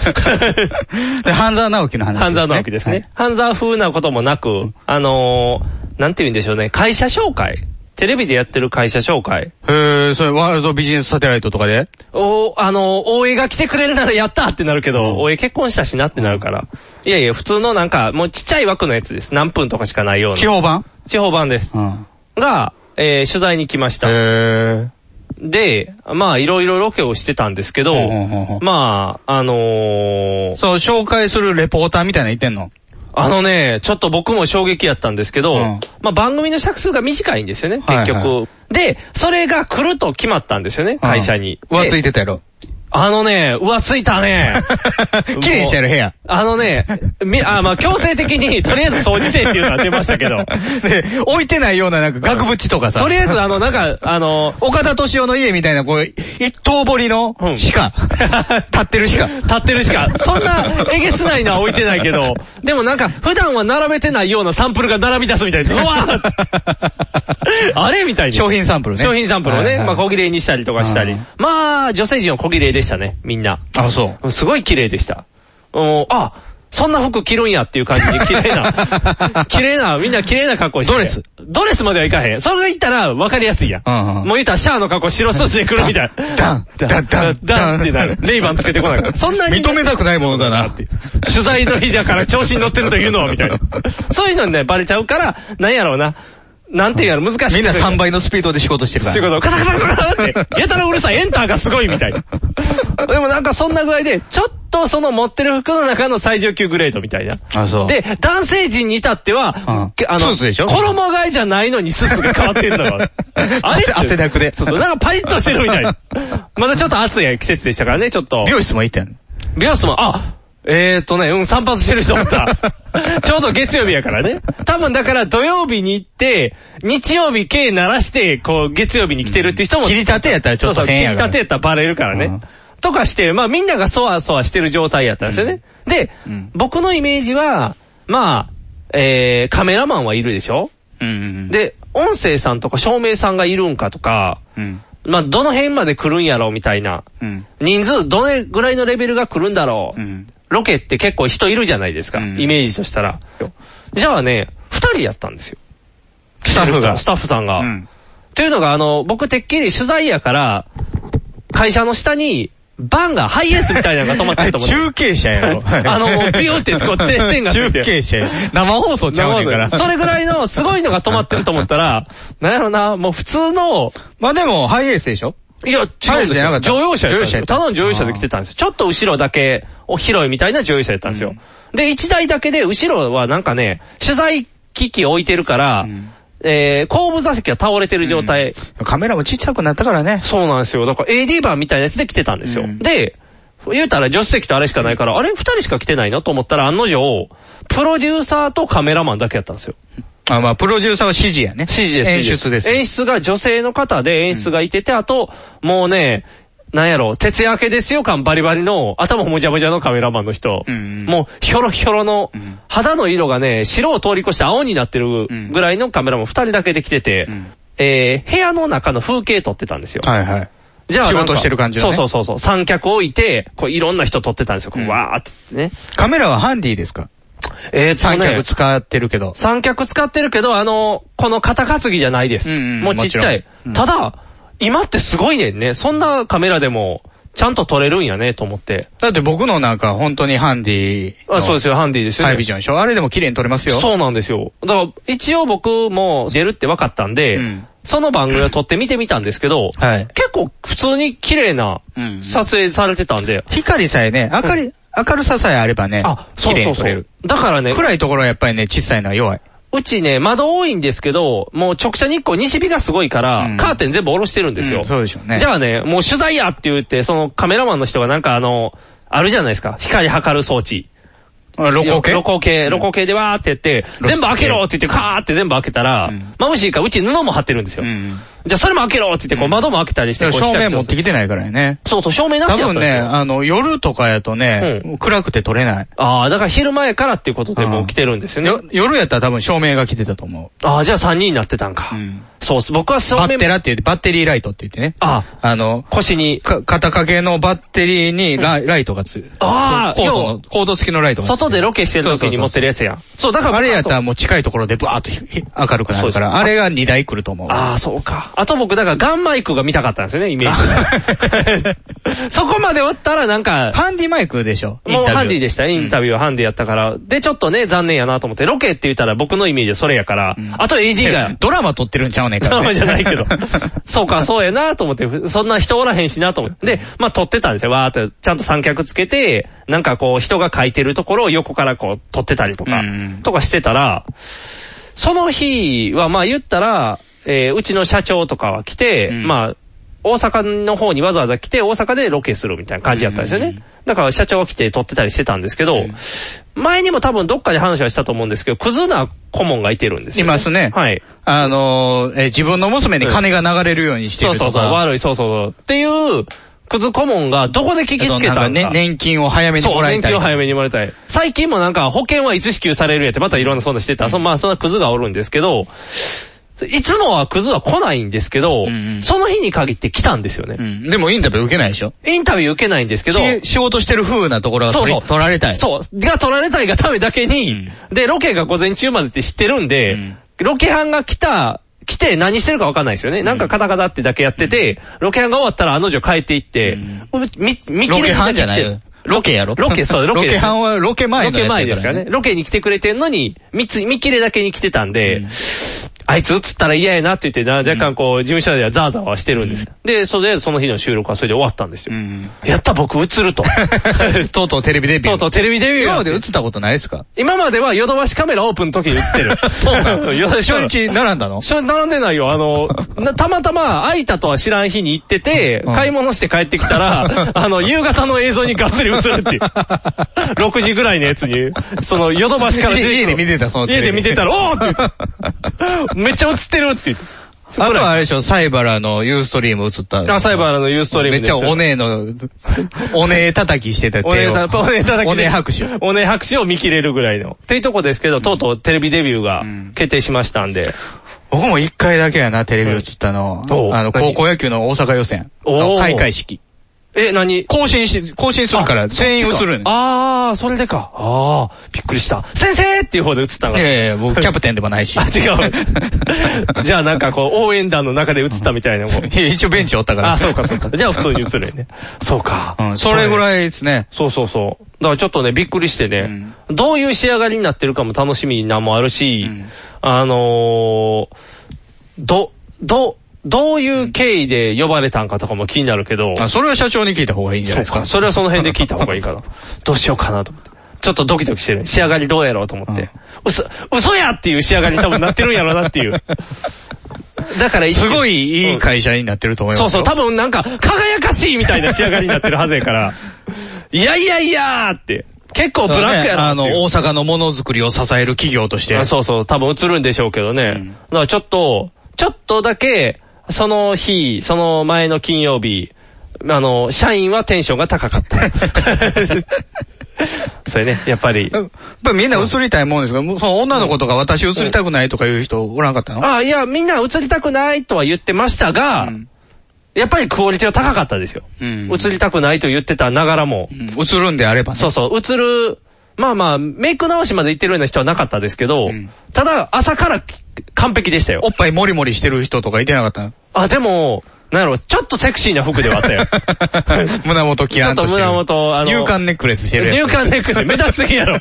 Speaker 3: で、半沢直樹の話、
Speaker 2: 半沢直樹ですね。半沢風なこともなく、あのー、なんて言うんでしょうね、会社紹介。テレビでやってる会社紹介。
Speaker 3: へえ、それワールドビジネスサテライトとかで
Speaker 2: お、あのー、大江が来てくれるならやったってなるけど、大江結婚したしなってなるから。いやいや、普通のなんか、もうちっちゃい枠のやつです。何分とかしかないような。
Speaker 3: 地方版
Speaker 2: 地方版です。が、えー取材に来ました。で、まあ、いろいろロケをしてたんですけど、まあ、あのー、
Speaker 3: そう、紹介するレポーターみたいなの言ってんの
Speaker 2: あのね、ちょっと僕も衝撃やったんですけど、まあ番組の尺数が短いんですよね、結局。
Speaker 3: はいは
Speaker 2: で、それが来ると決まったんですよね、会社に。
Speaker 3: うんうわ
Speaker 2: で
Speaker 3: ついてたやろ。
Speaker 2: あのね、うわついたね。
Speaker 3: 綺麗にしてやる部屋。
Speaker 2: あのね、み、あ、まあ強制的に、とりあえず掃除せえっていうのは出ました けど。
Speaker 3: で、置いてないようななんか額縁とかさ。
Speaker 2: とりあえずあの、なんか、あの、
Speaker 3: 岡田敏夫の家みたいな、こう、一頭堀の 鹿。立ってる鹿。
Speaker 2: 立ってる鹿。そんな、えげつないのは置いてないけど、でもなんか、普段は並べてないようなサンプルが並び出すみたいです。うわ ーあれみたいに。
Speaker 3: 商品サンプルね
Speaker 2: 商品サンプルを
Speaker 3: は
Speaker 2: ね。
Speaker 3: いはい
Speaker 2: まあ、小切れにしたりとかしたり。まあ、女性陣は小切れでしたね、みんな。。
Speaker 3: あ、そう
Speaker 2: すごい綺麗でした。おーあ、そんな服着るんやっていう感じで綺麗 な。綺麗な、みんな綺麗な格好して。ドレス。ドレスまではいかへん。それが言ったら分かりやすいやん。もう言ったらシャアの格好白スーツで来るみたいな。ダン、ダン、ダン、ダンってなる。レイバンつけてこない から。そんなに。
Speaker 3: 認めたくないものだな。
Speaker 2: 取材の日だから調子に乗ってるというのは、みたいな。そういうのにね、バレちゃうから、なんやろうな。なんていうやろ、難しい。
Speaker 3: みんな3倍のスピードで仕事してるか ら。
Speaker 2: 仕事、カタカタカタカタって、やたらうるさい、エンターがすごいみ たいな。でもなんかそんな具合で、ちょっとその持ってる服の中の最上級グレードみたいな。
Speaker 3: あ、そう。
Speaker 2: で、男性陣に至っては、けあの、
Speaker 3: スーツでしょ
Speaker 2: 衣替えじゃないのにスーツが変わってんだよ。あれ
Speaker 3: 汗汗だくで。
Speaker 2: そうそう、なんかパリッとして るみたいな。まだちょっと暑い季節でしたからね、ちょっと。
Speaker 3: 美容室も行ったやん。
Speaker 2: 美容室も、あ、えーとね、うん、散髪してる人お った。ちょうど月曜日やからね。多分だから土曜日に行って、日曜日系鳴らして、こう、月曜日に来てるっていう人も。切り立てやったら
Speaker 3: ちょっと変やから
Speaker 2: そうそう、切り立てやったらバレるからね。とかして、まあみんながそわそわしてる状態やったんですよね。で、僕のイメージは、まあ、えー、カメラマンはいるでしょで、音声さんとか照明さんがいるんかとか、まあ、どの辺まで来るんやろうみたいな。人数、どれぐらいのレベルが来るんだろう。ロケって結構人いるじゃないですか。イメージとしたら。じゃあね、二人やったんですよ。スタッフが。スタッフさんが。というのが、あの、僕てっきり取材やから、会社の下に、バンが、ハイエースみたいなのが止まってる と思って。
Speaker 3: 中継車やろ
Speaker 2: あの、もうピューってこう、電線がついて。
Speaker 3: 中継車や生放送ちゃうねんから
Speaker 2: 生放送それぐらいのすごいのが止まってると思った ら、なんやろな、もう普通の。
Speaker 3: まあでも、ハイエースでしょ
Speaker 2: いや、違うん
Speaker 3: ハイエ
Speaker 2: で
Speaker 3: ース
Speaker 2: す
Speaker 3: じゃなか
Speaker 2: よ。
Speaker 3: った
Speaker 2: 乗用車やったんです
Speaker 3: 乗用車や
Speaker 2: よ。
Speaker 3: った
Speaker 2: ただの乗用車で来てたんですよ。ちょっと後ろだけ、お広いみたいな乗用車やったんですよ。で、1台だけで、後ろはなんかね、取材機器置いてるから、えー、後部座席が倒れてる状態。
Speaker 3: カメラもちっちゃくなったからね。
Speaker 2: そうなんですよ。だから AD バーみたいなやつで来てたんですよ。で、言うたら助手席とあれしかないから、あれ二人しか来てないのと思ったら案の定、プロデューサーとカメラマンだけやったんですよ。
Speaker 3: あ、まあ、プロデューサーは指示やね。
Speaker 2: 指示です。
Speaker 3: 演出です。
Speaker 2: 演出が女性の方で演出がいてて、あと、もうね、なんやろ、徹夜明けですよ感バリバリの、頭もじゃもじゃのカメラマンの人。もう、ひょろひょろの、肌の色がね、白を通り越して青になってるぐらいのカメラマン二人だけで来てて、えー、部屋の中の風景撮ってたんですよ。
Speaker 3: はいはい。
Speaker 2: じゃあなん
Speaker 3: 仕
Speaker 2: か、
Speaker 3: 事してる感じの
Speaker 2: そ
Speaker 3: ね
Speaker 2: うそうそうそう。三脚置いて、こういろんな人撮ってたんですよ。こうわーってね。
Speaker 3: カメラはハンディですか
Speaker 2: えーとね
Speaker 3: 三脚使ってるけど。
Speaker 2: 三脚使ってるけど、あの、この肩担ぎじゃないです。
Speaker 3: ん
Speaker 2: もうちっちゃい
Speaker 3: も。
Speaker 2: ただ、今ってすごいねんね。そんなカメラでも、ちゃんと撮れるんやね、と思って。
Speaker 3: だって僕のなんか本当にハンディの。
Speaker 2: あそうですよ、ハンディですよ、
Speaker 3: ハ
Speaker 2: ね。
Speaker 3: イビジョンでしょあれでも綺麗に撮れますよ。
Speaker 2: そうなんですよ。だから、一応僕も出るって分かったんで、その番組を撮って見てみたんですけど、結構普通に綺麗な撮影されてたんで、
Speaker 3: 光さえね、明かり、明るささえあればね、
Speaker 2: そうそうそう
Speaker 3: 綺麗に撮れる。
Speaker 2: だからね
Speaker 3: 暗いところはやっぱりね、小さいのは弱い。
Speaker 2: うちね、窓多いんですけど、もう直射日光、西日がすごいから、カーテン全部下ろしてるんですよ。
Speaker 3: うんそうでしょうね
Speaker 2: じゃあね、もう取材やって言って、そのカメラマンの人がなんかあの、あるじゃないですか。光測る装置。
Speaker 3: 露光計
Speaker 2: 露光計、露光計でわーってやって、全部開けろって言って、カーって全部開けたら、眩しいからうち布も張ってるんですよ。じゃあそれも開けろって言って、こう窓も開けたりして、こう
Speaker 3: 照明持って
Speaker 2: 光
Speaker 3: きてないからね。
Speaker 2: そうそう、照明なしや
Speaker 3: 多
Speaker 2: ったん
Speaker 3: 分
Speaker 2: ですよ
Speaker 3: ね、あの、夜とかやとね、暗くて撮れない。
Speaker 2: ああ、だから昼前からっていうことでもう来てるんですよね。
Speaker 3: 夜やったら多分照明が来てたと思
Speaker 2: ああ、じゃあ3人になってたんか。そうっす。僕は
Speaker 3: う。
Speaker 2: 照
Speaker 3: バ
Speaker 2: 明
Speaker 3: ッテラって言って、バッテリーライトって言ってね。
Speaker 2: あ
Speaker 3: あの、
Speaker 2: 腰に。
Speaker 3: か、肩掛けのバッテリーにライ,、ライトがつい
Speaker 2: あー
Speaker 3: コードの、コード付きのライトが
Speaker 2: 外でロケしてる時に持ってるやつやん。そう、だから。
Speaker 3: あれやったらもう近いところでバーっとひひ明るくなるから、
Speaker 2: そうです
Speaker 3: あれが2台来ると思う。
Speaker 2: ああ、そうか。あと僕、だからガンマイクが見たかったんですよね、イメージ でそこまでおったらなんか。
Speaker 3: ハンディマイクでしょ。
Speaker 2: もうハンディでした。インタビューはハンディやったから。で、ちょっとね、残念やなと思って、ロケって言ったら僕のイメージはそれやから、あと AD が
Speaker 3: ドラマ撮ってるんちゃうねんか
Speaker 2: ドラ
Speaker 3: らね
Speaker 2: マ じゃないけど。そうか、そうやなと思って、そんな人おらへんしなと思って。で、まあ撮ってたんですよ。わーって、ちゃんと三脚つけて、なんかこう、人が書いてるところを横からこう、撮ってたりとか、とかしてたら、その日はまあ言ったら、えーうちの社長とかは来て、まあ、大阪の方にわざわざ来て、大阪でロケするみたいな感じだったんですよね。だから社長は来て撮ってたりしてたんですけど、前にも多分どっかで話はしたと思うんですけど、クズな顧問がいてるんですよ、
Speaker 3: いますね。
Speaker 2: はい。
Speaker 3: あのーえー自分の娘に金が流れるようにして
Speaker 2: そう
Speaker 3: る
Speaker 2: そう
Speaker 3: と
Speaker 2: そう、
Speaker 3: か。
Speaker 2: 悪い、そうそうそう。っていう、クズ顧問がどこで聞きつけたん
Speaker 3: え
Speaker 2: か。
Speaker 3: っとなんかね年金を早めにも
Speaker 2: そう、
Speaker 3: らいたい
Speaker 2: 年金を早めにもらいたい。最近もなんか保険はいつ支給されるやって、またいろんなそんなしてた。そまあそんなクズがおるんですけど、いつもはクズは来ないんですけど、その日に限って来たんですよね。
Speaker 3: うんでもインタビュー受けないでしょ
Speaker 2: インタビュー受けないんですけど、
Speaker 3: し仕事してる風なところが
Speaker 2: そう
Speaker 3: 取
Speaker 2: そ
Speaker 3: り
Speaker 2: う。
Speaker 3: 取られたい。
Speaker 2: そう。が取られたいがためだけに、で、ロケが午前中までって知ってるんで、ロケ班が来た、来て何してるか分かんないですよね。なんかカタカタってだけやってて、ロケ班が終わったらあの女帰っていって、うみ、見
Speaker 3: ロ
Speaker 2: 切
Speaker 3: ケ
Speaker 2: れだ
Speaker 3: 班じ
Speaker 2: け来
Speaker 3: ゃな
Speaker 2: て
Speaker 3: いよ。ロケやろ
Speaker 2: ロケ、そう、ロケ。
Speaker 3: ロケ班はロケ前のやつ
Speaker 2: ロケ前で
Speaker 3: やからね
Speaker 2: すからね。ロケに来てくれてんのに、見つ、見切れだけに来てたんで、あいつ映ったら嫌やなって言ってな、若干こう、事務所ではザーザーはしてるんですよ。で、それでその日の収録はそれで終わったんですよ。やった僕映る と。
Speaker 3: とうとうテレビデビュー。
Speaker 2: とうとうテレビデビュー
Speaker 3: 今まで映ったことないですか
Speaker 2: 今まではヨドバシカメラオープンの時に映って る。そうなの。ヨドバシ
Speaker 3: 初日並んだの
Speaker 2: 初日並んでないよ。あの、なたまたま、空いたとは知らん日に行ってて、買い物して帰ってきた ら、あの、夕方の映像にがっつり映るっていう。6時ぐらいのやつに、その、ヨドバシから出てくる
Speaker 3: 家で見てた、そのテ
Speaker 2: 家
Speaker 3: レ
Speaker 2: で見
Speaker 3: ビ
Speaker 2: てたら、おーって言 ってめっちゃ映ってるって言って。
Speaker 3: あとはあれでしょ、サイバラのユーストリーム映った。
Speaker 2: あサイバラのユーストリーム
Speaker 3: めっちゃおねえの、おねえ叩きしてた手を
Speaker 2: おねえた、おねえただけで
Speaker 3: おねえ拍手。
Speaker 2: おねえ拍手を見切れるぐらいの。っていうとこですけど、とうとうテレビデビューが決定しましたんで。
Speaker 3: 僕も一回だけやな、テレビ映ったの。
Speaker 2: おう
Speaker 3: あの、高校野球の大阪予選
Speaker 2: お
Speaker 3: の
Speaker 2: ー
Speaker 3: 開会式。
Speaker 2: え、何
Speaker 3: 更新し、更新するから全員映るね
Speaker 2: あー、それでか。あー、びっくりした。先生っていう方で映ったの
Speaker 3: い
Speaker 2: かな。
Speaker 3: やいやいや、僕キャプテンでもないし。
Speaker 2: あ、違う。 じゃあなんかこう、応援団の中で映ったみたいなもん。
Speaker 3: いや 一応ベンチおったか ら。
Speaker 2: あ、そうかそうか。 じゃあ普通に映るよね。そうか。
Speaker 3: うん、それぐらいですね。
Speaker 2: そうそうそう。だからちょっとね、びっくりしてね、どういう仕上がりになってるかも楽しみなんもあるし、あのー、ど、ど、どういう経緯で呼ばれたんかとかも気になるけど、
Speaker 3: あそれは社長に聞いた方がいいんじゃないです
Speaker 2: そう
Speaker 3: か。
Speaker 2: それはその辺で聞いた方がいいかな。 どうしようかなと思って。ちょっとドキドキしてる。仕上がりどうやろうと思って。嘘、嘘やっていう仕上がりに多分なってるんやろうなっていう。 だから一
Speaker 3: すごいいい会社になってると思います
Speaker 2: そう
Speaker 3: よ。
Speaker 2: そう、多分なんか、輝かしいみたいな仕上がりになってるはずや から、いやいやいやーって、結構ブラックやな
Speaker 3: あ
Speaker 2: って
Speaker 3: の
Speaker 2: いう、
Speaker 3: 大阪のものづくりを支える企業として。
Speaker 2: あそうそう、多分映るんでしょうけどね。だからちょっと、ちょっとだけ、その日、その前の金曜日、あの、社員はテンションが高か った。それね、やっぱり。
Speaker 3: やっぱりみんな映りたいもんですが、もうその女の子とか私映りたくないとかいう人おらんかったの
Speaker 2: あ、いや、みんな映りたくないとは言ってましたが、やっぱりクオリティは高かったですよ。
Speaker 3: うん
Speaker 2: 映りたくないと言ってたながらも。
Speaker 3: 映るんであればね。
Speaker 2: そうそう、映る、まあまあ、メイク直しまで行ってるような人はなかったですけど、ただ、朝からき完璧でしたよ
Speaker 3: お。っぱいモリモリしてる人とかいてなか ったの
Speaker 2: あ、でも、なんやろ、ちょっとセクシーな服ではあったよ。
Speaker 3: 胸元キ
Speaker 2: ちょ
Speaker 3: ラ
Speaker 2: っ
Speaker 3: ン
Speaker 2: と
Speaker 3: としてる。
Speaker 2: 胸元、あの、
Speaker 3: 乳管ネックレスしてるやつ。
Speaker 2: 乳管ネックレス、目立ちすぎや ろ。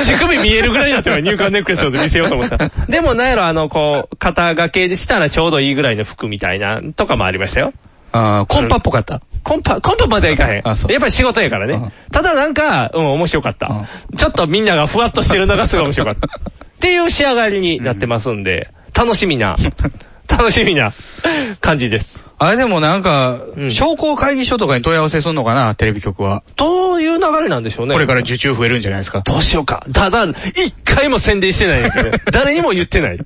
Speaker 2: 乳首見えるぐらいになってる乳管ネックレスのこと見せようと思った。でも、なんやろ、あの、こう、肩掛けしたらちょうどいいぐらいの服みたいな、とかもありましたよ。
Speaker 3: あーコンパっぽかった。
Speaker 2: コンパ、コンパまではいかへん。や
Speaker 3: あ
Speaker 2: っ
Speaker 3: そう
Speaker 2: ぱり仕事やからね。ただなんか、うん、面白かった。ちょっとみんながふわっとしてるのがすごい面白か った。っていう仕上がりになってますんで、楽しみな、楽しみな感じです。
Speaker 3: あれでもなんか、商工会議所とかに問い合わせするのかな、テレビ局は。
Speaker 2: どういう流れなんでしょうね。
Speaker 3: これから受注増えるんじゃないですか。
Speaker 2: どうしようか。ただ、一回も宣伝してないんだけど、 誰にも言ってない。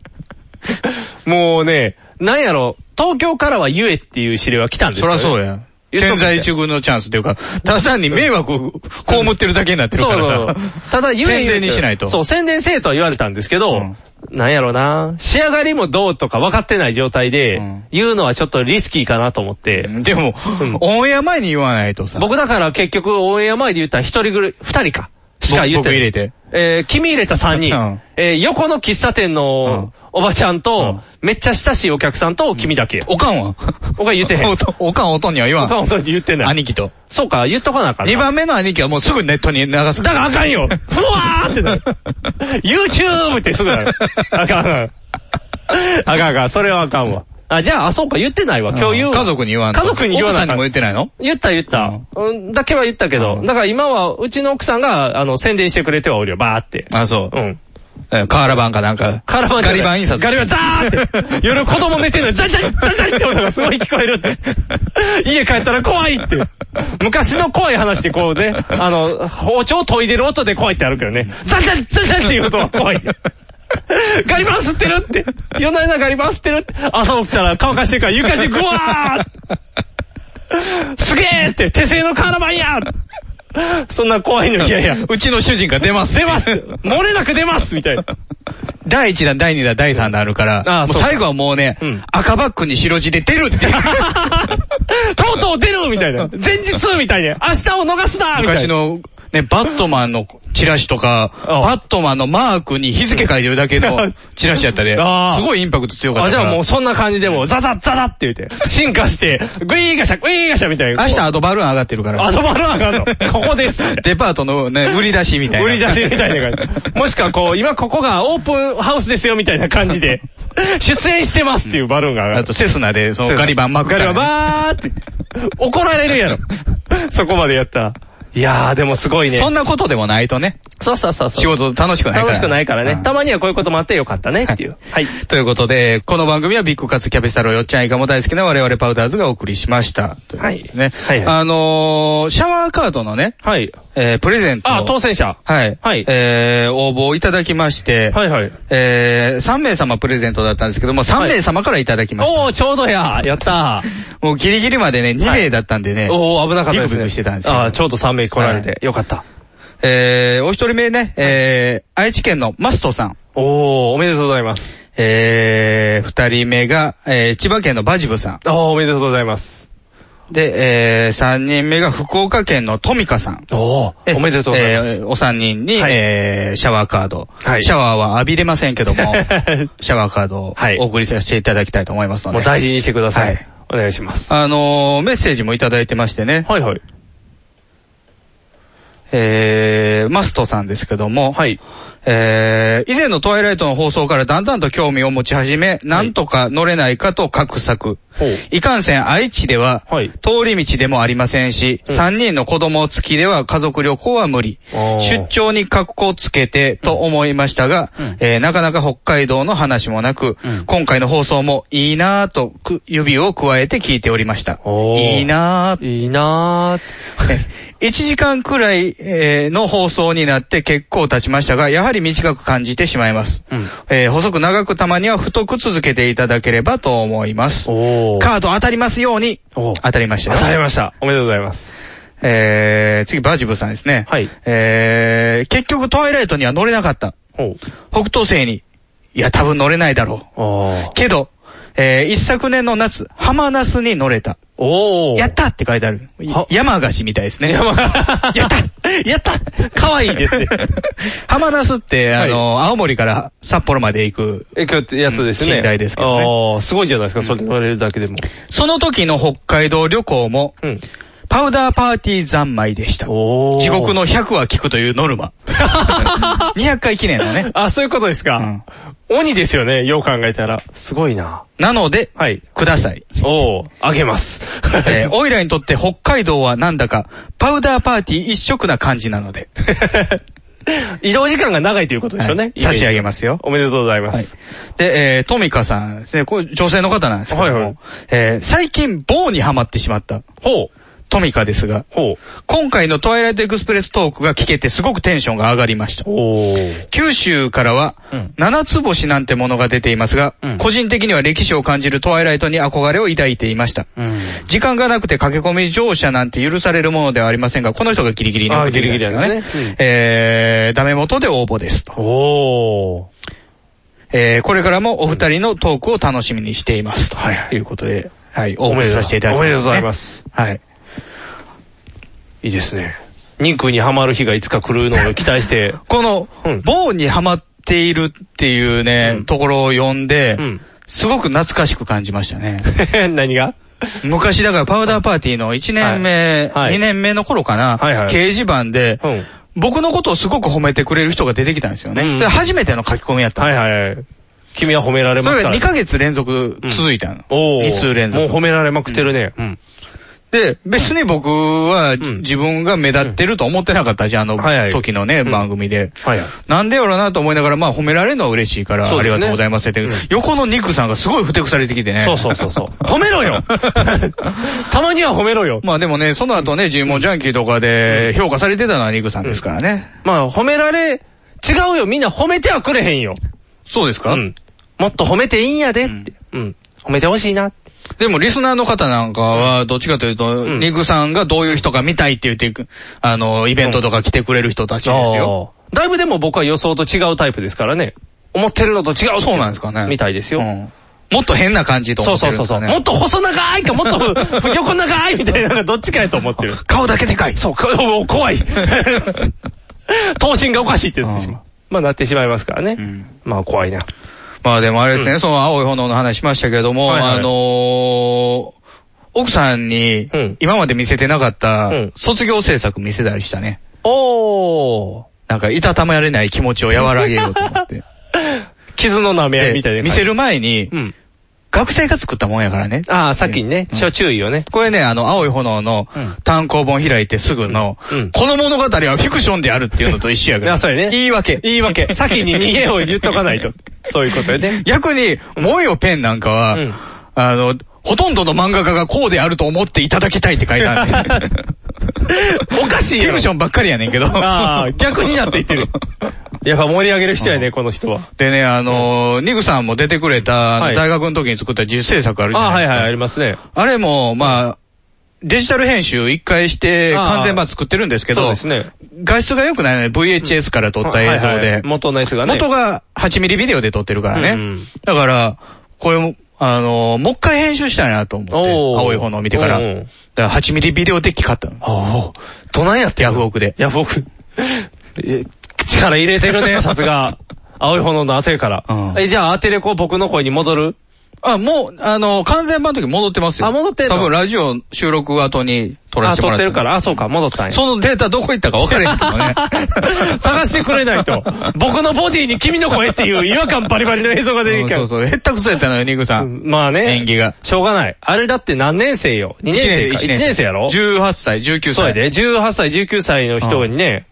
Speaker 2: もうね、なんやろ、東京からはゆえっていう指令は来たんです
Speaker 3: そ
Speaker 2: よ、
Speaker 3: ら
Speaker 2: ね。
Speaker 3: そうや。
Speaker 2: 言っとくん
Speaker 3: 潜
Speaker 2: だ
Speaker 3: 在一遇のチャンスっていうか、ただ単に迷惑を 被ってるだけになってる
Speaker 2: そ
Speaker 3: か
Speaker 2: う
Speaker 3: ら
Speaker 2: そう
Speaker 3: な。。
Speaker 2: ただ、ゆえ
Speaker 3: 宣伝にしないと
Speaker 2: そう、宣伝せえとは言われたんですけど、なんやろな。仕上がりもどうとか分かってない状態で、言うのはちょっとリスキーかなと思って。
Speaker 3: でも、オンエア前に言わないとさ。
Speaker 2: 僕だから結局、オンエア前で言ったら一人ぐらい、二人か。しか言って
Speaker 3: 僕
Speaker 2: な
Speaker 3: 入
Speaker 2: い
Speaker 3: れ。て。
Speaker 2: えー、君入れた三人。
Speaker 3: うん
Speaker 2: えー、横の喫茶店のおばちゃんと、めっちゃ親しいお客さんと君だけ。
Speaker 3: おかんは
Speaker 2: おかん言ってへん。
Speaker 3: おとおかんおとんには言わ
Speaker 2: おかん
Speaker 3: ん。
Speaker 2: おとんに言ってない。
Speaker 3: 兄貴と。
Speaker 2: そうか、言っとかなあかんな
Speaker 3: 二番目の兄貴はもうすぐネットに流す
Speaker 2: だ
Speaker 3: か。
Speaker 2: かららあか んよ。ふわーってなる。YouTube ってすぐなる。あかんあかん。あかんあかん。それはあかんわ。あ、じゃあ、あ、そうか、言ってないわ。今日言うわ。
Speaker 3: 家族に言わんと。
Speaker 2: 家族に言わな
Speaker 3: 奥
Speaker 2: あ
Speaker 3: さん
Speaker 2: か
Speaker 3: に
Speaker 2: ん
Speaker 3: も言ってないの
Speaker 2: 言った言った。うん、だけは言ったけど。だから今は、うちの奥さんが、あの、宣伝してくれてはおるよ。バーって。
Speaker 3: あ、そう
Speaker 2: う。ん。
Speaker 3: え瓦版かなんか。
Speaker 2: カラバンじゃな
Speaker 3: ガ
Speaker 2: い
Speaker 3: リ版印刷。
Speaker 2: ガリバン、ザーって。夜子供寝てるのに、ザリザリ、ザリザリって音がすごい聞こえるって。家帰ったら怖いって。昔の怖い話でこうね、あの、包丁研いでる音で怖いってあるけどね。ザリザリ、ザリザリっていう音は怖い。ガリバン吸ってるって。夜な夜なガリバン吸ってるって。朝起きたら乾かしてるから床中ゴワーって。すげーって、手製のカラバンやそんな怖いの嫌 や。
Speaker 3: うちの主人が出ます。
Speaker 2: 出ます漏れなく出ますみたいな。
Speaker 3: 第1弾、第2弾、第3弾あるから、
Speaker 2: あ
Speaker 3: もう
Speaker 2: そう
Speaker 3: 最後はもうね、赤バックに白地で出るっていう。
Speaker 2: とうとう出るみたいな。前日みたいな。明日を逃すなみたい
Speaker 3: 昔
Speaker 2: な。
Speaker 3: のね、バットマンのチラシとか、バットマンのマークに日付書いてるだ けのチラシやったで、
Speaker 2: あー
Speaker 3: すごいインパクト強かっ
Speaker 2: あ、
Speaker 3: た
Speaker 2: じ
Speaker 3: から。
Speaker 2: ゃあもうそんな感じでもう、ザザッザザって言うて、進化して、グイーガシャ、グイーガシャみたいな。
Speaker 3: 明日アドバルーン上がってるから。
Speaker 2: アドバルーン上がるのここ です。
Speaker 3: デパートのね、売り出しみたいな。
Speaker 2: 売り出しみたいな感じ。もしくはこう、今ここがオープンハウスですよみたいな感じで、出演してますっていうバルーンが上がる。
Speaker 3: あとセスナで、そのガリバン巻くか
Speaker 2: ガ
Speaker 3: ら
Speaker 2: リ
Speaker 3: ね、
Speaker 2: バンバーって、怒られるやろ。そこまでやったら。いやー、でもすごいね。
Speaker 3: そんなことでもないとね。
Speaker 2: そうそうそうそう。
Speaker 3: 仕事楽しくないから。
Speaker 2: 楽しくないからね。たまにはこういうこともあってよかったねっていう。はい。
Speaker 3: ということで、この番組はビッグカツキャベツ太郎よっちゃんいかも大好きな我々パウダーズがお送りしました。はい。ね。はい。あのー、シャワーカードのね。
Speaker 2: はい。
Speaker 3: えー、プレゼント。
Speaker 2: あ当選者。
Speaker 3: はい。
Speaker 2: はい。
Speaker 3: えー、応募をいただきまして。
Speaker 2: はいはい。
Speaker 3: えー、3名様プレゼントだったんですけども、3名様からいただきました。
Speaker 2: おー、ちょうどや。やったー。
Speaker 3: もうギリギリまでね、2名だったんでね。
Speaker 2: おー、危なかったです
Speaker 3: ビクビ
Speaker 2: ね。
Speaker 3: クしてたんですけど
Speaker 2: あー、ちょうど3名来られて。よかった。
Speaker 3: えー、お一人目ね、えー、愛知県のマストさん。
Speaker 2: おー、おめでとうございます。
Speaker 3: えー、二人目が、えー、千葉県のバジブさん。
Speaker 2: おー、おめでとうございます。
Speaker 3: で、えー、三人目が福岡県のトミカさん。
Speaker 2: おー、おめでとうございます。
Speaker 3: えーお三人に、えーシャワーカード、
Speaker 2: はい
Speaker 3: シャワーは浴びれませんけ ども、シャワーカードをお送りさせていただきたいと思いますので。
Speaker 2: もう大事にしてくださ。
Speaker 3: はい
Speaker 2: お願いします。
Speaker 3: あのーメッセージもいただいてましてね。
Speaker 2: はいはい。
Speaker 3: えー、マストさんですけども、えー、以前のトワイライトの放送からだんだんと興味を持ち始め、なんとか乗れないかと画策。い、かんせん愛知では、通り道でもありませんし、3人の子供付きでは家族旅行は無理。出張に格好つけてと思いましたが、えーなかなか北海道の話もなく、今回の放送もいいなぁとく指を加えて聞いておりました。いいなぁ。
Speaker 2: いいな
Speaker 3: ぁ。1時間くらい、えーの放送になって結構経ちましたが、やはり短く感じてしまいます。えー細く長くたまには太く続けていただければと思います。カード当たりますように当たりましたよ
Speaker 2: 当たりました。おめでとうございます。
Speaker 3: えー、次、バージブさんですね。はい。えー、結局トワイライトには乗れなかった。北東星に。いや、多分乗れないだろう。けど、えー、一昨年の夏、浜ナスに乗れた。
Speaker 2: お
Speaker 3: やったって書いてある。山菓子みたいですね。
Speaker 2: 山菓
Speaker 3: 子。やった
Speaker 2: やったかわいい ですね。
Speaker 3: 浜ナスって、あの、青森から札幌まで行く。
Speaker 2: え、今日やつですね。
Speaker 3: 寝台ですけどね
Speaker 2: ね。あー、すごいじゃないですか、それ言われるだけでも。
Speaker 3: その時の北海道旅行も、パウダーパーティー三昧でした。地獄の100は聞くというノ ルマ。200回記念だね。
Speaker 2: あ、そういうことですか。鬼ですよね、よう考えたら。すごいな。
Speaker 3: なので、
Speaker 2: はい。
Speaker 3: ください。
Speaker 2: おー、あげます。
Speaker 3: えー、オイラにとって北海道はなんだか、パウダーパーティー一色な感じなので。
Speaker 2: 移動時間が長いということでしょうね。
Speaker 3: 差し上げますよ。
Speaker 2: おめでとうございます。
Speaker 3: で、えー、トミカさんですね、こう女性の方なんですけども、えー、最近棒にはまってしまった。
Speaker 2: ほう。
Speaker 3: トミカですが、
Speaker 2: ほう。
Speaker 3: 今回のトワイライトエクスプレストークが聞けてすごくテンションが上がりました。九州からは、七つ星なんてものが出ていますが、個人的には歴史を感じるトワイライトに憧れを抱いていました。時間がなくて駆け込み乗車なんて許されるものではありませんが、この人がギリギリに送ってきたんですよ
Speaker 2: あーギリギリなんで
Speaker 3: ね
Speaker 2: すねうん。
Speaker 3: えー、ダメ元で応募ですと。えー、これからもお二人のトークを楽しみにしていますと。い。うことで、はい、応募させていただき
Speaker 2: お
Speaker 3: ます、
Speaker 2: めでとうございま。す。
Speaker 3: はい。
Speaker 2: いいですね。肉にはまる日がいつか来るのを期待 して。
Speaker 3: この、棒にはまっているっていうね、ところを読んで、すごく懐かしく感じましたね。
Speaker 2: 何が
Speaker 3: 昔だからパウダーパーティーの1年目、
Speaker 2: はいはい
Speaker 3: 2年目の頃かな、
Speaker 2: はいはい
Speaker 3: 掲示板で、僕のことをすごく褒めてくれる人が出てきたんですよね。
Speaker 2: うん
Speaker 3: で初めての書き込みやったの。
Speaker 2: はいはいはい。君は褒められ
Speaker 3: そ
Speaker 2: ま
Speaker 3: れ
Speaker 2: すか
Speaker 3: が
Speaker 2: ら
Speaker 3: 2ヶ月連続続いたの。
Speaker 2: おー
Speaker 3: 2通連続。
Speaker 2: もう褒められまくってるね。うん。
Speaker 3: で、別に僕は、自分が目立ってると思ってなかったし、あの時のね、番組で。なんでやろなと思いながら、まあ褒められるのは嬉しいから、
Speaker 2: そう
Speaker 3: あ
Speaker 2: で
Speaker 3: り
Speaker 2: すね
Speaker 3: がとうございますって言うけど横のニックさんがすごいふてくされてきてね。
Speaker 2: そうそうそう そう。褒めろよたまには褒めろよ。
Speaker 3: まあでもね、その後ね、ジモンジャンキーとかで評価されてたのはニックさんですからね。
Speaker 2: まあ、褒められ、違うよ、みんな褒めてはくれへんよ。
Speaker 3: そうですか
Speaker 2: うん。もっと褒めていいんやでって。うん。褒めてほしいな。
Speaker 3: でも、リスナーの方なんかは、どっちかというと、ニグさんがどういう人か見たいって言って、あの、イベントとか来てくれる人たちですよ。
Speaker 2: だいぶでも僕は予想と違うタイプですからね。思ってるのと違うってい
Speaker 3: そうなんですかね
Speaker 2: みたいですよ。
Speaker 3: もっと変な感じと思ってるんですか、ね、
Speaker 2: もっと細長いか、もっ と横長いみたいな、なんかどっちかやと思ってる。
Speaker 3: 顔だけでかい。
Speaker 2: そう、こもう怖 い。頭身がおかしいってなってしまう。まあなってしまいますからね。まあ怖いな。
Speaker 3: まあでもあれですね、その青い炎の話しましたけれども、
Speaker 2: はいはい
Speaker 3: あのー、奥さんに今まで見せてなかった卒業制作見せたりしたね。
Speaker 2: おー。
Speaker 3: なんかいたたまれない気持ちを和らげようと思 って。
Speaker 2: 傷の舐め合いみたいな。
Speaker 3: で見せる前に、学生が作ったもんやからね。
Speaker 2: ああ、先にね、諸注意をね。
Speaker 3: これね、あの、青い炎の単行本開いてすぐの、この物語はフィクションであるっていうのと一緒やから。
Speaker 2: あそうやね
Speaker 3: 言い訳。
Speaker 2: 言い訳。先に逃げを言っとかないと。 そういうことよね。
Speaker 3: 逆に、萌えよペンなんかは、あの、ほとんどの漫画家がこうであると思っていただきたいって書いてあ る、ね。
Speaker 2: おかしい
Speaker 3: フィクションばっかりやねんけど。
Speaker 2: あ あ、逆になっていってる。やっぱ盛り上げる人やね、この人は。
Speaker 3: でね、あのー、ニグさんも出てくれた、あの大学の時に作った自主制作あるじゃ
Speaker 2: ああ、
Speaker 3: な
Speaker 2: はいい
Speaker 3: ですか。
Speaker 2: はい、ありますね。
Speaker 3: あれも、まあ、デジタル編集一回して
Speaker 2: ああ
Speaker 3: 完全版作ってるんですけ
Speaker 2: そう
Speaker 3: ど、
Speaker 2: ですね。
Speaker 3: 画質が良くないね。VHS から撮った映像で。
Speaker 2: はいはい元のやつがね。
Speaker 3: 元が8ミリビデオで撮ってるからね。
Speaker 2: うん
Speaker 3: だから、これも、あのーもう一回編集したいなと思って、
Speaker 2: おー
Speaker 3: 青い炎を見てから。
Speaker 2: おー
Speaker 3: だから8ミリビデオデッキ買ったの。
Speaker 2: お
Speaker 3: どないやってヤフオクで。
Speaker 2: ヤフオク。力入れてるね、さすが。青い炎の当てから。え、じゃあ、当てレコ僕の声に戻る
Speaker 3: あ、もう、あの、完全版の時戻ってますよ。あ、戻って
Speaker 2: んの
Speaker 3: 多分ラジオ収録後に撮らせてもら
Speaker 2: あ、撮って
Speaker 3: っ
Speaker 2: て
Speaker 3: る
Speaker 2: るから。あ、そうか、戻ったんや。
Speaker 3: そのデータどこ行ったか分からへんけど ね。
Speaker 2: 探してくれないと。 僕のボディに君の声っていう違和感バリバリの映像が出てきた。
Speaker 3: そうそう、へったくそやったのよ、ニグさん。
Speaker 2: まあね。
Speaker 3: 演技が。
Speaker 2: しょうがない。あれだって何年生よ ?2 年生か。
Speaker 3: 一
Speaker 2: 1年生やろ
Speaker 3: 18歳、19歳。
Speaker 2: そうやで。18歳、19歳の人にね、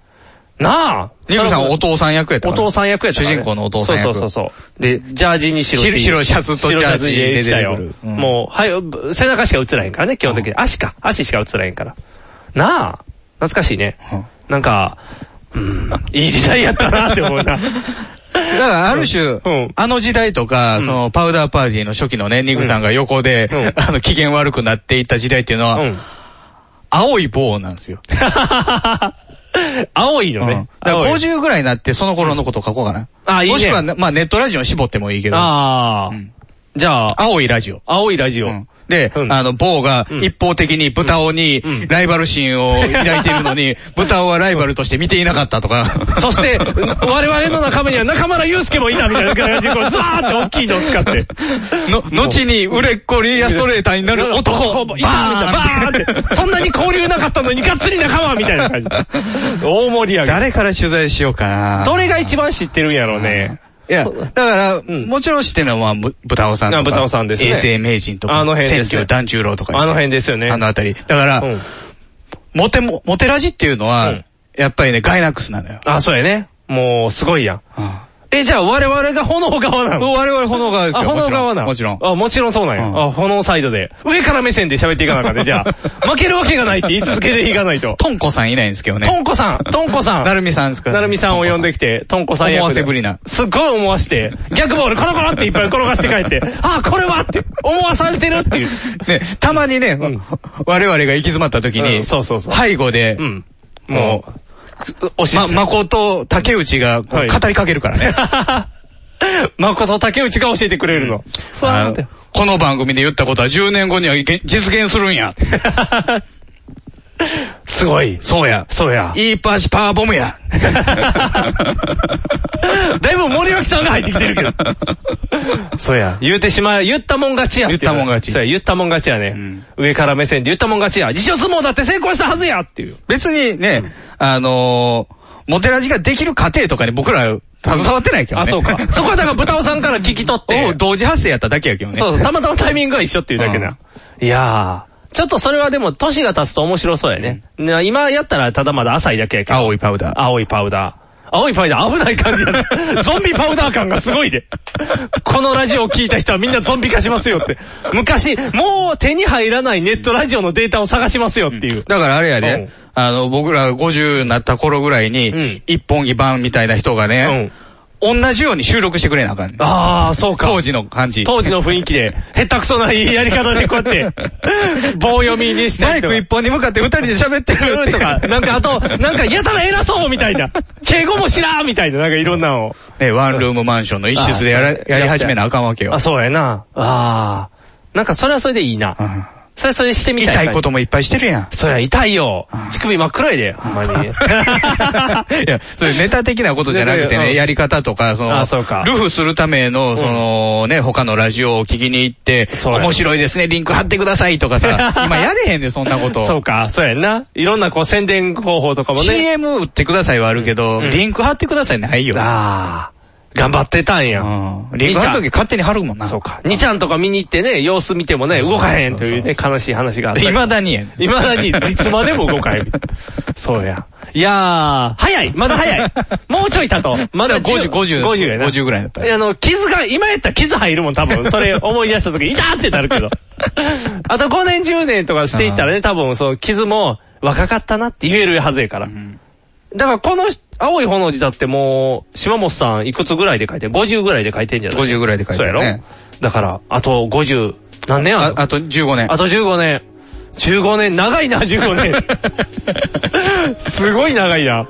Speaker 2: なあ
Speaker 3: ニグさんお父さん役やった
Speaker 2: お
Speaker 3: から
Speaker 2: 父さん役やったからね
Speaker 3: 主人公のお父さん役。
Speaker 2: そうそうそう
Speaker 3: う。で、
Speaker 2: ジャージに白 T
Speaker 3: 白シャツとジャージで
Speaker 2: 白シャツに
Speaker 3: 出てくる
Speaker 2: 出てくるもう、はい、背中しか映らへんからね、基本的に。足か。足しか映らへんから。なあ懐かしいね。なんか、うん、いい時代やったなって思うな。
Speaker 3: だからある種、あの時代とか、そのパウダーパーティーの初期のね、ニグさんが横で、あの、機嫌悪くなっていった時代っていうのは、青い棒なんですよ。
Speaker 2: 青いの
Speaker 3: ね。だから50ぐらいになってその頃のことを書こうかな。
Speaker 2: あいいね
Speaker 3: もしくは、まあネットラジオに絞ってもいいけど。
Speaker 2: ああ、じゃあ、
Speaker 3: 青いラジオ。
Speaker 2: 青いラジオ。
Speaker 3: で、あの、棒が一方的に豚尾にライバル心を抱いているのに、豚尾はライバルとして見ていなかったとか。
Speaker 2: そして、我々の仲間には中村祐介もいたみたいな感じで、こう、ザーって大きいのを使って。
Speaker 3: の、後に売れっ子リアストレーターになる男
Speaker 2: バーンって、そんなに交流なかったのにがっつり仲間みたいな感じ。大盛り上げ。
Speaker 3: 誰から取材しようかな。
Speaker 2: どれが一番知ってるんやろうね。
Speaker 3: いや、だから、もちろん知ってるのは、ぶ豚尾さんと
Speaker 2: あ
Speaker 3: か。
Speaker 2: 豚尾さんですね
Speaker 3: 永世名人とか。
Speaker 2: あの辺ですね
Speaker 3: 千両團十郎とかですよ
Speaker 2: あの辺ですよね
Speaker 3: あのあたり。だから、モテも、モテラジっていうのは、やっぱりね、ガイナックスなのよ。
Speaker 2: あ、そうやね。もう、すごいやん。え、じゃあ我々が炎側なの
Speaker 3: 我々炎側ですよ
Speaker 2: あ、
Speaker 3: もちろん
Speaker 2: 炎側なの
Speaker 3: もちろん
Speaker 2: あ、もちろんそうなんや。あ、炎サイドで。上から目線で喋っていかなあかんね。じゃあ、負けるわけがないって言い続けていかないと。
Speaker 3: トンコさんいないんですけどね。
Speaker 2: トンコさん、トンコさん。
Speaker 3: なるみさんですか
Speaker 2: なるみさんを呼んできて、トンコさん役で
Speaker 3: 思わせぶりな。
Speaker 2: すっごい思わして、逆ボールコロコロっていっぱい転がして帰って、あ、これはって思わされてるっていう。
Speaker 3: ね、たまにね、我々が行き詰まった時に、
Speaker 2: そうそうそう。
Speaker 3: 背後で、も
Speaker 2: う、おし
Speaker 3: ま、誠、竹内がこう
Speaker 2: はい
Speaker 3: 語りかけるからね。
Speaker 2: 誠竹内が教えてくれるの。
Speaker 3: あのこの番組で言ったことは10年後には現実現するん や。
Speaker 2: すごい。
Speaker 3: そうや。
Speaker 2: そうや。
Speaker 3: いいパーシパワーボムや。
Speaker 2: だいぶ森脇さんが入ってきてるけど。 そうや。言うてしまう。言ったもん勝ちやっていう。
Speaker 3: 言ったもん勝ち
Speaker 2: そうや、言ったもん勝ちやね。上から目線で言ったもん勝ちや。自称相撲だって成功したはずやっていう。
Speaker 3: 別にね、あのー、モテラジができる過程とかに僕ら携わってないけど
Speaker 2: あ、
Speaker 3: ね。
Speaker 2: そう か。そこはだから豚尾さんから聞き取って。
Speaker 3: 同時発生やっただけやけどね。
Speaker 2: そうそう、たまたまタイミングが一緒っていうだけな。いやー。ちょっとそれはでも、年が経つと面白そうやね。な今やったらただまだ浅いだけやけど。
Speaker 3: 青いパウダー。
Speaker 2: 青いパウダー。青いパウダー危ない感じやね。 ゾンビパウダー感がすごいで。このラジオを聞いた人はみんなゾンビ化しますよって。昔、もう手に入らないネットラジオのデータを探しますよっていう。
Speaker 3: だからあれやね、あの、僕ら50になった頃ぐらいに、一本木版みたいな人がね、同じように収録してくれなあかん、ね。
Speaker 2: ああ、そうか。
Speaker 3: 当時の感じ。
Speaker 2: 当時の雰囲気で、下手くそないやり方でこうやって、棒読みにして。
Speaker 3: マイク一本に向かって二人で喋って る
Speaker 2: とか、なんかあと、なんかやたら偉そうみたいな。敬語も知らんみたいな、なんかいろんなのを。
Speaker 3: ね、ワンルームマンションの一室でやら、やり始めなあかんわけよ。
Speaker 2: あ、そうやな。ああ。なんかそれはそれでいいな。うんそれそれしてみたい。
Speaker 3: 痛いこともいっぱいしてるやん。
Speaker 2: そりゃ痛いよ。乳首真っ黒いで、ほん まに。い
Speaker 3: や、それネタ的なことじゃなくてね、やり方とか、その、
Speaker 2: そうか
Speaker 3: ルフするための、その、ね、他のラジオを聞きに行って、面白いですね、リンク貼ってくださいとかさ、今やれへんで、そんなこと。
Speaker 2: そうか、そうやんな。いろんなこう宣伝方法とかもね。
Speaker 3: CM 売ってくださいはあるけど、リンク貼ってくださいないよ。
Speaker 2: ああ。頑張ってたんや。
Speaker 3: うん。リンクの時勝手に貼るもんな。
Speaker 2: そうか。2ちゃんとか見に行ってね、様子見てもね、動かへんというね、悲しい話があった。
Speaker 3: 未だにや
Speaker 2: 未だに、いつまでも動かへん。そうや。いやー、早いまだ早いもうちょいだと。まだ
Speaker 3: 50、50、
Speaker 2: 50やな。
Speaker 3: 50ぐらいだった
Speaker 2: ら。あの、傷が、今やったら傷入るもん多分。それ思い出した時、痛ーってなるけど。あと5年、10年とかしていったらね、多分その傷も若かったなって言えるはずやから。うんだからこの青い炎だってもう、島本さんいくつぐらいで書いてる ?50 ぐらいで書いてんじゃない
Speaker 3: ?50 ぐらいで書いてる、ね。
Speaker 2: そうやろだから、あと50、何年
Speaker 3: ああと15年。
Speaker 2: あと15年。15年、長いな、15年。すごい長いな。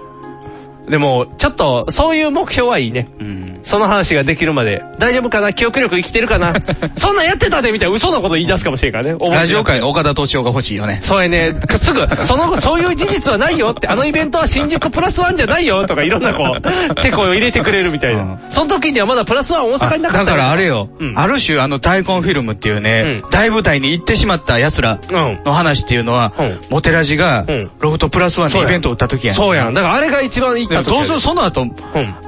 Speaker 2: でも、ちょっと、そういう目標はいいね。うん、その話ができるまで。大丈夫かな記憶力生きてる かなそんなんやってたでみたいな嘘のこと言い出すかもしれんからね。
Speaker 3: ラジオ界の岡田敏夫が欲しいよね。
Speaker 2: そうやね。すぐ、その、そういう事実はないよって、あのイベントは新宿プラスワンじゃないよとかいろんなこ う、手こを入れてくれるみたいな。うん、その時にはまだプラスワン大阪になかった
Speaker 3: だからあれよ、うん、ある種あの大根フィルムっていうね、大舞台に行ってしまった奴らの話っていうのは、モテラジが、ロフトプラスワンのイベントを打った時や
Speaker 2: ん。そうやん。だからあれが一番いい
Speaker 3: どうするその後、うん、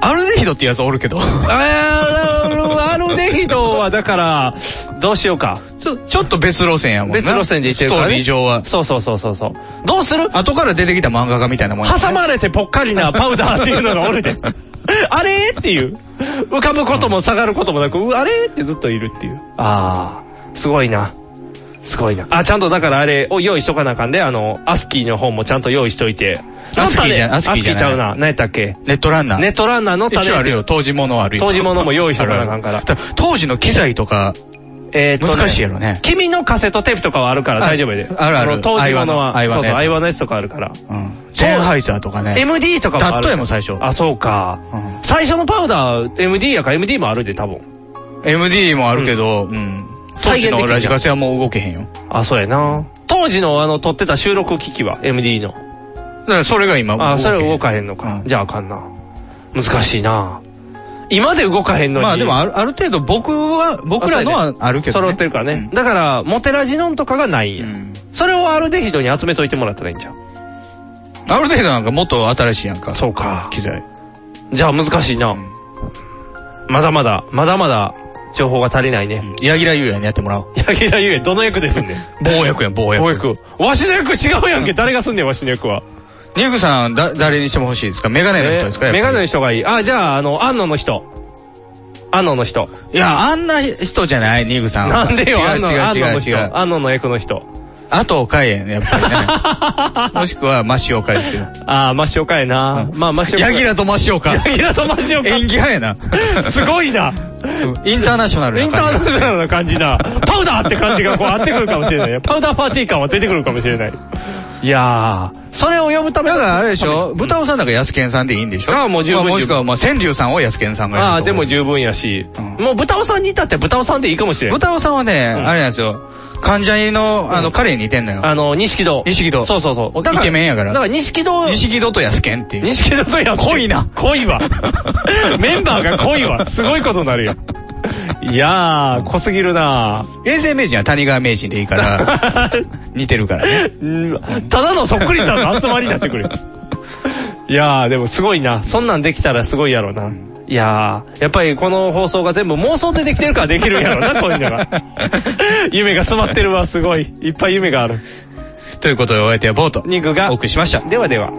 Speaker 3: アルデヒドってやつおるけど。
Speaker 2: アルデヒドはだから、どうしようか。
Speaker 3: ちょ、 ちょっと別路線やもん
Speaker 2: 別路線でいってるから、ね。
Speaker 3: 装備上は。
Speaker 2: そうそうそうそうそう。どうする
Speaker 3: 後から出てきた漫画家みたいなもん
Speaker 2: や、ね、挟まれてぽっかりなパウダーっていう のがおるで。あれっていう。浮かぶことも下がることもなく、あれってずっといるっていう。ああ、すごいな。すごいな。あ、ちゃんとだからあれを用意しとかなあかんで、あの、アスキーの方もちゃんと用意しといて。
Speaker 3: アスキーじゃ、
Speaker 2: アスキーちゃうな。何やったっけ
Speaker 3: ネットランナー。
Speaker 2: ネットランナーの
Speaker 3: 種。一応あるよ、当時物あるよ。
Speaker 2: 当時物も用意しとかなあかんから。
Speaker 3: 当時の機材とか、えー、難しいやろね。
Speaker 2: 君のカセットテープとかはあるから大丈夫で。
Speaker 3: あるある。
Speaker 2: 当時物は、そうそう、アイワのやつとかあるから。
Speaker 3: うん。ジェンハイザーとかね。
Speaker 2: MD とかもあ
Speaker 3: る。タットも最初。
Speaker 2: あ、そうか。最初のパウダー、MD やから MD もあるで、多分。
Speaker 3: MD もあるけど、うん。当時のラジカセはもう動けへんよ。
Speaker 2: あ、そうやな。当時のあの、撮ってた収録機器は、MD の。
Speaker 3: だからそれが今
Speaker 2: あ、それ動かへんのか。うん、じゃああかんな。難しいな。今で動かへんのに。
Speaker 3: まあでもある、ある程度僕は、僕らのはあるけど、
Speaker 2: ね、揃ってるからね。うん、だから、モテラジノンとかがないんや。うん、それをアルデヒドに集めといてもらったらいいんじゃん。
Speaker 3: アルデヒドなんかもっと新しいやんか。
Speaker 2: そうか。
Speaker 3: 機材。
Speaker 2: じゃあ難しいな。まだまだ、まだまだ、情報が足りないね。
Speaker 3: 柳楽優也にやってもらおう。
Speaker 2: 柳楽優也、どの役ですんねん。
Speaker 3: 棒役やん、棒役。
Speaker 2: 棒役。わしの役違うやんけ。誰がすんねん、わしの役は。
Speaker 3: ニグさん、だ、誰にしても欲しいですかメガネの人ですか
Speaker 2: メガネの人がいい。あ、じゃあ、あの、安野の人。安野の人。
Speaker 3: いや、あんな人じゃない、ニグさん。
Speaker 2: なんでよ、安野の人。安野の役の人。
Speaker 3: あと、岡江ね、やっぱり ね。もしくは、マシオカですよ。
Speaker 2: ああ、マシオカやな。まあ、マシオ
Speaker 3: カ。ヤギラとマシオカ。
Speaker 2: ヤギラとマシオカ。
Speaker 3: 演技派やな。
Speaker 2: すごいな。
Speaker 3: インターナショナル
Speaker 2: インターナショナルな感じな。パウダーって感じがこう、合ってくるかもしれない。パウダーパーティー感は出てくるかもしれない。いやー、それを呼ぶため
Speaker 3: だからあれでしょ豚尾さんなんか安健さんでいいんでしょ
Speaker 2: ああ、もう十分。
Speaker 3: もしくは、まあ、千竜さんを安健さんが
Speaker 2: ああ、でも十分やし。もう豚尾さんに至って豚尾さんでいいかもしれない。
Speaker 3: 豚尾さんはね、あれなんですよ。関ジャニの、あの、彼に似てんのよ。
Speaker 2: あの、錦戸。
Speaker 3: 錦戸。
Speaker 2: そうそうそう。
Speaker 3: イケメンやから。
Speaker 2: だから錦戸。
Speaker 3: 錦戸と安健っていう。
Speaker 2: 錦戸と安健。
Speaker 3: 濃いな。
Speaker 2: 濃い わ。メンバーが濃いわ。すごいことになるよ。いやー、濃すぎるな
Speaker 3: 永世名人は谷川名人でいいから、 似てるからね。
Speaker 2: ただのそっくりさんの集まりになってくる。いやー、でもすごいな。そんなんできたらすごいやろな。いやー、やっぱりこの放送が全部妄想でできてるからできるんやろな、こういうの が。夢が詰まってるわ、すごい。いっぱい夢がある。
Speaker 3: ということで、お相手はボート。
Speaker 2: ニグが。
Speaker 3: お送りしました。
Speaker 2: ではでは。